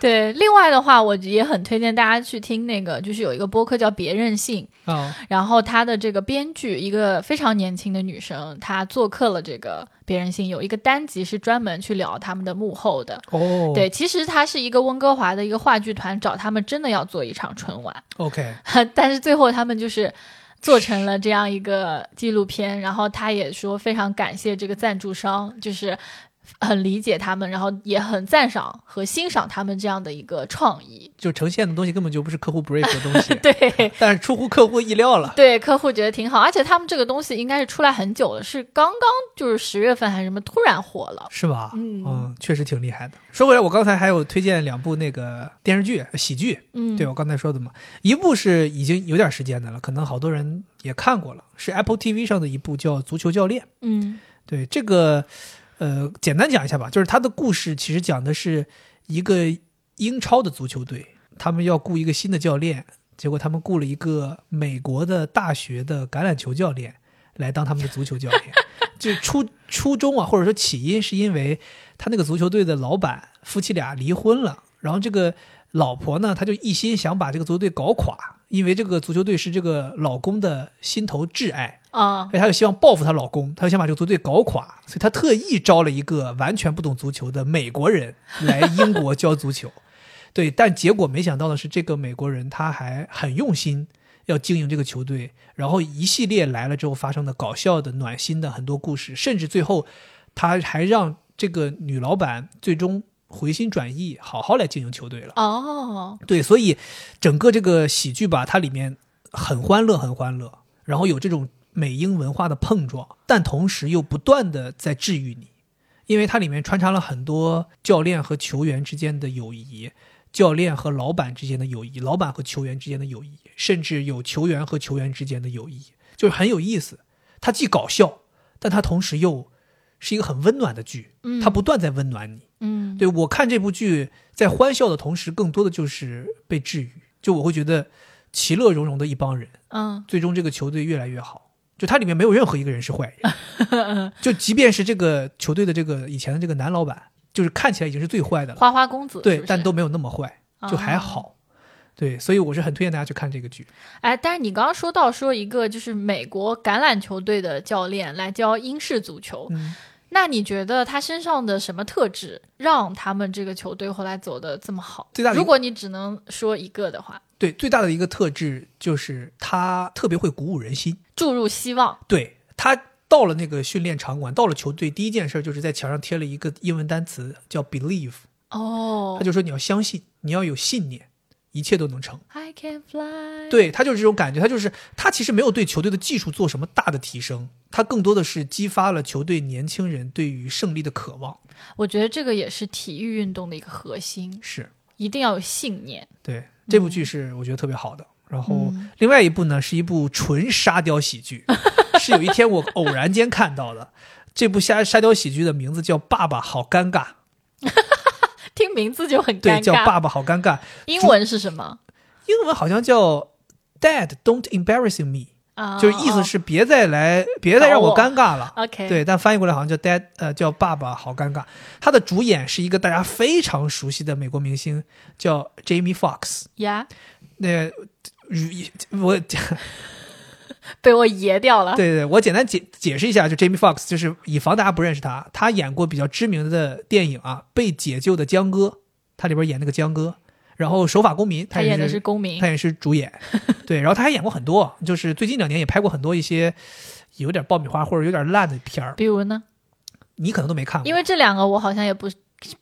Speaker 2: 对，另外的话，我也很推荐大家去听那个，就是有一个播客叫《别任性》，
Speaker 1: 啊、
Speaker 2: 然后她的这个编剧，一个非常年轻的女生，她做客了这个《别任性》，有一个单集是专门去聊他们的幕后的。
Speaker 1: 哦，
Speaker 2: 对，其实她是一个温哥华的一个话剧团找他们，真的要做一场春晚，
Speaker 1: ，OK，
Speaker 2: 但是最后他们就是。做成了这样一个纪录片，然后她也说非常感谢这个赞助商，就是很理解他们，然后也很赞赏和欣赏他们这样的一个创意。，
Speaker 1: 就呈现的东西根本就不是客户 brief 的东西
Speaker 2: 对，
Speaker 1: 但是出乎客户意料了。
Speaker 2: 对客户觉得挺好，而且他们这个东西应该是出来很久了，是刚刚就是十月份还是什么突然火了。
Speaker 1: 是吧？
Speaker 2: 嗯
Speaker 1: 确实挺厉害的。说回来，我刚才还有推荐两部那个电视剧、喜剧，
Speaker 2: 嗯，
Speaker 1: 对我刚才说的嘛，一部是已经有点时间的了，可能好多人也看过了，是 Apple TV 上的一部叫《足球教练》。
Speaker 2: 嗯
Speaker 1: 对这个，呃，简单讲一下吧，就是它的故事其实讲的是一个英超的足球队，他们要雇一个新的教练，结果他们雇了一个美国的大学的橄榄球教练来当他们的足球教练。就初初衷啊，或者说起因是因为他那个足球队的老板夫妻俩离婚了，然后这个老婆呢，她就一心想把这个足球队搞垮，因为这个足球队是这个老公的心头挚爱。
Speaker 2: 啊，
Speaker 1: 哎而且她又希望报复她老公，她又想把这个足球队搞垮，所以她特意招了一个完全不懂足球的美国人来英国教足球。对，但结果没想到的是，这个美国人他还很用心要经营这个球队，然后一系列来了之后发生的搞笑的、暖心的很多故事，甚至最后他还让这个女老板最终回心转意，好好来经营球队了。
Speaker 2: 哦，
Speaker 1: 对，所以整个这个喜剧吧，它里面很欢乐，很欢乐，然后有这种美英文化的碰撞，但同时又不断的在治愈你，因为它里面穿插了很多教练和球员之间的友谊，教练和老板之间的友谊，老板和球员之间的友谊，甚至有球员和球员之间的友谊，就是很有意思。它既搞笑，但它同时又是一个很温暖的剧，
Speaker 2: 嗯，
Speaker 1: 它不断在温暖你。
Speaker 2: 嗯，
Speaker 1: 对我看这部剧，在欢笑的同时，更多的就是被治愈。就我会觉得，其乐融融的一帮人，
Speaker 2: 嗯
Speaker 1: 最终这个球队越来越好。就它里面没有任何一个人是坏 人，就即便是这个球队的这个以前的这个男老板，就是看起来已经是最坏的了，
Speaker 2: 花花公子
Speaker 1: 对
Speaker 2: 是，不是
Speaker 1: 但都没有那么坏，就还。
Speaker 2: 哦
Speaker 1: 好。对，所以我是很推荐大家去看这个剧。
Speaker 2: 哎，但是你刚刚说到说一个就是美国橄榄球队的教练来教英式足球，
Speaker 1: 嗯，
Speaker 2: 那你觉得他身上的什么特质让他们这个球队后来走的这么好
Speaker 1: 最大？的一
Speaker 2: 如果你只能说一个的话，
Speaker 1: 对，最大的一个特质就是他特别会鼓舞人心。
Speaker 2: 注入希望。
Speaker 1: 对他到了那个训练场馆，到了球队，第一件事就是在墙上贴了一个英文单词叫 believe，
Speaker 2: 哦
Speaker 1: 他就说你要相信，你要有信念，一切都能成。
Speaker 2: I can fly。
Speaker 1: 对他就是这种感觉，他就是他其实没有对球队的技术做什么大的提升，他更多的是激发了球队年轻人对于胜利的渴望。
Speaker 2: 我觉得这个也是体育运动的一个核心，
Speaker 1: 是
Speaker 2: 一定要有信念。
Speaker 1: 对这部剧是我觉得特别好的。然后
Speaker 2: 嗯
Speaker 1: 另外一部呢是一部纯沙雕喜剧， 是有一天我偶然间看到的。这部沙沙雕喜剧的名字叫《爸爸好尴尬》。
Speaker 2: 听名字就很
Speaker 1: 对，
Speaker 2: 尴
Speaker 1: 叫
Speaker 2: 尬。
Speaker 1: 爸爸好尴尬。
Speaker 2: 英文是什么？
Speaker 1: 英文好像叫 Dad, don't embarrass me，、
Speaker 2: 啊，
Speaker 1: 就是意思是别再来，别再让我尴尬了。
Speaker 2: 哦 OK，，
Speaker 1: 对，但翻译过来好像叫 Dad，呃，叫爸爸好尴尬。他的主演是一个大家非常熟悉的美国明星，叫 Jamie Foxx。
Speaker 2: 呀，
Speaker 1: 那与我对
Speaker 2: 啊被我爷掉了。
Speaker 1: 对，我简单解解释一下，就 Jamie Foxx，就是以防大家不认识他，他演过比较知名的电影啊，《被解救的江哥》，他里边演那个江哥，然后《守法公民》，
Speaker 2: 他
Speaker 1: 也
Speaker 2: 演的是公民
Speaker 1: 他，也是主 演，对，然后他还演过很多，就是最近两年也拍过很多一些有点爆米花或者有点烂的片儿，
Speaker 2: 比如呢？
Speaker 1: 你可能都没看过，
Speaker 2: 因为这两个我好像也不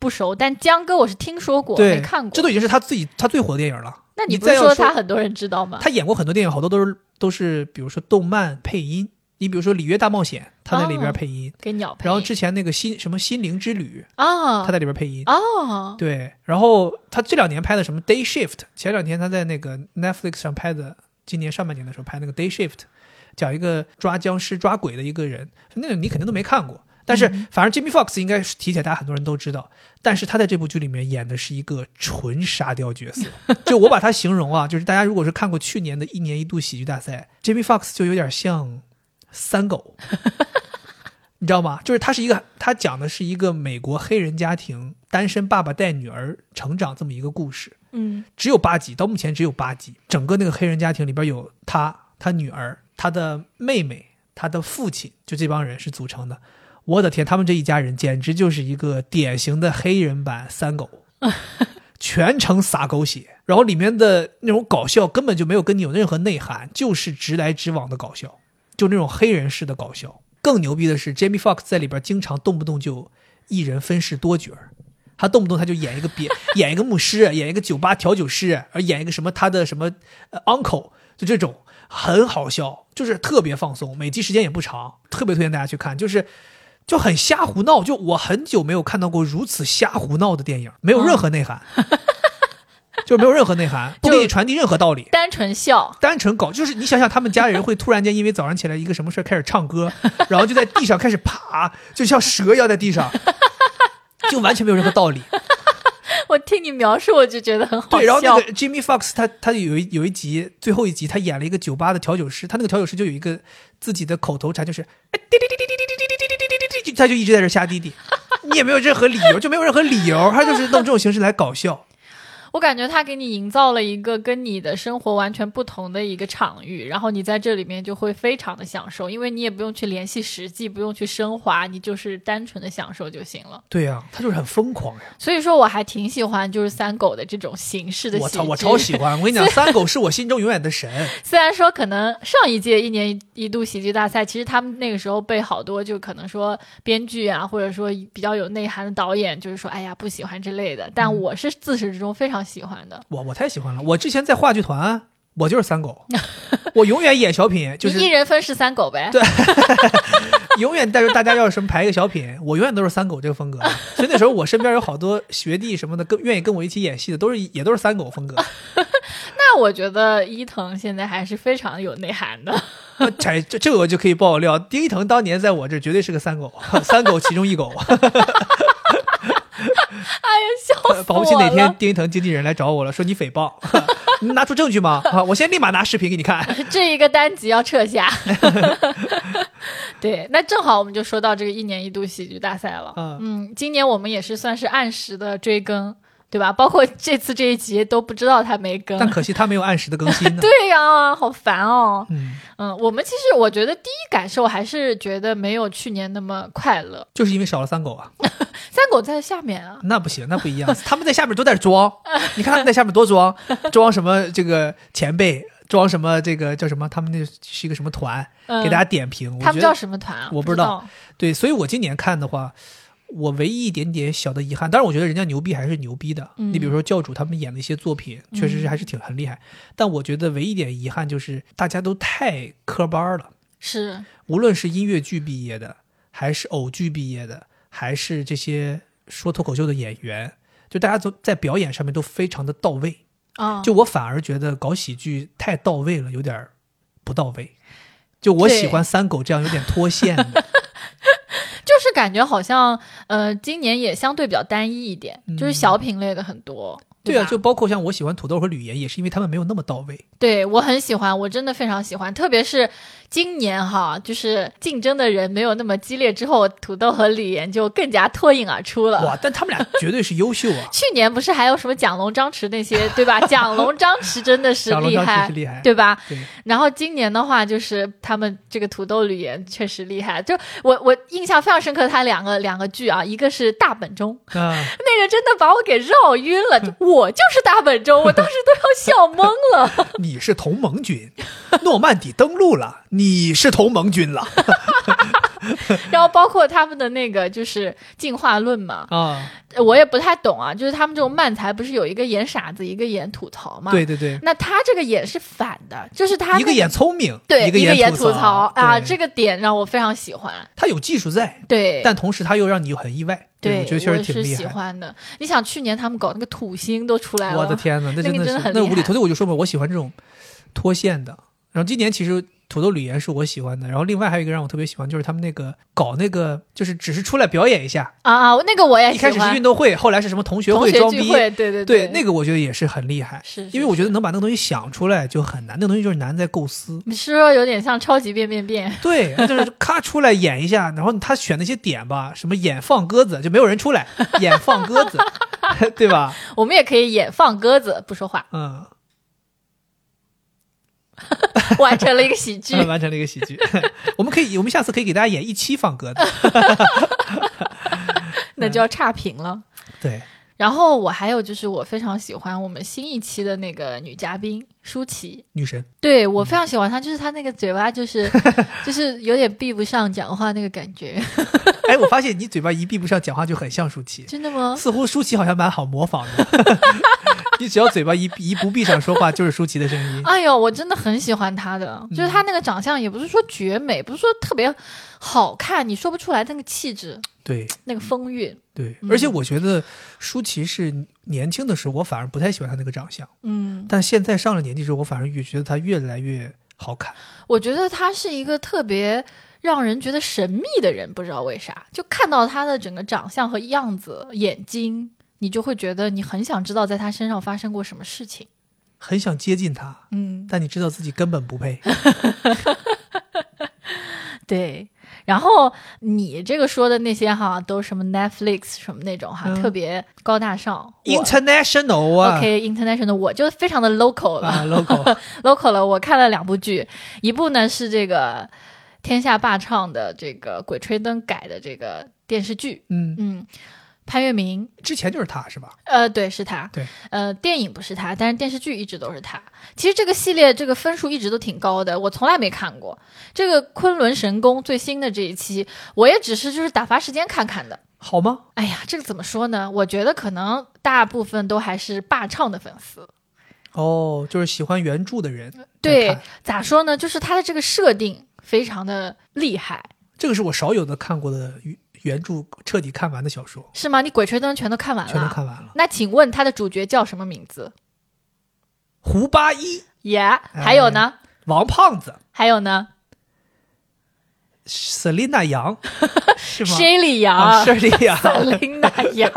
Speaker 2: 不熟，但江哥我是听说过，
Speaker 1: 对
Speaker 2: 没看过。
Speaker 1: 这都已经是他自己他最火的电影了。
Speaker 2: 那
Speaker 1: 你
Speaker 2: 不是
Speaker 1: 再要
Speaker 2: 他很多人知道吗？
Speaker 1: 他演过很多电影，好多都是都是比如说动漫配音，你比如说《里约大冒险》，他在里
Speaker 2: 哦
Speaker 1: 边配音，
Speaker 2: 给鸟配音。
Speaker 1: 然后之前那个心什么《心灵之旅》，
Speaker 2: 啊
Speaker 1: 他在里边配音。
Speaker 2: 哦，
Speaker 1: 对，然后他这两年拍的什么《Day Shift》，前两天他在那个 Netflix 上拍的，今年上半年的时候拍那个《Day Shift》，讲一个抓僵尸、抓鬼的一个人，那个你肯定都没看过。但是，反正 Jimmy Fox 应该是提起来，大家很多人都知道。但是他在这部剧里面演的是一个纯沙雕角色，就我把它形容啊，就是大家如果是看过去年的一年一度喜剧大赛，Jimmy Fox 就有点像三狗，你知道吗？就是他是一个，他讲的是一个美国黑人家庭单身爸爸带女儿成长这么一个故事，
Speaker 2: 嗯
Speaker 1: 只有八集，到目前只有八集。整个那个黑人家庭里边有他、他女儿、他的妹妹、他的父亲，就这帮人是组成的。我的天，他们这一家人简直就是一个典型的黑人版三狗，全程撒狗血，然后里面的那种搞笑根本就没有跟你有任何内涵，就是直来直往的搞笑，就那种黑人式的搞笑。更牛逼的是，Jamie Foxx 在里边经常动不动就一人分饰多角儿，他动不动他就演一个别 演一个牧师，演一个酒吧调酒师，而演一个什么他的什么呃 uncle，就这种很好笑，就是特别放松，每集时间也不长，特别推荐大家去看，就是。就很瞎胡闹，就我很久没有看到过如此瞎胡闹的电影，没有任何内涵，就没有任何内涵，不给你传递任何道理，
Speaker 2: 单纯笑，
Speaker 1: 单纯搞， 就是你想想，他们家人会突然间因为早上起来一个什么事儿开始唱 歌，然后就在地上开始爬，就像蛇一样在地上， 就完全没有任何道理。
Speaker 2: 我听你描述我就觉得很好
Speaker 1: 对，然后那
Speaker 2: 笑
Speaker 1: 个。Jimmy Fox 他他有一有一集最后一集，他演了一个酒吧的调酒师，他那个调酒师就有一个自己的口头禅，就是哎滴滴滴滴滴滴滴滴滴滴滴滴滴，他就一直在这瞎滴 滴，你也没有任何理由，就没有任何理由，他就是弄这种形式来搞笑。
Speaker 2: 我感觉他给你营造了一个跟你的生活完全不同的一个场域，然后你在这里面就会非常的享受，因为你也不用去联系实际，不用去升华，你就是单纯的享受就行了。
Speaker 1: 对呀、他就是很疯狂呀。
Speaker 2: 所以说，我还挺喜欢就是三狗的这种形式的
Speaker 1: 我
Speaker 2: 喜
Speaker 1: 操，我
Speaker 2: 剧
Speaker 1: 超喜欢！我跟 你讲，三狗是我心中永远的神。
Speaker 2: 虽然说可能上一届一年一一度喜剧大赛，其实他们那个时候被好多就可能说编剧啊，或者说比较有内涵的导演，就是说哎呀不喜欢之类的。
Speaker 1: 嗯
Speaker 2: 但我是自始至终非常喜欢的。
Speaker 1: 我我太喜欢了！我之前在话剧团，啊我就是三 狗，我永远演小品，就
Speaker 2: 你一
Speaker 1: 是
Speaker 2: 人分饰三狗呗。
Speaker 1: 对永远带着大家要什么排一个小品，我永远都是三狗这个风格。啊所以那时候我身边有好多学弟什么的，跟愿意跟我一起演戏的，都是也都是三狗风格。
Speaker 2: 那我觉得伊藤现在还是非常有内涵的。
Speaker 1: 那这这这个我就可以爆料，丁一腾当年在我这绝对是个三狗，三狗其中一狗。
Speaker 2: 哎笑死我了！
Speaker 1: 保不齐哪天丁一腾经纪人来找我了，说你诽谤， 你拿出证据吗？ 啊，我现在立马拿视频给你看。
Speaker 2: 这一个单集要撤下。 对，那正好我们就说到这个一年一度喜剧大赛了。
Speaker 1: 嗯
Speaker 2: 今年我们也是算是按时的追更，对吧？包括这次这一集都不知道他没更
Speaker 1: 但。可惜他没有按时的更 新呢。
Speaker 2: 对呀、好烦哦。
Speaker 1: 嗯，
Speaker 2: 嗯，我们其实我觉得第一感受还是觉得没有去年那么快乐。
Speaker 1: 就是因为少了三狗啊。
Speaker 2: 三狗在下面啊，
Speaker 1: 那不行，那不一样。 他们在下面都在装，你看他们在下面多 装，装什么这个前辈，装什么这个叫什么？他们那是一个什么团？
Speaker 2: 嗯、
Speaker 1: 给大家点评。
Speaker 2: 他
Speaker 1: 我觉
Speaker 2: 们叫
Speaker 1: 得
Speaker 2: 什么团啊？
Speaker 1: 我不
Speaker 2: 不
Speaker 1: 知道对，所以我今年看的话，我唯一一点点小的遗憾，当然我觉得人家牛逼还是牛逼的。
Speaker 2: 嗯
Speaker 1: 你比如说教主他们演的一些作品，确实是还是挺很厉害。但我觉得唯一一点遗憾就是大家都太科班了，
Speaker 2: 是
Speaker 1: 无论是音乐剧毕业的，还是偶剧毕业的，还是这些说脱口秀的演员，就大家都在表演上面都非常的到位。
Speaker 2: 啊，
Speaker 1: 就我反而觉得搞喜剧太到位了，有点儿不到位。就我
Speaker 2: 对
Speaker 1: 喜欢三狗这样有点脱线的，
Speaker 2: 就是感觉好像呃，今年也相对比较单一一点，就是小品类的很多。
Speaker 1: 嗯对啊，
Speaker 2: 吧
Speaker 1: 就包括像我喜欢土豆和吕岩，也是因为他们没有那么到位。
Speaker 2: 对我很喜欢，我真的非常喜欢，特别是今年哈，就是竞争的人没有那么激烈之后，土豆和李岩就更加脱颖而出了。！
Speaker 1: 哇，但他们俩绝对是优秀啊
Speaker 2: 去年不是还有什么蒋龙、张弛那 些，对吧？蒋龙、张弛真的是
Speaker 1: 小龙
Speaker 2: 厉
Speaker 1: 张确
Speaker 2: 害
Speaker 1: 实，厉害，
Speaker 2: 对吧？
Speaker 1: 对
Speaker 2: 然后今年的话，就是他们这个土豆吕岩确实厉害。就我我印象非常深刻，他两个两个剧啊，一个是大本钟，
Speaker 1: 啊，
Speaker 2: 那个真的把我给绕晕 了。就我就是大本钟，我当时都要笑懵了。
Speaker 1: 你是同盟军，诺曼底登陆了，你是同盟军了
Speaker 2: 然后包括他们的那个就是进化论嘛，
Speaker 1: 啊！
Speaker 2: 呃我也不太懂啊。就是他们这种漫才不是有一个演傻子，一个演吐槽嘛？
Speaker 1: 对。对对，
Speaker 2: 那他这个演是反的，就是他、那
Speaker 1: 一个演聪明，
Speaker 2: 对
Speaker 1: 一个
Speaker 2: 演
Speaker 1: 吐
Speaker 2: 槽啊，
Speaker 1: 对
Speaker 2: 这个点让我非常喜欢。
Speaker 1: 他有技术在，
Speaker 2: 对，
Speaker 1: 但同时他又让你很意外，
Speaker 2: 对，
Speaker 1: 我觉得确实
Speaker 2: 是
Speaker 1: 挺厉
Speaker 2: 喜
Speaker 1: 害。
Speaker 2: 欢的。你想去年他们搞那个土星都出来了，
Speaker 1: 我的天哪，那
Speaker 2: 那个
Speaker 1: 真的
Speaker 2: 真的
Speaker 1: 是
Speaker 2: 很
Speaker 1: 那
Speaker 2: 厉
Speaker 1: 无厘
Speaker 2: 害
Speaker 1: 头。所以我就说嘛，我喜欢这种脱线的。然后今年其实土豆吕岩是我喜欢的，然后另外还有一个让我特别喜欢，就是他们那个搞那个，就是只是出来表演一下，
Speaker 2: 啊啊，那个我也
Speaker 1: 一
Speaker 2: 喜
Speaker 1: 开
Speaker 2: 欢。
Speaker 1: 始是运动会，后来是什么同学
Speaker 2: 同
Speaker 1: 会
Speaker 2: 学
Speaker 1: 装
Speaker 2: 聚
Speaker 1: 逼，
Speaker 2: 会，对对
Speaker 1: 对
Speaker 2: 对，
Speaker 1: 那个我觉得也是很厉害，
Speaker 2: 是
Speaker 1: 因为我觉得能把那个东西想出来就很难，那个东西就是难在构思。
Speaker 2: 你是说有点像超级变变变？
Speaker 1: 对，就是咔出来演一下，然后他选那些点吧，什么演放鸽子就没有人出来，演放鸽子， 对吧？
Speaker 2: 我们也可以演放鸽子不说话，
Speaker 1: 嗯，
Speaker 2: 完成了一个 喜剧。
Speaker 1: 完成了一个喜剧。我们可以，我们下次可以给大家演一期放鸽子。
Speaker 2: 那就要差评了。
Speaker 1: 对，
Speaker 2: 然后我还有就是，我非常喜欢我们新一期的那个女嘉宾舒淇，
Speaker 1: 女神，
Speaker 2: 对我非常喜欢她，就是她那个嘴巴就是 就是有点闭不上讲话那个感觉，
Speaker 1: 哎，我发现你嘴巴一闭不上，讲话就很像舒淇，
Speaker 2: 真的吗？
Speaker 1: 似乎舒淇好像蛮好模仿的。 你只要嘴巴一闭一不闭上说话，就是舒淇的声音。
Speaker 2: 哎呦，我真的很喜欢她的，就是她那个长相也不是说绝美，不是说特别好看，你说不出来那个气质，
Speaker 1: 对
Speaker 2: 那个风韵，
Speaker 1: 对，
Speaker 2: 嗯
Speaker 1: 而且我觉得舒淇是年轻的时候，我反而不太喜欢她那个长相，
Speaker 2: 嗯，
Speaker 1: 但现在上了年纪之后，我反而越觉得她越来越好看。
Speaker 2: 我觉得她是一个特别让人觉得神秘的人，不知道为啥，就看到她的整个长相和样子、眼睛，你就会觉得你很想知道在她身上发生过什么事情，
Speaker 1: 很想接近他，
Speaker 2: 嗯，
Speaker 1: 但你知道自己根本不 配。
Speaker 2: 对。然后你这个说的那些哈，都是什么 Netflix 什么那种哈，
Speaker 1: 嗯
Speaker 2: 特别高大上。我
Speaker 1: International 啊
Speaker 2: OK，international，、我就非常的 local 了、
Speaker 1: 啊，local，
Speaker 2: local 了。我看了两部剧，一部呢是这个天下霸唱的这个《鬼吹灯》改的这个电视剧，
Speaker 1: 嗯，
Speaker 2: 嗯，潘粤明，
Speaker 1: 之前就是他是吧？
Speaker 2: 呃，对，是他，
Speaker 1: 对，
Speaker 2: 呃，电影不是他，但是电视剧一直都是他。其实这个系列这个分数一直都挺高的，我从来没看过这个《昆仑神功》最新的这一期，我也只是就是打发时间看看的。
Speaker 1: 好吗？
Speaker 2: 哎呀，这个怎么说呢？我觉得可能大部分都还是霸唱的粉丝，
Speaker 1: 哦，就是喜欢原著的人来看。
Speaker 2: 呃对，咋说呢？就是它的这个设定非常的厉害，
Speaker 1: 这个是我少有的看过的原原著彻底看完的小说，
Speaker 2: 是吗？你《鬼吹灯》全都看完了？
Speaker 1: 全都看完了。
Speaker 2: 那请问它的主角叫什么名字？
Speaker 1: 胡八一，
Speaker 2: 耶、
Speaker 1: 哎
Speaker 2: 还有呢？
Speaker 1: 王胖子
Speaker 2: 还有呢
Speaker 1: ，Selina 杨，是吗？
Speaker 2: ？Shelly
Speaker 1: 啊，
Speaker 2: 杨、
Speaker 1: 是的 呀，
Speaker 2: Selina 杨。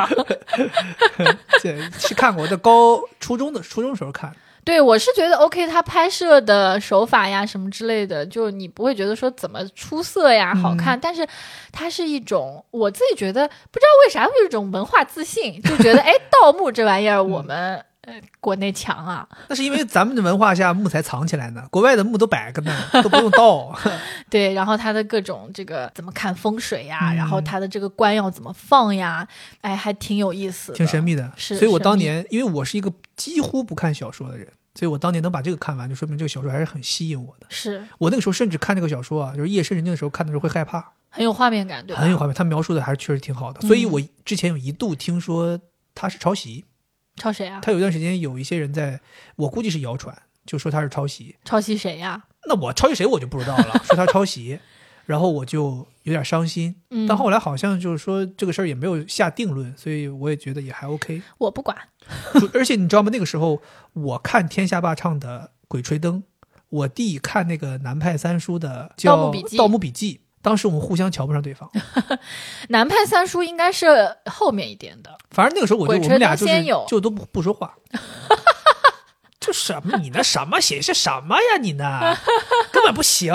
Speaker 1: 对，是看过我的高初中的初中时候看的，
Speaker 2: 对，我是觉得 OK，它拍摄的手法呀什么之类的，就你不会觉得说怎么出色呀、
Speaker 1: 嗯
Speaker 2: 好看，但是它是一种我自己觉得不知道为啥会有一种文化自信，就 觉得哎，盗墓这玩意儿我们、
Speaker 1: 嗯
Speaker 2: 呃国内强啊。
Speaker 1: 那是因为咱们的文化下木才藏起来呢，国外的木都摆着呢，都不用盗。
Speaker 2: 对，然后他的各种这个怎么看风水呀，
Speaker 1: 嗯
Speaker 2: 然后他的这个官要怎么放呀，哎，还挺有意思的，
Speaker 1: 挺神。秘的。
Speaker 2: 是
Speaker 1: 所以我
Speaker 2: 神
Speaker 1: 当
Speaker 2: 秘
Speaker 1: 年因为我是一个几乎不看小说的人，所以我当年能把这个看完，就说明这个小说还是很吸引我的。
Speaker 2: 是
Speaker 1: 我那个时候甚至看这个小说啊，就是夜深人静的时候看的时候会害怕，
Speaker 2: 很有画面感，对吧？嗯
Speaker 1: 很有画面。他描述的还是确实挺好的，所以我之前有一度听说他是抄袭，
Speaker 2: 抄谁啊？
Speaker 1: 他有一段时间有一些人在，我估计是谣传，就说他是抄袭。
Speaker 2: 抄袭谁呀？
Speaker 1: 那我抄袭谁我就不知道了，说他抄袭， 然后我就有点伤心。
Speaker 2: 嗯，
Speaker 1: 但后来好像就是说这个事儿也没有下定论，所以我也觉得也还 OK。
Speaker 2: 我不管，
Speaker 1: 主 而且你知道吗？那个时候我看《天下霸唱》的《鬼吹灯》，我弟看那个南派三叔的叫
Speaker 2: 盗墓笔记
Speaker 1: 《盗墓笔记》。当时我们互相瞧不上对 方，
Speaker 2: 南派三叔应该是后面一点的，
Speaker 1: 反正那个时候我就
Speaker 2: 鬼
Speaker 1: 我
Speaker 2: 吹
Speaker 1: 们俩
Speaker 2: 灯
Speaker 1: 就是
Speaker 2: 先有
Speaker 1: 就都不不说话。这什么你那什么写是什么呀你呢？根本不行。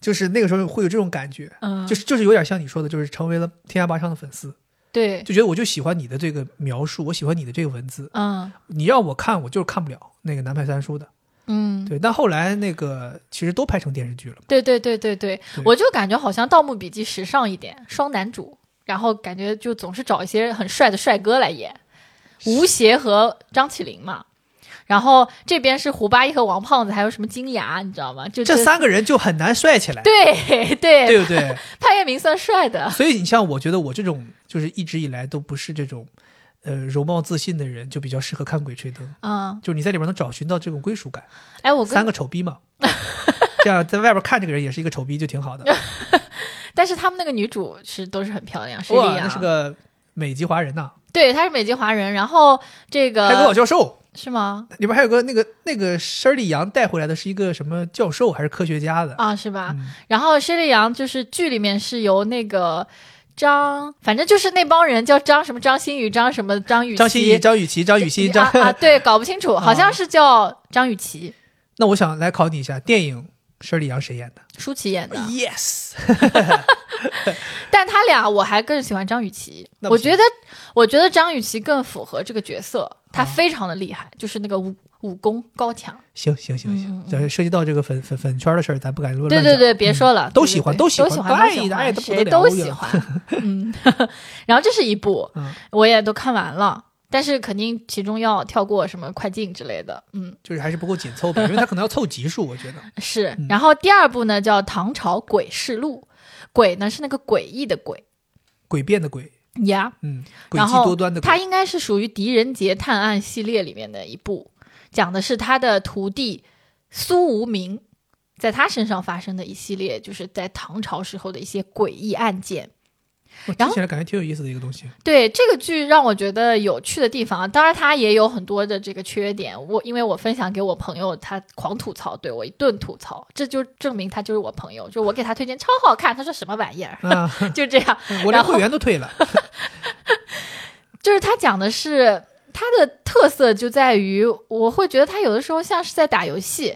Speaker 1: 就是那个时候会有这种感觉，
Speaker 2: 嗯，
Speaker 1: 就是就是有点像你说的，就是成为了天下八唱的粉丝，
Speaker 2: 对，
Speaker 1: 就觉得我就喜欢你的这个描述，我喜欢你的这个文字，
Speaker 2: 嗯
Speaker 1: 你让我看我就是看不了那个南派三叔的。
Speaker 2: 嗯，
Speaker 1: 对，但后来那个其实都拍成电视剧了嘛。
Speaker 2: 对对对对对
Speaker 1: 对，
Speaker 2: 我就感觉好像《盗墓笔记》时尚一点，双男主，然后感觉就总是找一些很帅的帅哥来演，吴邪和张起灵嘛。然后这边是胡八一和王胖子，还有什么金牙，你知道吗？就
Speaker 1: 这三个人就很难帅起来，
Speaker 2: 对对
Speaker 1: 对不对？
Speaker 2: 潘粤明算帅的，
Speaker 1: 所以你像我觉得我这种就是一直以来都不是这种，呃，容貌自信的人，就比较适合看《鬼吹灯》，
Speaker 2: 嗯，
Speaker 1: 就是你在里边能找寻到这种归属感。
Speaker 2: 哎，我
Speaker 1: 三
Speaker 2: 跟，
Speaker 1: 个丑逼 嘛，这样在外边看这个人也是一个丑逼，就挺好的。
Speaker 2: 但是他们那个女主是都是很漂亮， 是
Speaker 1: 哇，
Speaker 2: 李
Speaker 1: 那
Speaker 2: 阳
Speaker 1: 是，个美籍华人呐、
Speaker 2: 对，她是美籍华人，然后这
Speaker 1: 还有个老
Speaker 2: 个
Speaker 1: 教授，
Speaker 2: 是吗？
Speaker 1: 里边还有个那个那个申利阳带回来的是一个什么教授还是科学家的。
Speaker 2: 啊，是吧？
Speaker 1: 嗯
Speaker 2: 然后施丽阳就是剧里面是由那个张，反正就是那帮人叫张什么张馨予、张什么张雨绮
Speaker 1: 张歆艺、张雨绮、张雨欣、张
Speaker 2: 啊啊，对，搞不清楚，好像是叫张雨绮，
Speaker 1: 那我想来考你一下，电影申利阳谁演的
Speaker 2: 舒淇演的。
Speaker 1: 嗯？Yes，
Speaker 2: 但他俩我还更喜欢张雨绮，
Speaker 1: 那不
Speaker 2: 我
Speaker 1: 行
Speaker 2: 觉得我觉得张雨绮更符合这个角色，
Speaker 1: 哦
Speaker 2: 她非常的厉害，就是那个武武功高强。
Speaker 1: 行行行
Speaker 2: 嗯嗯
Speaker 1: 行，
Speaker 2: 嗯
Speaker 1: 这涉及到这个粉粉粉圈的事儿，咱不敢乱
Speaker 2: 对
Speaker 1: 乱
Speaker 2: 对
Speaker 1: 讲嗯
Speaker 2: 对，别说了，
Speaker 1: 都
Speaker 2: 对
Speaker 1: 喜欢
Speaker 2: 对
Speaker 1: 都
Speaker 2: 都
Speaker 1: 喜欢
Speaker 2: 欢，
Speaker 1: 哎
Speaker 2: 喜
Speaker 1: 哎都
Speaker 2: 欢，
Speaker 1: 不
Speaker 2: 谁
Speaker 1: 得了
Speaker 2: 都
Speaker 1: 我跟你
Speaker 2: 喜欢。嗯，然后这是一部
Speaker 1: 嗯，
Speaker 2: 我也都看完了，但是肯定其中要跳过什么快进之类的。嗯，
Speaker 1: 就是还是不够紧 凑吧，因为他可能要凑集数，我觉得。
Speaker 2: 是
Speaker 1: 嗯。
Speaker 2: 然后第二部呢叫《唐朝诡事录》，诡呢是那个诡异的诡
Speaker 1: 诡辩的诡，
Speaker 2: 呀，
Speaker 1: 嗯，诡
Speaker 2: 然
Speaker 1: 计
Speaker 2: 后
Speaker 1: 多端的
Speaker 2: 它
Speaker 1: 诡，
Speaker 2: 应该是属于狄仁杰探案系列里面的一部，讲的是他的徒弟苏无名在他身上发生的一系列，就是在唐朝时候的一些诡异案件。
Speaker 1: 我
Speaker 2: 然
Speaker 1: 听
Speaker 2: 后
Speaker 1: 起来感觉挺有意思的一个东 西。
Speaker 2: 对这个剧让我觉得有趣的地方，啊当然它也有很多的这个缺点。我因为我分享给我朋友，他狂吐槽，对我一顿吐槽，这就证明他就是我朋友。就我给他推荐超好看，他说什么玩意儿，
Speaker 1: 啊，
Speaker 2: 就这样。
Speaker 1: 我连
Speaker 2: 然后
Speaker 1: 会员都退 了。
Speaker 2: 就是他讲的是它的特色就在于，我会觉得他有的时候像是在打游戏，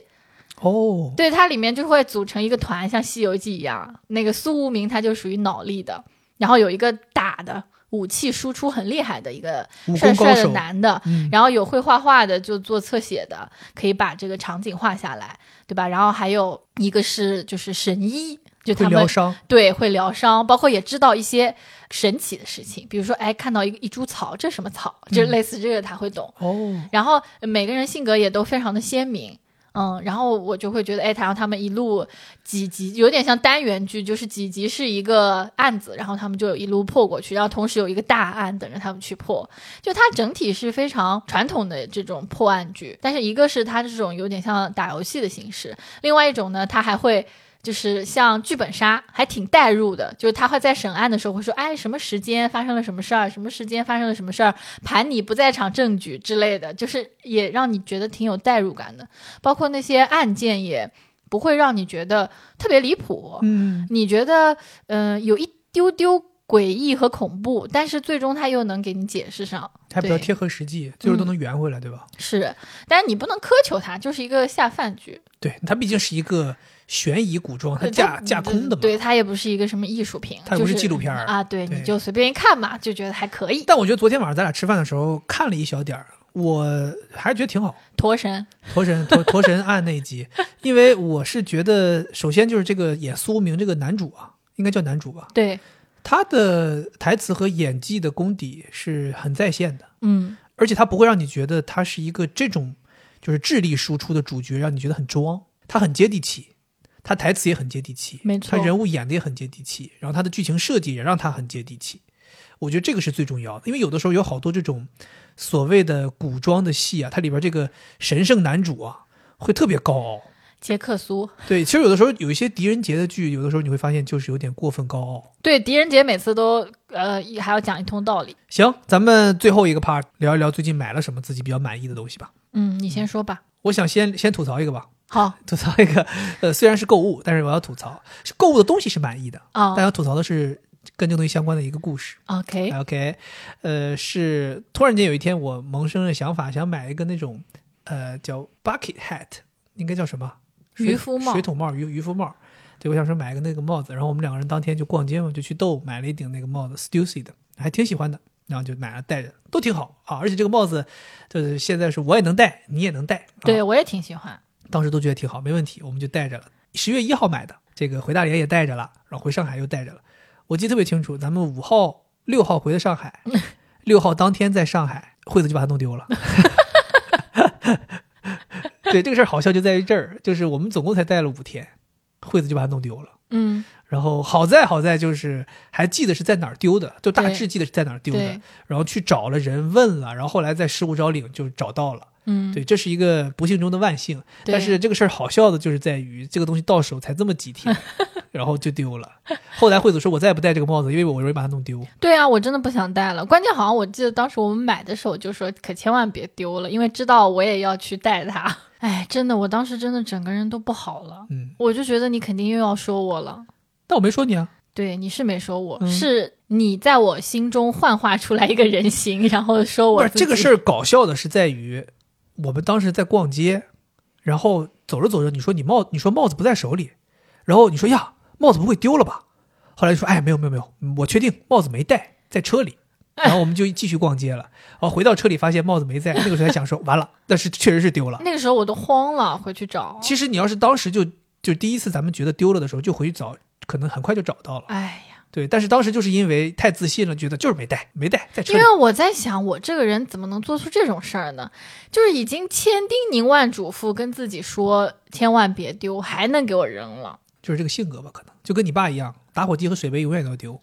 Speaker 1: 哦，
Speaker 2: 对，它里面就会组成一个团，像《西游记》一样。那个苏无名他就属于脑力的，然后有一个打的武器输出很厉害的一个
Speaker 1: 武
Speaker 2: 帅
Speaker 1: 功高
Speaker 2: 帅的
Speaker 1: 手，
Speaker 2: 男的，
Speaker 1: 嗯
Speaker 2: 然后有会画画的，就做侧写的，可以把这个场景画下来，对吧？然后还有一个是就是神医，就
Speaker 1: 会
Speaker 2: 他
Speaker 1: 疗
Speaker 2: 们
Speaker 1: 伤，
Speaker 2: 对会疗伤，包括也知道一些神奇的事情，比如说哎看到一个一株草，这是什么草？就
Speaker 1: 嗯
Speaker 2: 类似这个他会懂。
Speaker 1: 哦，
Speaker 2: 然后呃每个人性格也都非常的鲜明。嗯，然后我就会觉得，哎，他让他们一路几集，有点像单元剧，就是几集是一个案子，然后他们就有一路破过去，然后同时有一个大案等着他们去破。就它整体是非常传统的这种破案剧，但是一个是它这种有点像打游戏的形式，另外一种呢，它还会。就是像剧本杀，还挺带入的。就是他会在审案的时候会说，哎，什么时间发生了什么事儿，什么时间发生了什么事儿，盘你不在场证据之类的，就是也让你觉得挺有代入感的。包括那些案件也不会让你觉得特别离谱，
Speaker 1: 嗯，
Speaker 2: 你觉得嗯、呃有一丢丢诡异和恐怖，但是最终它又能给你解释上，
Speaker 1: 还比较
Speaker 2: 对嗯
Speaker 1: 贴合实际，最后都能圆回来，对吧？
Speaker 2: 是，但是你不能苛求它，就是一个下饭剧，
Speaker 1: 对，它毕竟是一个悬疑古装，它
Speaker 2: 对
Speaker 1: 架
Speaker 2: 它
Speaker 1: 架空的嘛。
Speaker 2: 对，它也不是一个什么艺术品，
Speaker 1: 它也
Speaker 2: 就
Speaker 1: 不是纪录片儿
Speaker 2: 啊，对，
Speaker 1: 对
Speaker 2: 你就随便一看嘛，就觉得还可以，
Speaker 1: 但我觉得昨天晚上咱俩吃饭的时候看了一小点儿，我还是觉得挺好。
Speaker 2: 驼神，
Speaker 1: 驼神驼驼神案那一集，因为我是觉得，首先就是这个演苏无名这个男主啊，应该叫男主吧，
Speaker 2: 对，
Speaker 1: 他的台词和演技的功底是很在线的，
Speaker 2: 嗯，
Speaker 1: 而且他不会让你觉得他是一个这种就是智力输出的主角，让你觉得很装，他很接地气。他台词也很接地气，
Speaker 2: 没错
Speaker 1: 他人物演的也很接地气，然后他的剧情设计也让他很接地气。我觉得这个是最重要的，因为有的时候有好多这种所谓的古装的戏啊，它里边这个神圣男主啊会特别高傲。
Speaker 2: 杰克苏，
Speaker 1: 对，其实有的时候有一些狄仁杰的剧，有的时候你会发现就是有点过分高傲。
Speaker 2: 对，狄仁杰每次都呃一还要讲一通道理。
Speaker 1: 行，咱们最后一个 part 聊一聊最近买了什么自己比较满意的东西吧。
Speaker 2: 嗯，你先说吧。
Speaker 1: 我想先先吐槽一个吧，
Speaker 2: 好
Speaker 1: 吐槽一个，呃，虽然是购物，但是我要吐槽，是购物的东西是满意的，
Speaker 2: 啊
Speaker 1: 但要吐槽的是跟这个东西相关的一个故事。
Speaker 2: ，OK，
Speaker 1: OK，呃，是突然间有一天我萌生了想法，想买一个那种呃叫 bucket hat，应该叫什么？水
Speaker 2: 渔夫帽
Speaker 1: 水桶帽、渔渔夫帽。对，我想说买一个那个帽子，然后我们两个人当天就逛街嘛，就去豆买了一顶那个帽子，Stussy 的，还挺喜欢的，然后就买了戴着，都挺好啊。而且这个帽子就是现在是我也能戴，你也能戴，啊、
Speaker 2: 对我也挺喜欢。
Speaker 1: 当时都觉得挺好，没问题，我们就带着了。十月一号买的，这个回大连也带着了，然后回上海又带着了。我记得特别清楚，咱们五号、六号回的上 海，六号当天在上海，惠子就把它弄丢了。 对，这个事儿好笑就在于这儿，就是我们总共才带了五天，惠子就把它弄丢了。
Speaker 2: 嗯，
Speaker 1: 然后好在好在就是还记得是在哪儿丢的，就大
Speaker 2: 对
Speaker 1: 致记得是在哪儿丢的
Speaker 2: 对，，
Speaker 1: 然后去找了人问了，然后后来在失物招领就找到了。
Speaker 2: 嗯，
Speaker 1: 对，这是一个不幸中的万幸。
Speaker 2: 对
Speaker 1: 但是这个事儿好笑的就是在于这个东西到手才这么几天， 然后就丢了。后来惠子说：“我再也不戴这个帽子，因为我容易把它弄丢。
Speaker 2: 对啊，我真的不想戴了。关键好像我记得当时我们买的时候就说，可千万别丢了，因为知道我也要去戴它。哎，真的，我当时真的整个人都不好了”，
Speaker 1: 嗯，
Speaker 2: 我就觉得你肯定又要说我了。
Speaker 1: 但我没说你啊。
Speaker 2: 对，你是没说我，
Speaker 1: 嗯
Speaker 2: 是你在我心中幻化出来一个人形，然后说
Speaker 1: 不是
Speaker 2: 我
Speaker 1: 这个事
Speaker 2: 儿。
Speaker 1: 儿搞笑的是在于，我们当时在逛街，然后走着走着，你说你帽，你说帽子不在手里，然后你说呀，帽子不会丢了吧？后来就说：“哎，没有没有没有，嗯我确定帽子没带，在车里。”然后我们就继续逛街了。然后回到车里，发现帽子没在，那个时候才想说：“完了，但是确实是丢了。”
Speaker 2: 那个时候我都慌了，回去找。
Speaker 1: 其实你要是当时就就第一次咱们觉得丢了的时候，就回去找，可能很快就找到了。
Speaker 2: 哎呀，
Speaker 1: 对，但是当时就是因为太自信了，觉得就是没带，没带在车
Speaker 2: 因
Speaker 1: 里。
Speaker 2: 为我在想，我这个人怎么能做出这种事儿呢？就是已经千叮咛万嘱咐跟自己说千万别丢，还能给我扔了。
Speaker 1: 就是这个性格吧，可能就跟你爸一样，打火机和水杯永远都要丢。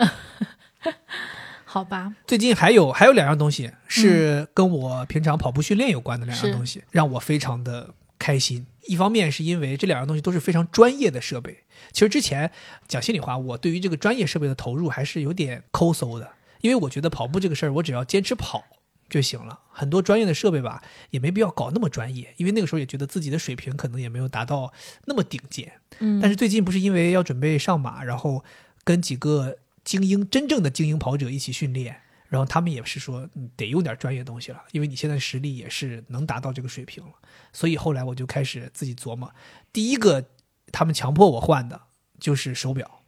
Speaker 2: 好吧，
Speaker 1: 最近还有还有两样东西是跟我平常跑步训练有关的两样
Speaker 2: 嗯是
Speaker 1: 东西，让我非常的开心。一方面是因为这两样东西都是非常专业的设备。其实之前讲心里话，我对于这个专业设备的投入还是有点抠搜的，因为我觉得跑步这个事儿，我只要坚持跑就行了。很多专业的设备吧，也没必要搞那么专业，因为那个时候也觉得自己的水平可能也没有达到那么顶尖。
Speaker 2: 嗯，
Speaker 1: 但是最近不是因为要准备上马，然后跟几个精英、真正的精英跑者一起训练，然后他们也是说你得用点专业东西了，因为你现在实力也是能达到这个水平了。所以后来我就开始自己琢磨，第一个他们强迫我换的就是手表。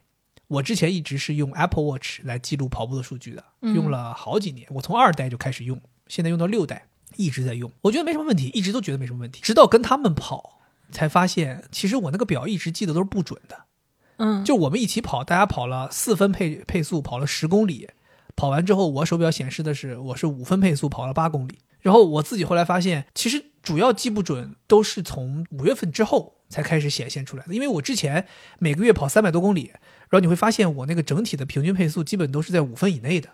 Speaker 1: 我之前一直是用 Apple Watch 来记录跑步的数据的，
Speaker 2: 嗯
Speaker 1: 用了好几年，我从二代就开始用，现在用到六代，一直在用，我觉得没什么问题，一直都觉得没什么问题，直到跟他们跑，才发现其实我那个表一直记得都是不准的。
Speaker 2: 嗯，
Speaker 1: 就我们一起跑，大家跑了四分配配速，跑了十公里，跑完之后，我手表显示的是我是五分配速跑了八公里。然后我自己后来发现，其实主要记不准都是从五月份之后才开始显现出来的，因为我之前每个月跑三百多公里，然后你会发现我那个整体的平均配速基本都是在五分以内的，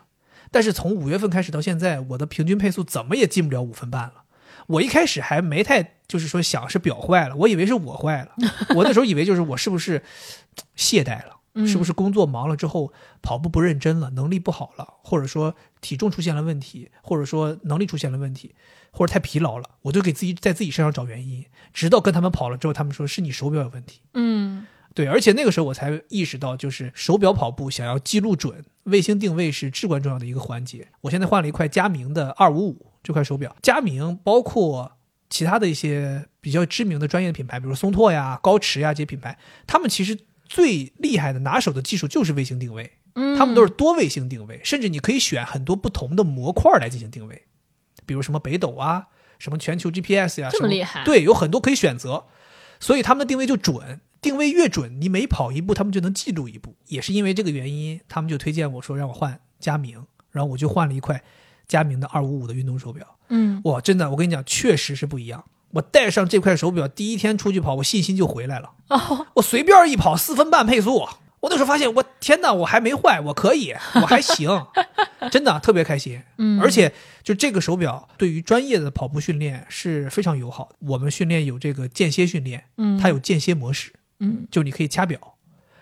Speaker 1: 但是从五月份开始到现在，我的平均配速怎么也进不了五分半了。我一开始还没太就是说想是表坏了，我以为是我坏了，我那时候以为就是我是不是懈怠了。
Speaker 2: 嗯
Speaker 1: 是不是工作忙了之后跑步不认真了，能力不好了，或者说体重出现了问题，或者说能力出现了问题，或者太疲劳了，我就给自己在自己身上找原因，直到跟他们跑了之后，他们说是你手表有问题。
Speaker 2: 嗯
Speaker 1: 对，而且那个时候我才意识到，就是手表跑步想要记录准，卫星定位是至关重要的一个环节。我现在换了一块佳明的二五五这块手表，佳明包括其他的一些比较知名的专业品牌，比如松拓呀、高驰呀这些品牌，他们其实最厉害的拿手的技术就是卫星定位，
Speaker 2: 嗯，
Speaker 1: 他们都是多卫星定位，甚至你可以选很多不同的模块来进行定位，比如什么北斗啊，什么全球 GPS 呀、
Speaker 2: 这
Speaker 1: 什
Speaker 2: 么厉害
Speaker 1: 对，有很多可以选择，所以他们的定位就准。定位越准，你每跑一步，他们就能记录一步。也是因为这个原因，他们就推荐我说让我换佳明，然后我就换了一块佳明的二五五的运动手表。
Speaker 2: 嗯
Speaker 1: 哇，真的，我跟你讲，确实是不一样。我戴上这块手表，第一天出去跑，我信心就回来了。
Speaker 2: 哦，
Speaker 1: 我随便一跑四分半配速，啊我那时候发现，我天哪，我还没坏，我可以，我还 行，真的特别开心。
Speaker 2: 嗯，
Speaker 1: 而且就这个手表对于专业的跑步训练是非常友好的。我们训练有这个间歇训练，
Speaker 2: 嗯
Speaker 1: 它有间歇模式，
Speaker 2: 嗯
Speaker 1: 就你可以
Speaker 2: 嗯
Speaker 1: 掐表，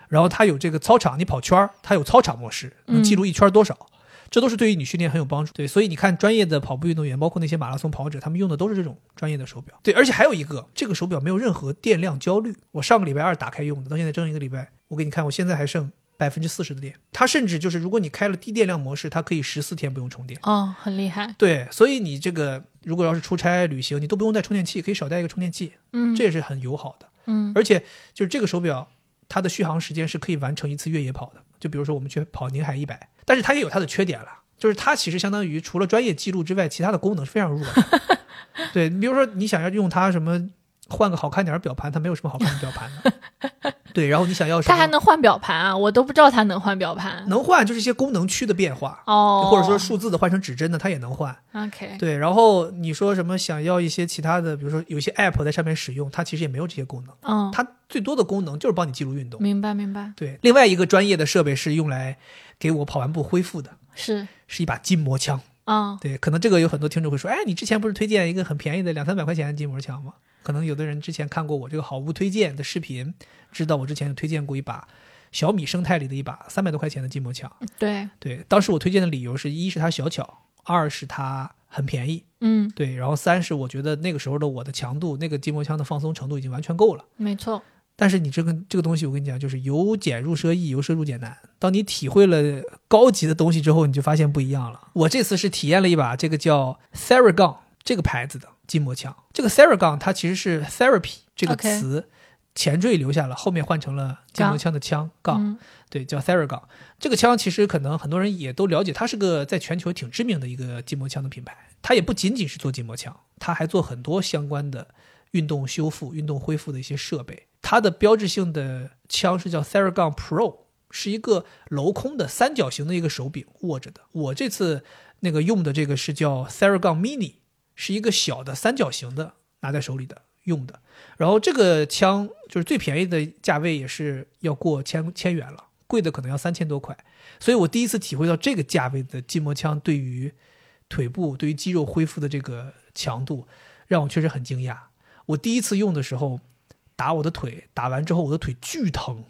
Speaker 1: 然后它有这个操场，你跑圈儿，它有操场模式，能记录一圈儿多少。这都是对于你训练很有帮助。对，所以你看专业的跑步运动员，包括那些马拉松跑者，他们用的都是这种专业的手表。对，而且还有一个，这个手表没有任何电量焦虑。我上个礼拜二打开用的，到现在整整一个礼拜，我给你看，我现在还剩百分之四十的电。它甚至就是，如果你开了低电量模式，它可以十四天不用充电。
Speaker 2: 哦，很厉害。
Speaker 1: 对，所以你这个如果要是出差旅行，你都不用带充电器，可以少带一个充电器，
Speaker 2: 嗯，
Speaker 1: 这也是很友好的。
Speaker 2: 嗯
Speaker 1: 而且就是这个手表，它的续航时间是可以完成一次越野跑的。就比如说我们去跑宁海一百，但是它也有它的缺点了，就是它其实相当于除了专业记录之外，其他的功能是非常弱的。 对，你比如说你想要用它什么换个好看点儿表盘，它没有什么好看的表盘的。 对，然后你想要什
Speaker 2: 它还
Speaker 1: 么
Speaker 2: 能换表盘啊？我都不知道它能换表盘。
Speaker 1: 能换，就是一些功能区的变化，
Speaker 2: 哦，哎
Speaker 1: 或者说数字的换成指针的，它也能换。
Speaker 2: OK，
Speaker 1: 对，然后你说什么想要一些其他的，比如说有一些 app 在上面使用，它其实也没有这些功能，
Speaker 2: 嗯，
Speaker 1: 它最多的功能就是帮你记录运动。
Speaker 2: 明白明白，
Speaker 1: 对，另外一个专业的设备是用来给我跑完步恢复的，
Speaker 2: 是
Speaker 1: 是一把筋膜枪。
Speaker 2: 啊，
Speaker 1: 对，可能这个有很多听众会说，哎，你之前不是推荐一个很便宜的两三百块钱的筋膜枪吗？可能有的人之前看过我这个好物推荐的视频，知道我之前有推荐过一把小米生态里的一把三百多块钱的筋膜枪。
Speaker 2: 对，
Speaker 1: 对，当时我推荐的理由是一是它小巧，二是它很便宜，
Speaker 2: 嗯，
Speaker 1: 对，然后三是我觉得那个时候的我的强度，那个筋膜枪的放松程度已经完全够了。
Speaker 2: 没错，
Speaker 1: 但是你这个这个东西，我跟你讲，就是由简入奢易，由奢入简难。当你体会了高级的东西之后，你就发现不一样了。我这次是体验了一把这个叫 Theragun 这个牌子的筋膜枪。这个 Theragun 它其实是 therapy 这个
Speaker 2: OK
Speaker 1: 词前缀留下了，后面换成了筋膜枪的枪杠，
Speaker 2: 嗯
Speaker 1: 对，叫 Theragun。这个枪其实可能很多人也都了解，它是个在全球挺知名的一个筋膜枪的品牌。它也不仅仅是做筋膜枪，它还做很多相关的运动修复、运动恢复的一些设备。它的标志性的枪是叫 Theragun Pro，是一个镂空的三角形的一个手柄握着的。我这次那个用的这个是叫 Theragun Mini，是一个小的三角形的拿在手里的用的。然后这个枪就是最便宜的价位也是要过千千元了，贵的可能要三千多块。所以我第一次体会到这个价位的筋膜枪对于腿部、对于肌肉恢复的这个强度，让我确实很惊讶。我第一次用的时候，打我的腿，打完之后我的腿巨疼，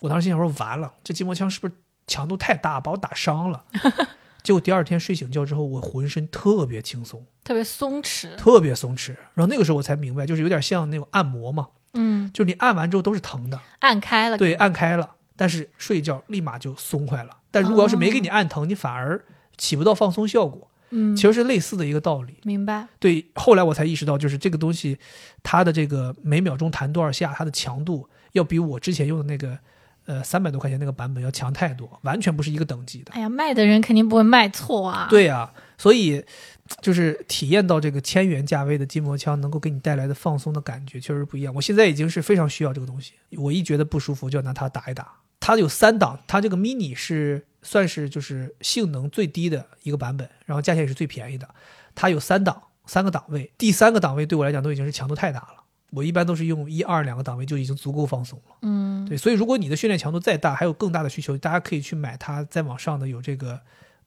Speaker 1: 我当时心想说完了，这筋膜枪是不是强度太大，把我打伤了？ 结果第二天睡醒觉之后，我浑身特别轻松，
Speaker 2: 特别松弛，
Speaker 1: 特别松弛。然后那个时候我才明白，就是有点像那种按摩嘛，
Speaker 2: 嗯，
Speaker 1: 就是你按完之后都是疼的，
Speaker 2: 按开了，
Speaker 1: 对，按开了，但是睡一觉立马就松快了。但如果要是没给你按疼，你反而起不到放松效果，
Speaker 2: 嗯
Speaker 1: 其，实是类似的一个道理。
Speaker 2: 明白，
Speaker 1: 对，后来我才意识到，就是这个东西，它的这个每秒钟弹多少下，它的强度要比我之前用的那个，呃，三百多块钱那个版本要强太多，完全不是一个等级的。
Speaker 2: 哎呀，卖的人肯定不会卖错啊，，
Speaker 1: 对呀、所以就是体验到这个千元价位的筋膜枪能够给你带来的放松的感觉，确实不一样。我现在已经是非常需要这个东西，我一觉得不舒服就要拿它打一打。它有三档，它这个 mini 是算是就是性能最低的一个版本，然后价钱也是最便宜的。它有三档，三个档位，第三个档位对我来讲都已经是强度太大了。我一般都是用一二两个档位就已经足够放松了。
Speaker 2: 嗯，
Speaker 1: 对，所以如果你的训练强度再大，还有更大的需求，大家可以去买它再往上的有这个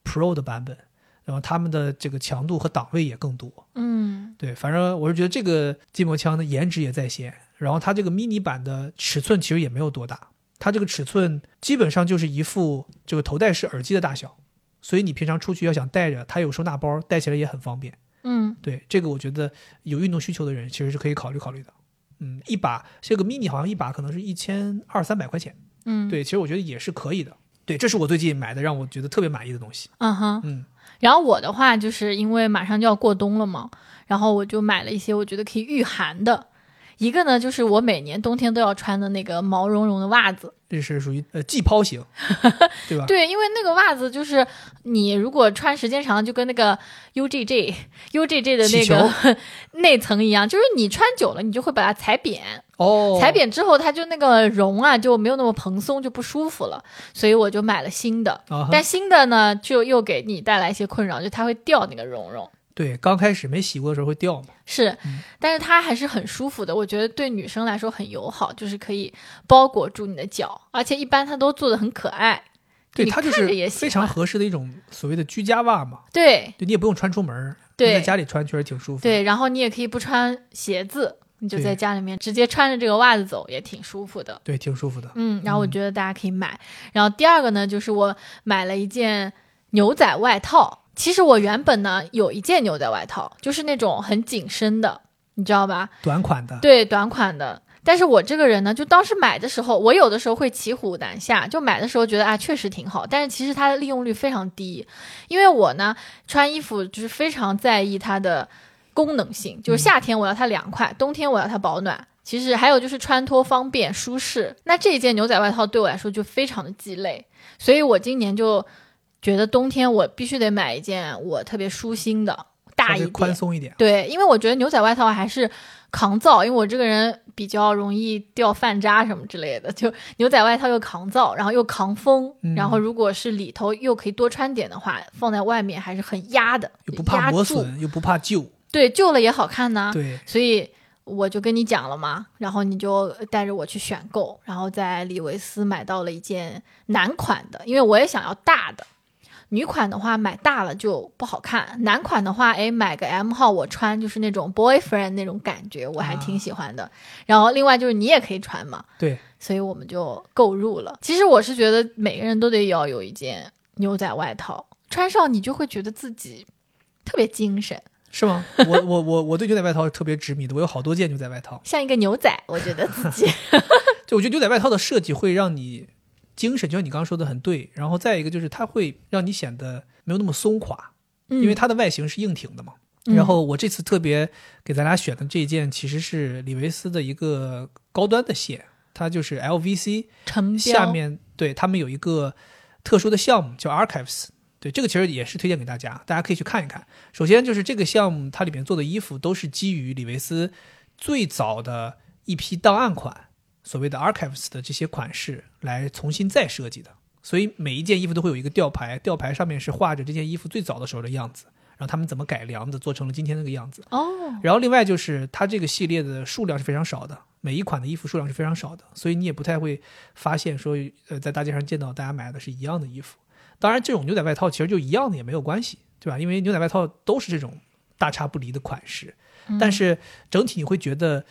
Speaker 1: Pro 的版本，然后他们的这个强度和档位也更多。
Speaker 2: 嗯，
Speaker 1: 对，反正我是觉得这个筋膜枪的颜值也在线，然后它这个 mini 版的尺寸其实也没有多大，它这个尺寸基本上就是一副这个头戴式耳机的大小，所以你平常出去要想带着，它有收纳包，带起来也很方便。
Speaker 2: 嗯，
Speaker 1: 对，这个我觉得有运动需求的人其实是可以考虑考虑的。嗯，一把这个 mini 好像一把可能是一千二三百块钱，
Speaker 2: 嗯，，
Speaker 1: 对，其实我觉得也是可以的。对，这是我最近买的让我觉得特别满意的东西。
Speaker 2: 嗯哼，
Speaker 1: 嗯，
Speaker 2: 然后我的话，就是因为马上就要过冬了嘛，然后我就买了一些我觉得可以御寒的。一个呢，就是我每年冬天都要穿的那个毛茸茸的袜子。
Speaker 1: 这是属于呃季抛 型，对吧？
Speaker 2: 对，因为那个袜子就是你如果穿时间长，就跟那个 UJJ UJJ 的那
Speaker 1: 气球
Speaker 2: 个 内层一样，就是你穿久了，你就会把它踩扁。
Speaker 1: 哦，
Speaker 2: 踩扁之后，它就那个绒啊就没有那么蓬松，就不舒服了。所以我就买了新的。
Speaker 1: 啊哈，
Speaker 2: 但新的呢，就又给你带来一些困扰，就它会掉那个绒绒。
Speaker 1: 对，刚开始没洗过的时候会掉嘛。
Speaker 2: 是，
Speaker 1: 嗯
Speaker 2: 但是它还是很舒服的，我觉得对女生来说很友好，就是可以包裹住你的脚，而且一般它都做的很可爱。
Speaker 1: 对，
Speaker 2: 你
Speaker 1: 它就
Speaker 2: 看
Speaker 1: 是
Speaker 2: 着也喜
Speaker 1: 非常合适的一种所谓的居家袜嘛，
Speaker 2: 对
Speaker 1: 对你也不用穿出门儿，
Speaker 2: 对
Speaker 1: 在家里穿确实挺舒服。，
Speaker 2: 对，然后你也可以不穿鞋子，你就
Speaker 1: 对
Speaker 2: 在家里面直接穿着这个袜子走，也挺舒服的。
Speaker 1: 对，挺舒服的。
Speaker 2: 嗯，然后我觉得大家可以买。然后第二个呢，就是我买了一件牛仔外套。其实我原本呢有一件牛仔外套，就是那种很紧身的，你知道吧？
Speaker 1: 短款的，
Speaker 2: 对，短款的。但是我这个人呢，就当时买的时候，我有的时候会骑虎难下，就买的时候觉得啊确实挺好，但是其实它的利用率非常低，因为我呢穿衣服就是非常在意它的功能性，
Speaker 1: 嗯
Speaker 2: 就是夏天我要它凉快，冬天我要它保暖。其实还有就是穿脱方便舒适，那这一件牛仔外套对我来说就非常的鸡肋，所以我今年就觉得冬天我必须得买一件我特别舒心的大
Speaker 1: 还
Speaker 2: 一
Speaker 1: 是
Speaker 2: 点、
Speaker 1: 宽松一点。
Speaker 2: 对，因为我觉得牛仔外套还是抗造，因为我这个人比较容易掉饭渣什么之类的，就牛仔外套又抗造，然后又抗风，
Speaker 1: 嗯
Speaker 2: 然后如果是里头又可以多穿点的话，放在外面还是很压的，
Speaker 1: 又不
Speaker 2: 压
Speaker 1: 怕磨
Speaker 2: 住，啊
Speaker 1: 损，又不怕旧，
Speaker 2: 对，旧了也好看呐、
Speaker 1: 对，
Speaker 2: 所以我就跟你讲了嘛，然后你就带着我去选购，然后在李维斯买到了一件男款的，因为我也想要大的。女款的话买大了就不好看，男款的话，哎，买个 M 号我穿就是那种 boyfriend 那种感觉，我还
Speaker 1: 啊
Speaker 2: 挺喜欢的。然后另外就是你也可以穿嘛，
Speaker 1: 对，
Speaker 2: 所以我们就购入了。其实我是觉得每个人都得要有一件牛仔外套，穿上你就会觉得自己特别精神，
Speaker 1: 是 吗？我我我我对牛仔外套是特别执迷的，我有好多件牛仔外套。
Speaker 2: 像一个牛仔，我觉得自 己。
Speaker 1: 就我觉得牛仔外套的设计会让你精神，就像你刚刚说的很对。然后再一个就是它会让你显得没有那么松垮，因为它的外形是硬挺的嘛。
Speaker 2: 嗯
Speaker 1: 然后我这次特别给咱俩选的这一件，其实是李维斯的一个高端的线，它就是 LVC
Speaker 2: 沉标
Speaker 1: 下面对他们有一个特殊的项目叫 Archives。对，这个其实也是推荐给大家，大家可以去看一看。首先就是这个项目，它里面做的衣服都是基于李维斯最早的一批档案款，所谓的 Archives 的这些款式来重新再设计的。所以每一件衣服都会有一个吊牌，吊牌上面是画着这件衣服最早的时候的样子，然后他们怎么改良的，做成了今天这个样子。
Speaker 2: 哦，
Speaker 1: 然后另外就是它这个系列的数量是非常少的，每一款的衣服数量是非常少的，所以你也不太会发现说，呃，在大街上见到大家买的是一样的衣服。当然，这种牛仔外套其实就一样的也没有关系，对吧？因为牛仔外套都是这种大差不离的款式，但是整体你会觉得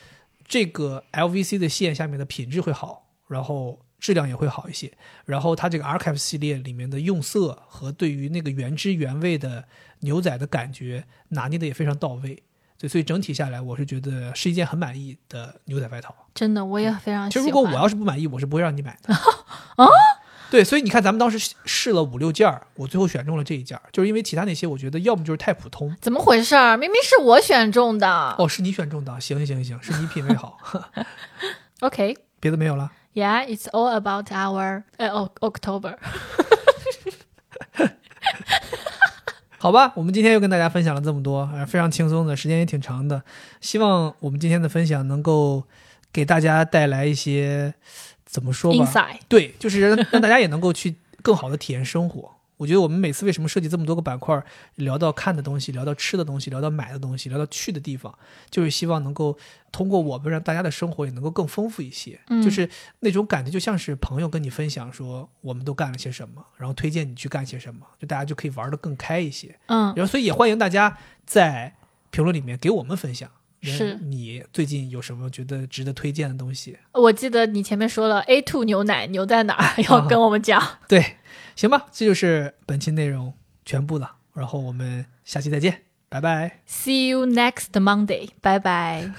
Speaker 1: 这个 LVC 的线下面的品质会好，然后质量也会好一些。然后它这个 Archive 系列里面的用色和对于那个原汁原味的牛仔的感觉拿捏的也非常到位。对，所以整体下来，我是觉得是一件很满意的牛仔外套。
Speaker 2: 真的我也非常
Speaker 1: 其实
Speaker 2: 喜欢。啊
Speaker 1: 如果我要是不满意，我是不会让你买的。 嗯对，所以你看，咱们当时试了五六件儿，我最后选中了这一件儿，就是因为其他那些我觉得要么就是太普通，
Speaker 2: 怎么回事儿？明明是我选中的。
Speaker 1: 哦，是你选中的，行行行，是你品味好，
Speaker 2: OK。
Speaker 1: 别的没有了。
Speaker 2: Yeah, it's all about our 呃、o October。
Speaker 1: 好吧，我们今天又跟大家分享了这么多，呃，非常轻松的，时间也挺长的。希望我们今天的分享能够给大家带来一些怎么说吧
Speaker 2: Inside，
Speaker 1: 对，就是让让大家也能够去更好的体验生活。我觉得我们每次为什么设计这么多个板块，聊到看的东西，聊到吃的东西，聊到买的东西，聊到去的地方，就是希望能够通过我们让大家的生活也能够更丰富一些。
Speaker 2: 嗯
Speaker 1: 就是那种感觉，就像是朋友跟你分享说我们都干了些什么，然后推荐你去干些什么，就大家就可以玩得更开一些。
Speaker 2: 嗯，
Speaker 1: 然后所以也欢迎大家在评论里面给我们分享，
Speaker 2: 是
Speaker 1: 你最近有什么觉得值得推荐的东西？
Speaker 2: 我记得你前面说了 A two 牛奶牛在哪 儿，要跟我们讲。
Speaker 1: 对，行吧，这就是本期内容全部了。然后我们下期再见，拜拜。
Speaker 2: See you next Monday，拜拜。